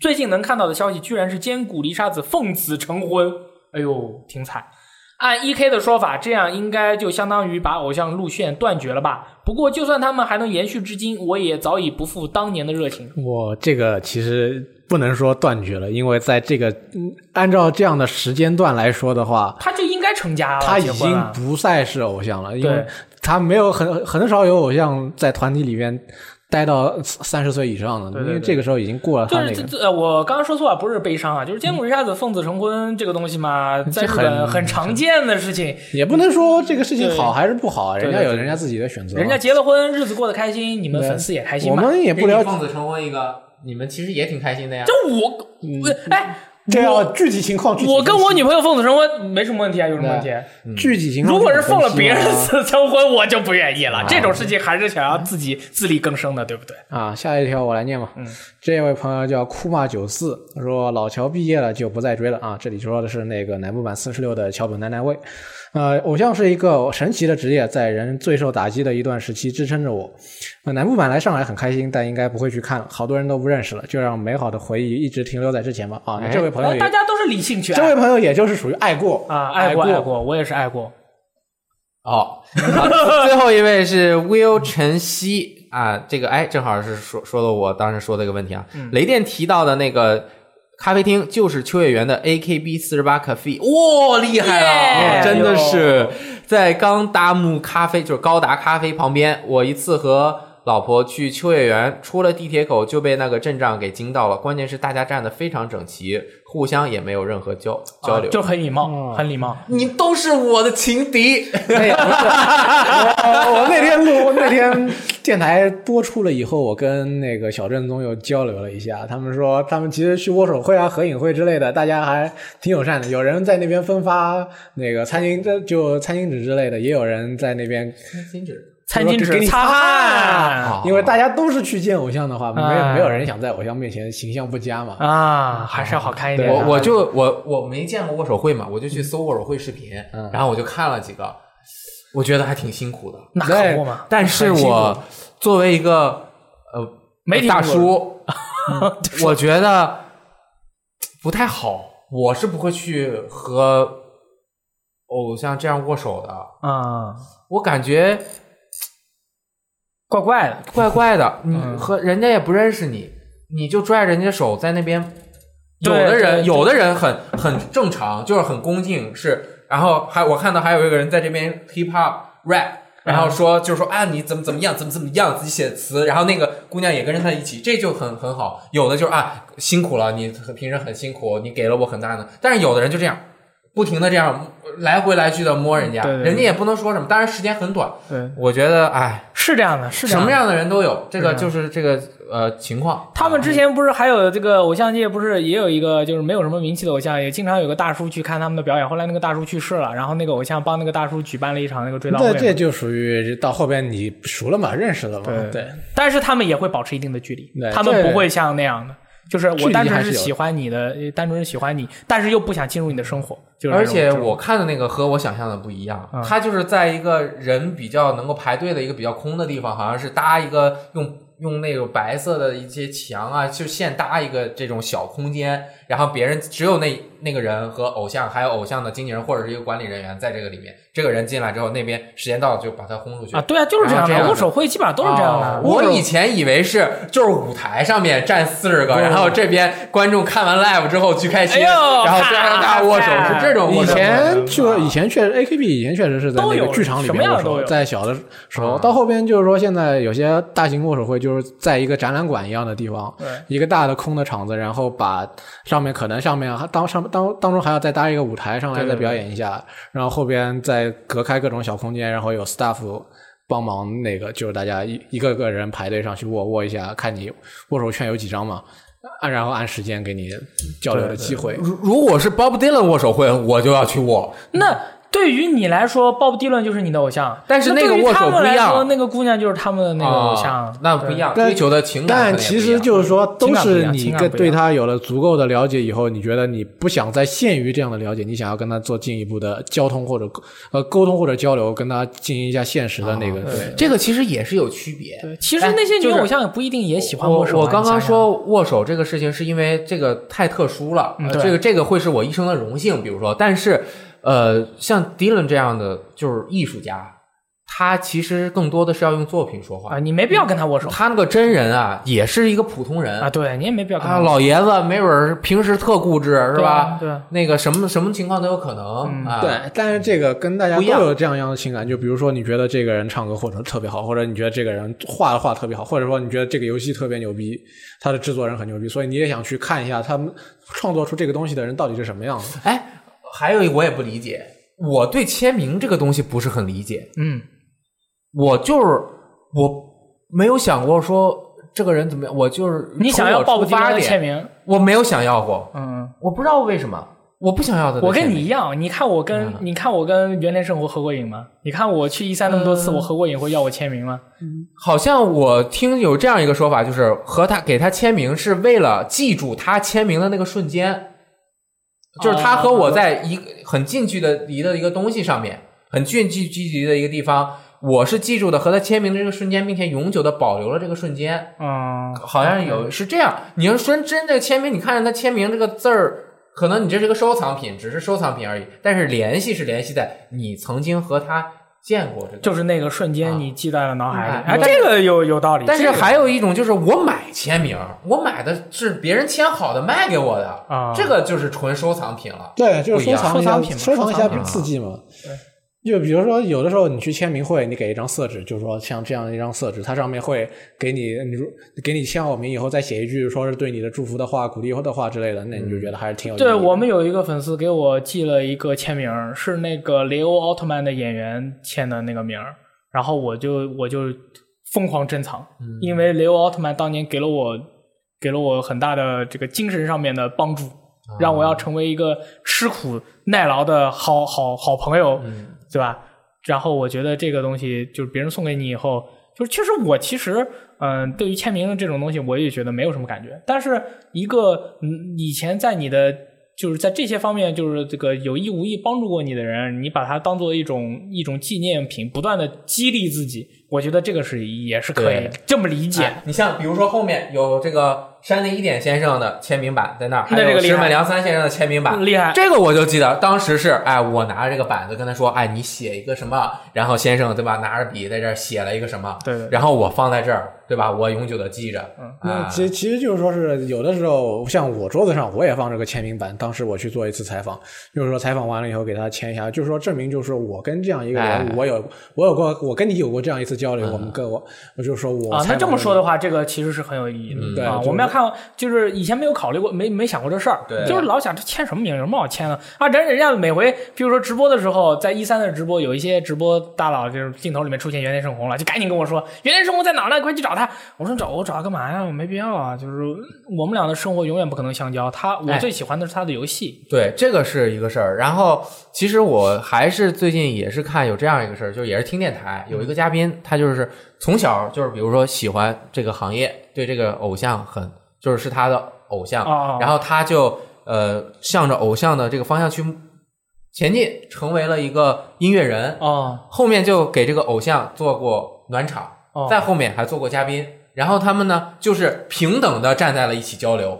Speaker 1: 最近能看到的消息，居然是兼古离沙子奉子成婚，哎呦，挺惨。按 E K 的说法，这样应该就相当于把偶像路线断绝了吧？不过，就算他们还能延续至今，我也早已不复当年的热情。
Speaker 3: 我这个其实不能说断绝了，因为在这个嗯按照这样的时间段来说的话，
Speaker 1: 他就应该成家了，
Speaker 3: 他已
Speaker 1: 结婚
Speaker 3: 经
Speaker 1: 了
Speaker 3: 不再是偶像了，因为
Speaker 1: 对
Speaker 3: 他没有很很少有偶像在团体里面待到三十岁以上的，
Speaker 1: 对
Speaker 3: 因
Speaker 1: 对
Speaker 3: 为
Speaker 1: 对
Speaker 3: 这个时候已经过了
Speaker 1: 就
Speaker 3: 他
Speaker 1: 是
Speaker 3: 那
Speaker 1: 这
Speaker 3: 个。
Speaker 1: 这，呃我刚刚说错了，不是悲伤啊，就是坚果一下子奉子成婚这个东西 嘛，在日本
Speaker 3: 很
Speaker 1: 很常见的事情。
Speaker 3: 也不能说这个事情
Speaker 1: 对
Speaker 3: 好还是不好，
Speaker 1: 对
Speaker 3: 人
Speaker 1: 对
Speaker 3: 家有人家自己的选择嘛。
Speaker 1: 人家结了婚，日子过得开心，你们
Speaker 3: 对
Speaker 1: 粉丝也开心
Speaker 3: 我
Speaker 1: 嘛？
Speaker 3: 们也不了解，
Speaker 2: 奉子成婚一个，你们其实也挺开心的呀。
Speaker 1: 这我，哎，
Speaker 3: 这要
Speaker 1: 我
Speaker 3: 具体情况。具体
Speaker 1: 我跟
Speaker 3: 分析
Speaker 1: 我女朋友奉子成婚没什么问题啊，有什么问题？
Speaker 3: 嗯具体啊情况，
Speaker 1: 如果是奉了别人子成婚，我就不愿意了。这种事情还是想要自己自力更生的，对不对？
Speaker 3: 啊，下一条我来念吧。嗯，这位朋友叫库玛九四，他说老乔毕业了就不再追了啊。这里说的是那个南部版四十六的桥本奈奈未。呃，偶像是一个神奇的职业，在人最受打击的一段时期支撑着我。呃南部版来上海很开心，但应该不会去看了，好多人都不认识了，就让美好的回忆一直停留在之前吧。啊，那这位朋友
Speaker 1: 哎
Speaker 3: 也，
Speaker 1: 大家都是理性去
Speaker 3: 这
Speaker 1: 爱
Speaker 3: 位朋友也就是属于爱过
Speaker 1: 啊，
Speaker 3: 爱
Speaker 1: 爱过爱
Speaker 3: 过。
Speaker 1: 过，我也是爱过。
Speaker 2: 哦，好最后一位是 Will 陈曦，啊，这个哎，正好是说说了我当时说的一个问题啊。雷电提到的那个咖啡厅就是秋叶原的 AKB 四十八 cafe，哇、厉害了，
Speaker 1: 耶
Speaker 2: 真的
Speaker 1: 哎
Speaker 2: 是在刚达木咖啡，就是高达咖啡旁边。我一次和老婆去秋叶原，出了地铁口就被那个阵仗给惊到了。关键是大家站得非常整齐，互相也没有任何交交流。
Speaker 1: 啊
Speaker 2: 嗯
Speaker 1: 就很礼貌，很礼貌。
Speaker 2: 你都是我的情敌，
Speaker 3: 哎呀，不是我我那天录那天电台播出了以后，我跟那个小正宗又交流了一下，他们说他们其实去握手会啊、合影会之类的，大家还挺友善的。有人在那边分发那个餐巾纸，就餐巾纸之类的，也有人在那边
Speaker 2: 金纸
Speaker 1: 餐巾
Speaker 3: 给
Speaker 1: 纸
Speaker 3: 你
Speaker 1: 擦汗
Speaker 2: 哦
Speaker 3: 因为大家都是去见偶像的话，没有
Speaker 1: 哎
Speaker 3: 没有人想在偶像面前形象不佳嘛。
Speaker 1: 啊，还是要好看一点的。
Speaker 2: 我我就我我没见过握手会嘛，我就去搜握手会视频，
Speaker 1: 嗯
Speaker 2: 然后我就看了几个，我觉得还挺辛苦的。
Speaker 1: 那可不嘛，
Speaker 2: 但是
Speaker 3: 很辛苦
Speaker 2: 我作为一个呃
Speaker 1: 媒体
Speaker 2: 大
Speaker 1: 人嗯
Speaker 2: 叔， 我觉得不太好，我是不会去和偶像这样握手的，
Speaker 1: 啊，
Speaker 2: 我感觉
Speaker 1: 怪怪的。
Speaker 2: 怪怪 的，你
Speaker 1: 嗯
Speaker 2: 和人家也不认识你，你就拽着人家手在那边。有
Speaker 1: 对
Speaker 2: 的人，
Speaker 1: 对
Speaker 2: 有的人很很正常，就是很恭敬，是。然后还我看到还有一个人在这边 hip hop rap，
Speaker 1: 嗯
Speaker 2: 然后说就是说啊你怎么怎么样，怎么怎么样，自己写词。然后那个姑娘也跟着他一起，这就很很好。有的就是啊辛苦了，你很平时很辛苦，你给了我很大的。但是有的人就这样，不停的这样来回来去的摸人家，
Speaker 1: 对对对
Speaker 2: 人家也不能说什么。当然时间很短，
Speaker 1: 对，
Speaker 2: 我觉得哎，
Speaker 1: 是这样的，是这
Speaker 2: 什
Speaker 1: 样
Speaker 2: 么
Speaker 1: 的。
Speaker 2: 样的人都有，这个
Speaker 1: 是这
Speaker 2: 就是这个呃情况。
Speaker 1: 他们之前不是还有这个偶像界，不是也有一个就是没有什么名气的偶像，也经常有个大叔去看他们的表演。后来那个大叔去世了，然后那个偶像帮那个大叔举办了一场那个追悼
Speaker 3: 这
Speaker 1: 会。
Speaker 3: 这就属于到后边你熟了嘛，认识了嘛，
Speaker 1: 对
Speaker 3: 对
Speaker 1: 但是他们也会保持一定的距离
Speaker 3: 对，
Speaker 1: 他
Speaker 3: 这
Speaker 1: 们不会像那样的，就是
Speaker 3: 距
Speaker 1: 我
Speaker 3: 离
Speaker 1: 单
Speaker 3: 还
Speaker 1: 纯
Speaker 3: 是
Speaker 1: 是
Speaker 3: 有的
Speaker 1: 喜欢你的，呃单纯是喜欢你，但是又不想进入你的生活，就是
Speaker 2: 而
Speaker 1: 这种
Speaker 2: 且
Speaker 1: 这种
Speaker 2: 我看的那个和我想象的不一样
Speaker 1: 嗯，
Speaker 2: 他就是在一个人比较能够排队的一个比较空的地方，好像是搭一个用用那种白色的一些墙啊，就现搭一个这种小空间，然后别人只有那那个人和偶像，还有偶像的经纪人或者是一个管理人员在这个里面，这个人进来之后，那边时间到了就把他轰出去
Speaker 1: 啊，。对啊，就是这样
Speaker 2: 然后这样
Speaker 1: 的，
Speaker 2: 的
Speaker 1: 握手会基本上都是这样
Speaker 2: 哦
Speaker 1: 的。
Speaker 2: 我以前以为是就是舞台上面站四十个，然后这边观众看完 live 之后去开
Speaker 1: 嗯
Speaker 2: 心，
Speaker 1: 哎呦
Speaker 2: 然后大家大家握手
Speaker 1: 啪
Speaker 2: 是这种握
Speaker 3: 以
Speaker 2: 手。
Speaker 3: 前去过，以前确实 AKB 以前确实是在
Speaker 1: 啊都
Speaker 3: 那
Speaker 1: 有
Speaker 3: 个剧场里
Speaker 1: 什么
Speaker 3: 面
Speaker 1: 样
Speaker 3: 握
Speaker 1: 的都
Speaker 3: 手，
Speaker 1: 有
Speaker 3: 在小的时候，
Speaker 2: 啊
Speaker 3: 到后边就是说现在有些大型握手会就是在一个展览馆一样的地方，
Speaker 1: 对
Speaker 3: 一个大的空的场子，然后把上面可能上面还当上当当中还要再搭一个舞台上来
Speaker 1: 对
Speaker 3: 再表演一下，然后后边再隔开各种小空间，然后有 staff 帮忙那个就是大家一一个个人排队上去握握一下，看你握手券有几张嘛，按然后按时间给你交流的机会。
Speaker 2: 如如果是 Bob Dylan 握手会，我就要去握。
Speaker 1: 那对于你来说，鲍勃迪伦就是你的偶像，
Speaker 2: 但是
Speaker 1: 那
Speaker 2: 那个
Speaker 1: 对于
Speaker 2: 握手
Speaker 1: 他们
Speaker 2: 不一
Speaker 1: 来
Speaker 2: 样
Speaker 1: 说那个姑娘就是他们的那个偶像
Speaker 2: 啊，那不一样，
Speaker 3: 对
Speaker 2: 追求的情感可能也
Speaker 3: 但其
Speaker 2: 不一
Speaker 3: 实
Speaker 2: 样。
Speaker 3: 就是说，都是你
Speaker 1: 嗯情感不一样情感
Speaker 3: 跟
Speaker 1: 不一样
Speaker 3: 对他有了足够的了解以后，你觉得你不想再限于这样的了解，你想要跟他做进一步的交通或者呃沟通或者交流，跟他进行一下现实的那个
Speaker 2: 啊
Speaker 3: 对。
Speaker 2: 这个其实也是有区别。
Speaker 1: 对，其实那些女
Speaker 2: 哎就是
Speaker 1: 偶像也不一定也喜欢
Speaker 2: 我
Speaker 1: 握手啊。
Speaker 2: 我刚
Speaker 1: 你想
Speaker 2: 刚
Speaker 1: 想，
Speaker 2: 说握手这个事情，是因为这个太特殊了，
Speaker 1: 嗯
Speaker 2: 呃
Speaker 1: 对
Speaker 2: 这个这个会是我一生的荣幸。比如说，但是呃，像 Dylan 这样的就是艺术家，他其实更多的是要用作品说话
Speaker 1: 啊，。你没必要跟他握手
Speaker 2: 他那个真人啊，也是一个普通人
Speaker 1: 啊，对你也没必要跟
Speaker 2: 啊
Speaker 1: 他握手
Speaker 2: 老爷子没准儿平时特固执，是
Speaker 1: 对啊嗯
Speaker 2: 吧？
Speaker 1: 对啊
Speaker 2: 那个什么什么情况都有可能啊。
Speaker 3: 对，但是这个跟大家
Speaker 2: 不
Speaker 3: 都
Speaker 2: 一样
Speaker 3: 有这样一样的情感，就比如说你觉得这个人唱歌或者特别好，或者你觉得这个人画的画特别好，或者说你觉得这个游戏特别牛逼，他的制作人很牛逼，所以你也想去看一下他们创作出这个东西的人到底是什么样的。
Speaker 2: 哎，还有一个我也不理解，我对签名这个东西不是很理解。
Speaker 1: 嗯，
Speaker 2: 我就是我没有想过说这个人怎么样，我就是
Speaker 1: 你想要
Speaker 2: 从
Speaker 1: 鲍
Speaker 2: 我
Speaker 1: 勃迪
Speaker 2: 出
Speaker 1: 伦
Speaker 2: 发
Speaker 1: 的签
Speaker 2: 点，
Speaker 1: 名，
Speaker 2: 我没有想要过，
Speaker 1: 嗯，
Speaker 2: 我不知道为什么，我不想要的。
Speaker 1: 我跟你一样，你看我跟
Speaker 2: 嗯
Speaker 1: 你看我跟原田圣活合过影吗？你看我去一三那么多次，
Speaker 2: 嗯
Speaker 1: 我合过影会要我签名吗？
Speaker 2: 好像我听有这样一个说法，就是和他给他签名是为了记住他签名的那个瞬间，就是他和我在一个很近距的离的一个东西上面，很近距距离的一个地方，我是记住的和他签名的这个瞬间，并且永久的保留了这个瞬间，
Speaker 1: 嗯，
Speaker 2: 好像有是这样。你要说真这个签名，你看着他签名这个字儿。可能你这是个收藏品，只是收藏品而已，但是联系是联系在你曾经和他见过这个，
Speaker 1: 就是那个瞬间你记在了脑海里。
Speaker 2: 哎
Speaker 1: 哎，这个有有道理。
Speaker 2: 啊但是
Speaker 1: 这个
Speaker 2: 还有一种就是我买签名，我买的是别人签好的卖给我的，
Speaker 1: 啊
Speaker 2: 这个就是纯收藏品了。
Speaker 3: 对，就是
Speaker 2: 不一样
Speaker 3: 收藏一
Speaker 1: 收
Speaker 3: 下
Speaker 1: 藏品，嘛
Speaker 3: 收藏
Speaker 1: 收
Speaker 3: 一下
Speaker 1: 藏品
Speaker 2: 嘛
Speaker 3: 刺激嘛。就比如说，有的时候你去签名会，你给一张色纸，就是说像这样一张色纸，它上面会给你，你如给你签好名以后，再写一句说是对你的祝福的话、鼓励的话之类的，那你就觉得还是挺有意义
Speaker 1: 嗯
Speaker 3: 的。
Speaker 1: 对我们有一个粉丝给我寄了一个签名儿，是那个雷欧奥特曼的演员签的那个名儿，然后我就我就疯狂珍藏，
Speaker 2: 嗯
Speaker 1: 因为雷欧奥特曼当年给了我给了我很大的这个精神上面的帮助，
Speaker 2: 嗯
Speaker 1: 让我要成为一个吃苦耐劳的好好好朋
Speaker 2: 嗯
Speaker 1: 友，对吧？然后我觉得这个东西就是别人送给你以后，就是确实我其实嗯、对于签名这种东西我也觉得没有什么感觉，但是一个嗯以前在你的就是在这些方面就是这个有意无意帮助过你的人，你把它当做一种一种纪念品，不断的激励自己，我觉得这个是也是可以
Speaker 2: 对
Speaker 1: 这么理解。
Speaker 2: 哎你像比如说后面有这个山林一点先生的签名版在那儿，
Speaker 1: 那
Speaker 2: 还
Speaker 1: 这个
Speaker 2: 有
Speaker 1: 厉害
Speaker 2: 石本良三先生的签名版，
Speaker 1: 厉害，
Speaker 2: 这个我就记得，当时是哎，我拿着这个板子跟他说，哎，你写一个什么，然后先生对吧，拿着笔在这儿写了一个什么，
Speaker 1: 对对对
Speaker 2: 然后我放在这儿对吧，我永久的记着，
Speaker 3: 那
Speaker 2: 啊
Speaker 3: 其其实就是说是有的时候，像我桌子上我也放这个签名板。当时我去做一次采访，就是说采访完了以后给他签一下，就是说证明就是我跟这样一个人，
Speaker 2: 哎
Speaker 3: 我有我有过我跟你有过这样一次交流，我们跟我我就说我
Speaker 1: 嗯啊，那
Speaker 3: 采
Speaker 1: 这么
Speaker 3: 访
Speaker 1: 说的话，这个其实是很有意义的、
Speaker 3: 嗯对
Speaker 1: 啊。
Speaker 3: 就是
Speaker 1: 我们要看，就是以前没有考虑过，没没想过这事儿，
Speaker 2: 对
Speaker 1: 就是老想这签什么名，有什么好签的啊？人人家每回，比如说直播的时候，在一三的直播，有一些直播大佬就是镜头里面出现原田胜宏了，就赶紧跟我说原田胜宏在哪儿呢？快去找他！我说找我找他干嘛呀？我没必要啊。就是我们俩的生活永远不可能相交。他我
Speaker 2: 哎
Speaker 1: 最喜欢的是他的游戏，
Speaker 2: 对，这个是一个事儿。然后，其实我还是最近也是看有这样一个事儿，就是也是听电台，有一个嘉宾，他就是从小就是比如说喜欢这个行业，对这个偶像很就是是他的偶
Speaker 3: 啊
Speaker 2: 像，
Speaker 1: 哦
Speaker 2: 然后他就呃向着偶像的这个方向去前进，成为了一个音乐人。
Speaker 1: 哦
Speaker 2: 后面就给这个偶像做过暖场，
Speaker 1: 哦
Speaker 2: 在后面还做过嘉宾。然后他们呢，就是平等的站在了一起交流。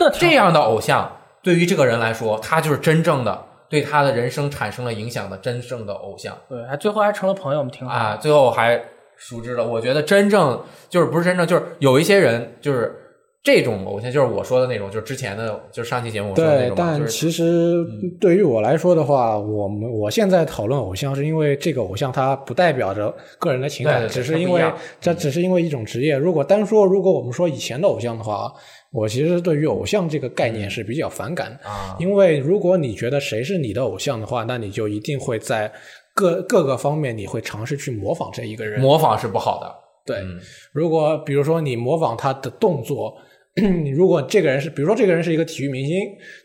Speaker 1: 那
Speaker 2: 这样的偶像，对于这个人来说，他就是真正的对他的人生产生了影响的真正的偶像
Speaker 1: 对，还最后还成了朋友，我们
Speaker 3: 嗯
Speaker 1: 挺好。
Speaker 2: 啊！最后还熟知了，我觉得真正就是不是真正就是有一些人就是这种偶像，就是我说的那种，就是之前的就是上期节目我说的那
Speaker 3: 对，
Speaker 2: 种嘛，
Speaker 3: 但
Speaker 2: 就是嗯
Speaker 3: 其实对于我来说的话，我们我现在讨论偶像，是因为这个偶像他不代表着个人的情
Speaker 2: 对
Speaker 3: 感，
Speaker 2: 对对
Speaker 3: 只
Speaker 2: 它
Speaker 3: 是
Speaker 2: 不
Speaker 3: 因
Speaker 2: 一
Speaker 3: 为
Speaker 2: 样嗯
Speaker 3: 这只是因为一种职业。如果单说，如果我们说以前的偶像的话，我其实对于偶像这个概念是比较反感的，
Speaker 2: 嗯啊，
Speaker 3: 因为如果你觉得谁是你的偶像的话，那你就一定会在各各个方面你会尝试去模仿这一个人。
Speaker 2: 模仿是不好的。
Speaker 3: 对，
Speaker 2: 嗯
Speaker 3: 如果比如说你模仿他的动作， 你如果这个人是，比如说这个人是一个体育明星，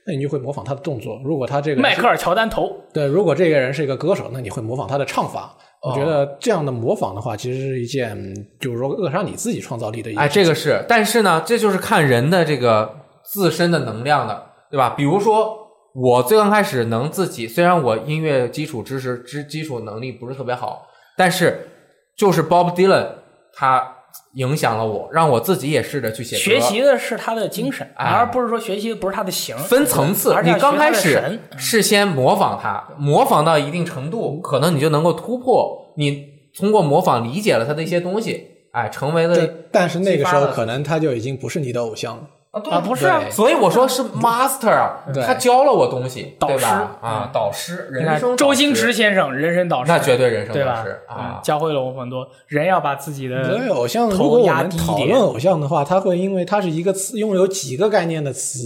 Speaker 3: 那你就会模仿他的动作；如果他这个人
Speaker 1: 迈
Speaker 3: 是
Speaker 1: 克尔乔丹头，
Speaker 3: 对，如果这个人是一个歌手，那你会模仿他的唱法。
Speaker 2: 哦
Speaker 3: 我觉得这样的模仿的话，其实是一件嗯就是说扼杀你自己创造力的一件
Speaker 2: 哎，这个是，但是呢，这就是看人的这个自身的能量的，对吧？比如说，我最刚开始能自己，虽然我音乐基础知识、知基础能力不是特别好，但是就是 Bob Dylan 他影响了我，让我自己也试着去写歌
Speaker 1: 学习的是他的精神，
Speaker 2: 哎
Speaker 1: 而不是说学习的不是他的形。
Speaker 2: 分层次
Speaker 1: 而，且要
Speaker 2: 你刚
Speaker 1: 学他
Speaker 2: 开
Speaker 1: 的
Speaker 2: 始
Speaker 1: 神
Speaker 2: 是先模仿他，模仿到一定程度，可能你就能够突破，你通过模仿理解了他的一些东西，哎，成为了
Speaker 3: 这但是那个时
Speaker 2: 激发
Speaker 3: 候
Speaker 2: 了
Speaker 3: 可能他就已经不是你的偶像了。
Speaker 1: 啊，不是啊
Speaker 3: 对，
Speaker 2: 所以我说是 master，啊
Speaker 3: 对
Speaker 2: 他教了我东西，
Speaker 1: 导师
Speaker 2: 对吧？啊，导师，
Speaker 1: 你
Speaker 2: 人
Speaker 1: 看
Speaker 2: 生
Speaker 1: 周
Speaker 2: 导师
Speaker 1: 星驰，先生，人生导师，
Speaker 2: 那绝对人生
Speaker 1: 对
Speaker 2: 导
Speaker 1: 吧
Speaker 2: 师？
Speaker 1: 嗯
Speaker 2: 啊。
Speaker 1: 教会了我很多，人要把自己
Speaker 3: 所以
Speaker 1: 的
Speaker 3: 偶像，如
Speaker 1: 头
Speaker 3: 果我
Speaker 1: 压
Speaker 3: 们
Speaker 1: 低一
Speaker 3: 讨
Speaker 1: 点
Speaker 3: 论偶像的话，他会因为它是一个词，拥有几个概念的词，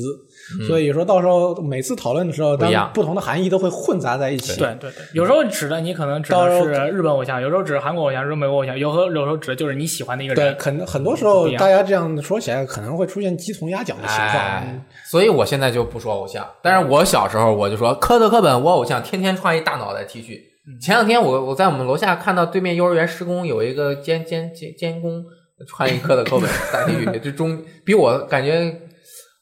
Speaker 3: 所以说到时候每次讨论的时候，
Speaker 2: 嗯不一样
Speaker 3: 当不同的含义都会混杂在一起。
Speaker 1: 对对对，有时候指的你可能指的是日本偶像，有时候指的韩国偶像，有时候美国偶像，有时候有时候指的就是你喜欢的一个
Speaker 3: 对，
Speaker 1: 人。
Speaker 3: 可能很多时
Speaker 1: 不
Speaker 3: 候
Speaker 1: 一样
Speaker 3: 大家这样说起来，可能会出现鸡同鸭讲的情况。嗯
Speaker 2: 哎，所以我现在就不说偶像，但是我小时候我就说科特·科本，我偶像天天穿一大脑袋 T 恤。前两天我我在我们楼下看到对面幼儿园施工有一个监监监监工穿一科特·科本大 T 恤，这中比我感觉，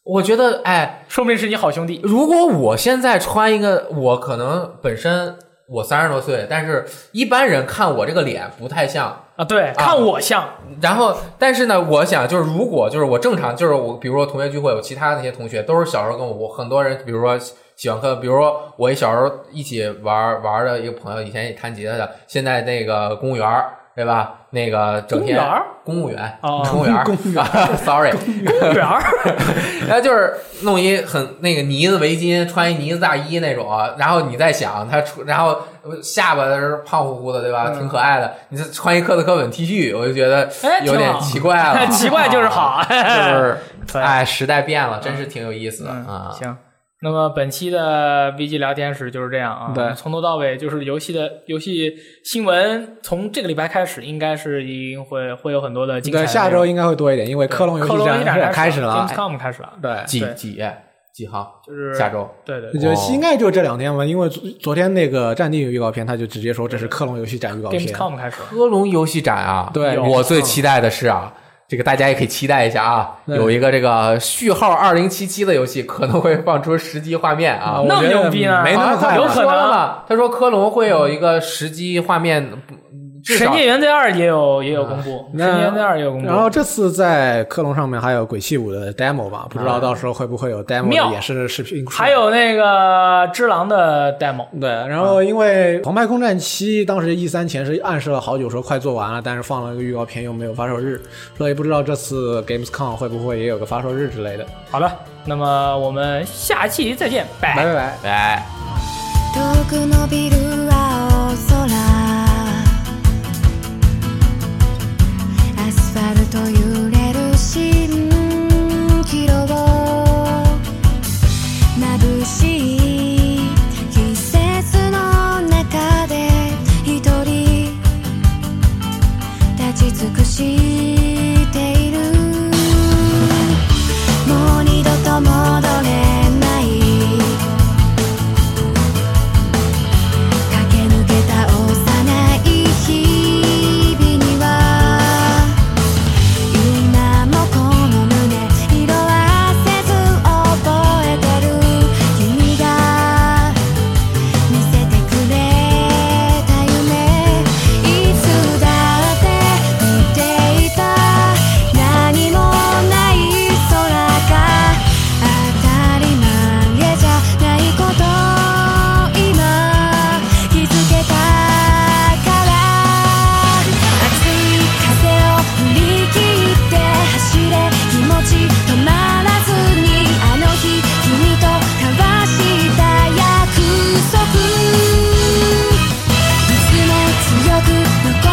Speaker 2: 我觉得哎，
Speaker 1: 说明是你好兄弟。
Speaker 2: 如果我现在穿一个，我可能本身我三十多岁，但是一般人看我这个脸不太像。
Speaker 1: 啊，对，看我像，
Speaker 2: 然后，但是呢，我想就是如果就是我正常就是我，比如说同学聚会，我其他那些同学都是小时候跟我，我很多人，比如说喜欢喝，比如说我一小时候一起玩玩的一个朋友，以前也弹吉他的，现在那个公务员儿对吧？那个整天
Speaker 1: 公务员儿
Speaker 2: 公
Speaker 1: 哦
Speaker 2: 务员公务员公务员 ，sorry，
Speaker 1: 公园儿，
Speaker 2: 然后就是弄一很那个呢子围巾，穿一呢子大衣那种，啊然后你再想他出，然后下巴是胖乎乎的，对吧？
Speaker 1: 嗯
Speaker 2: 挺可爱的。你这穿一科特科本 T 恤，我就觉得
Speaker 1: 哎
Speaker 2: 有点
Speaker 1: 挺好
Speaker 2: 奇怪 了。啊哎
Speaker 1: 奇怪就是好，
Speaker 2: 就是
Speaker 1: 可以
Speaker 2: 哎，时代变了，真是挺有意思的
Speaker 1: 嗯，
Speaker 2: 啊。
Speaker 1: 行。那么本期的 BG 聊天室就是这样啊，
Speaker 3: 对
Speaker 1: 从头到尾就是游戏的游戏新闻，从这个礼拜开始应该是一定会会有很多的精彩的
Speaker 3: 对，
Speaker 1: 内容。
Speaker 3: 下周应该会多一点，因为克隆游
Speaker 1: 克
Speaker 3: 戏
Speaker 1: 隆
Speaker 3: 展
Speaker 1: 展
Speaker 3: 开始了。啊
Speaker 1: ，Gamescom 开始了，
Speaker 3: 对，
Speaker 2: 几
Speaker 1: 对
Speaker 2: 几几号？
Speaker 1: 就是
Speaker 2: 下周
Speaker 1: 对对
Speaker 3: 我
Speaker 1: 对
Speaker 3: 觉得应该就这两天吧，因为昨昨天那个《战地》预告片，他就直接说这是克隆游戏展预告片。
Speaker 1: ，Gamescom 开始了。
Speaker 2: 科隆游戏展啊，
Speaker 3: 对
Speaker 2: 我最期待的是啊。这个大家也可以期待一下啊，
Speaker 3: 对
Speaker 2: 有一个这个序号二零七七的游戏可能会放出实际画面啊，
Speaker 3: 我
Speaker 1: 那么
Speaker 3: 觉得
Speaker 1: 牛逼呢啊
Speaker 3: 没那么
Speaker 2: 好像
Speaker 3: 快
Speaker 2: 他
Speaker 1: 有
Speaker 3: 吧。
Speaker 1: 可
Speaker 2: 说
Speaker 1: 能
Speaker 2: 了嘛？他说科隆会有一个实际画面，不至
Speaker 1: 神
Speaker 2: 少
Speaker 1: 界原罪二也有也有公布，
Speaker 3: 那
Speaker 1: 神界原罪二也有公布。
Speaker 3: 然后这次在克隆上面还有《鬼泣五》的 demo 吧，不知道到时候会不会有 demo
Speaker 1: 啊妙
Speaker 3: 的也是视频。
Speaker 1: 还有那个只狼的 demo，
Speaker 3: 对，然后因为《澎湃空战七》当时 E 三前是暗示了好久说快做完了，但是放了个预告片又没有发售日，所以不知道这次 Gamescom 会不会也有个发售日之类的。
Speaker 1: 好了，那么我们下期再见，拜
Speaker 3: 拜拜拜。
Speaker 2: 哎。
Speaker 4: 遠くのビルは青空アスファルト揺れる蜃気楼眩しい季節の中で一人立ち尽くしているもう二度と戻れない駆け抜けた幼い日々には今もこの胸色あせず覚えてる君が見せてくれた夢いつだって見ていた何もない空が当たり前じゃないこと今気づけたから熱い風を振り切って走れ気持ち止まらずにあの日君と交わした約束いつも強く残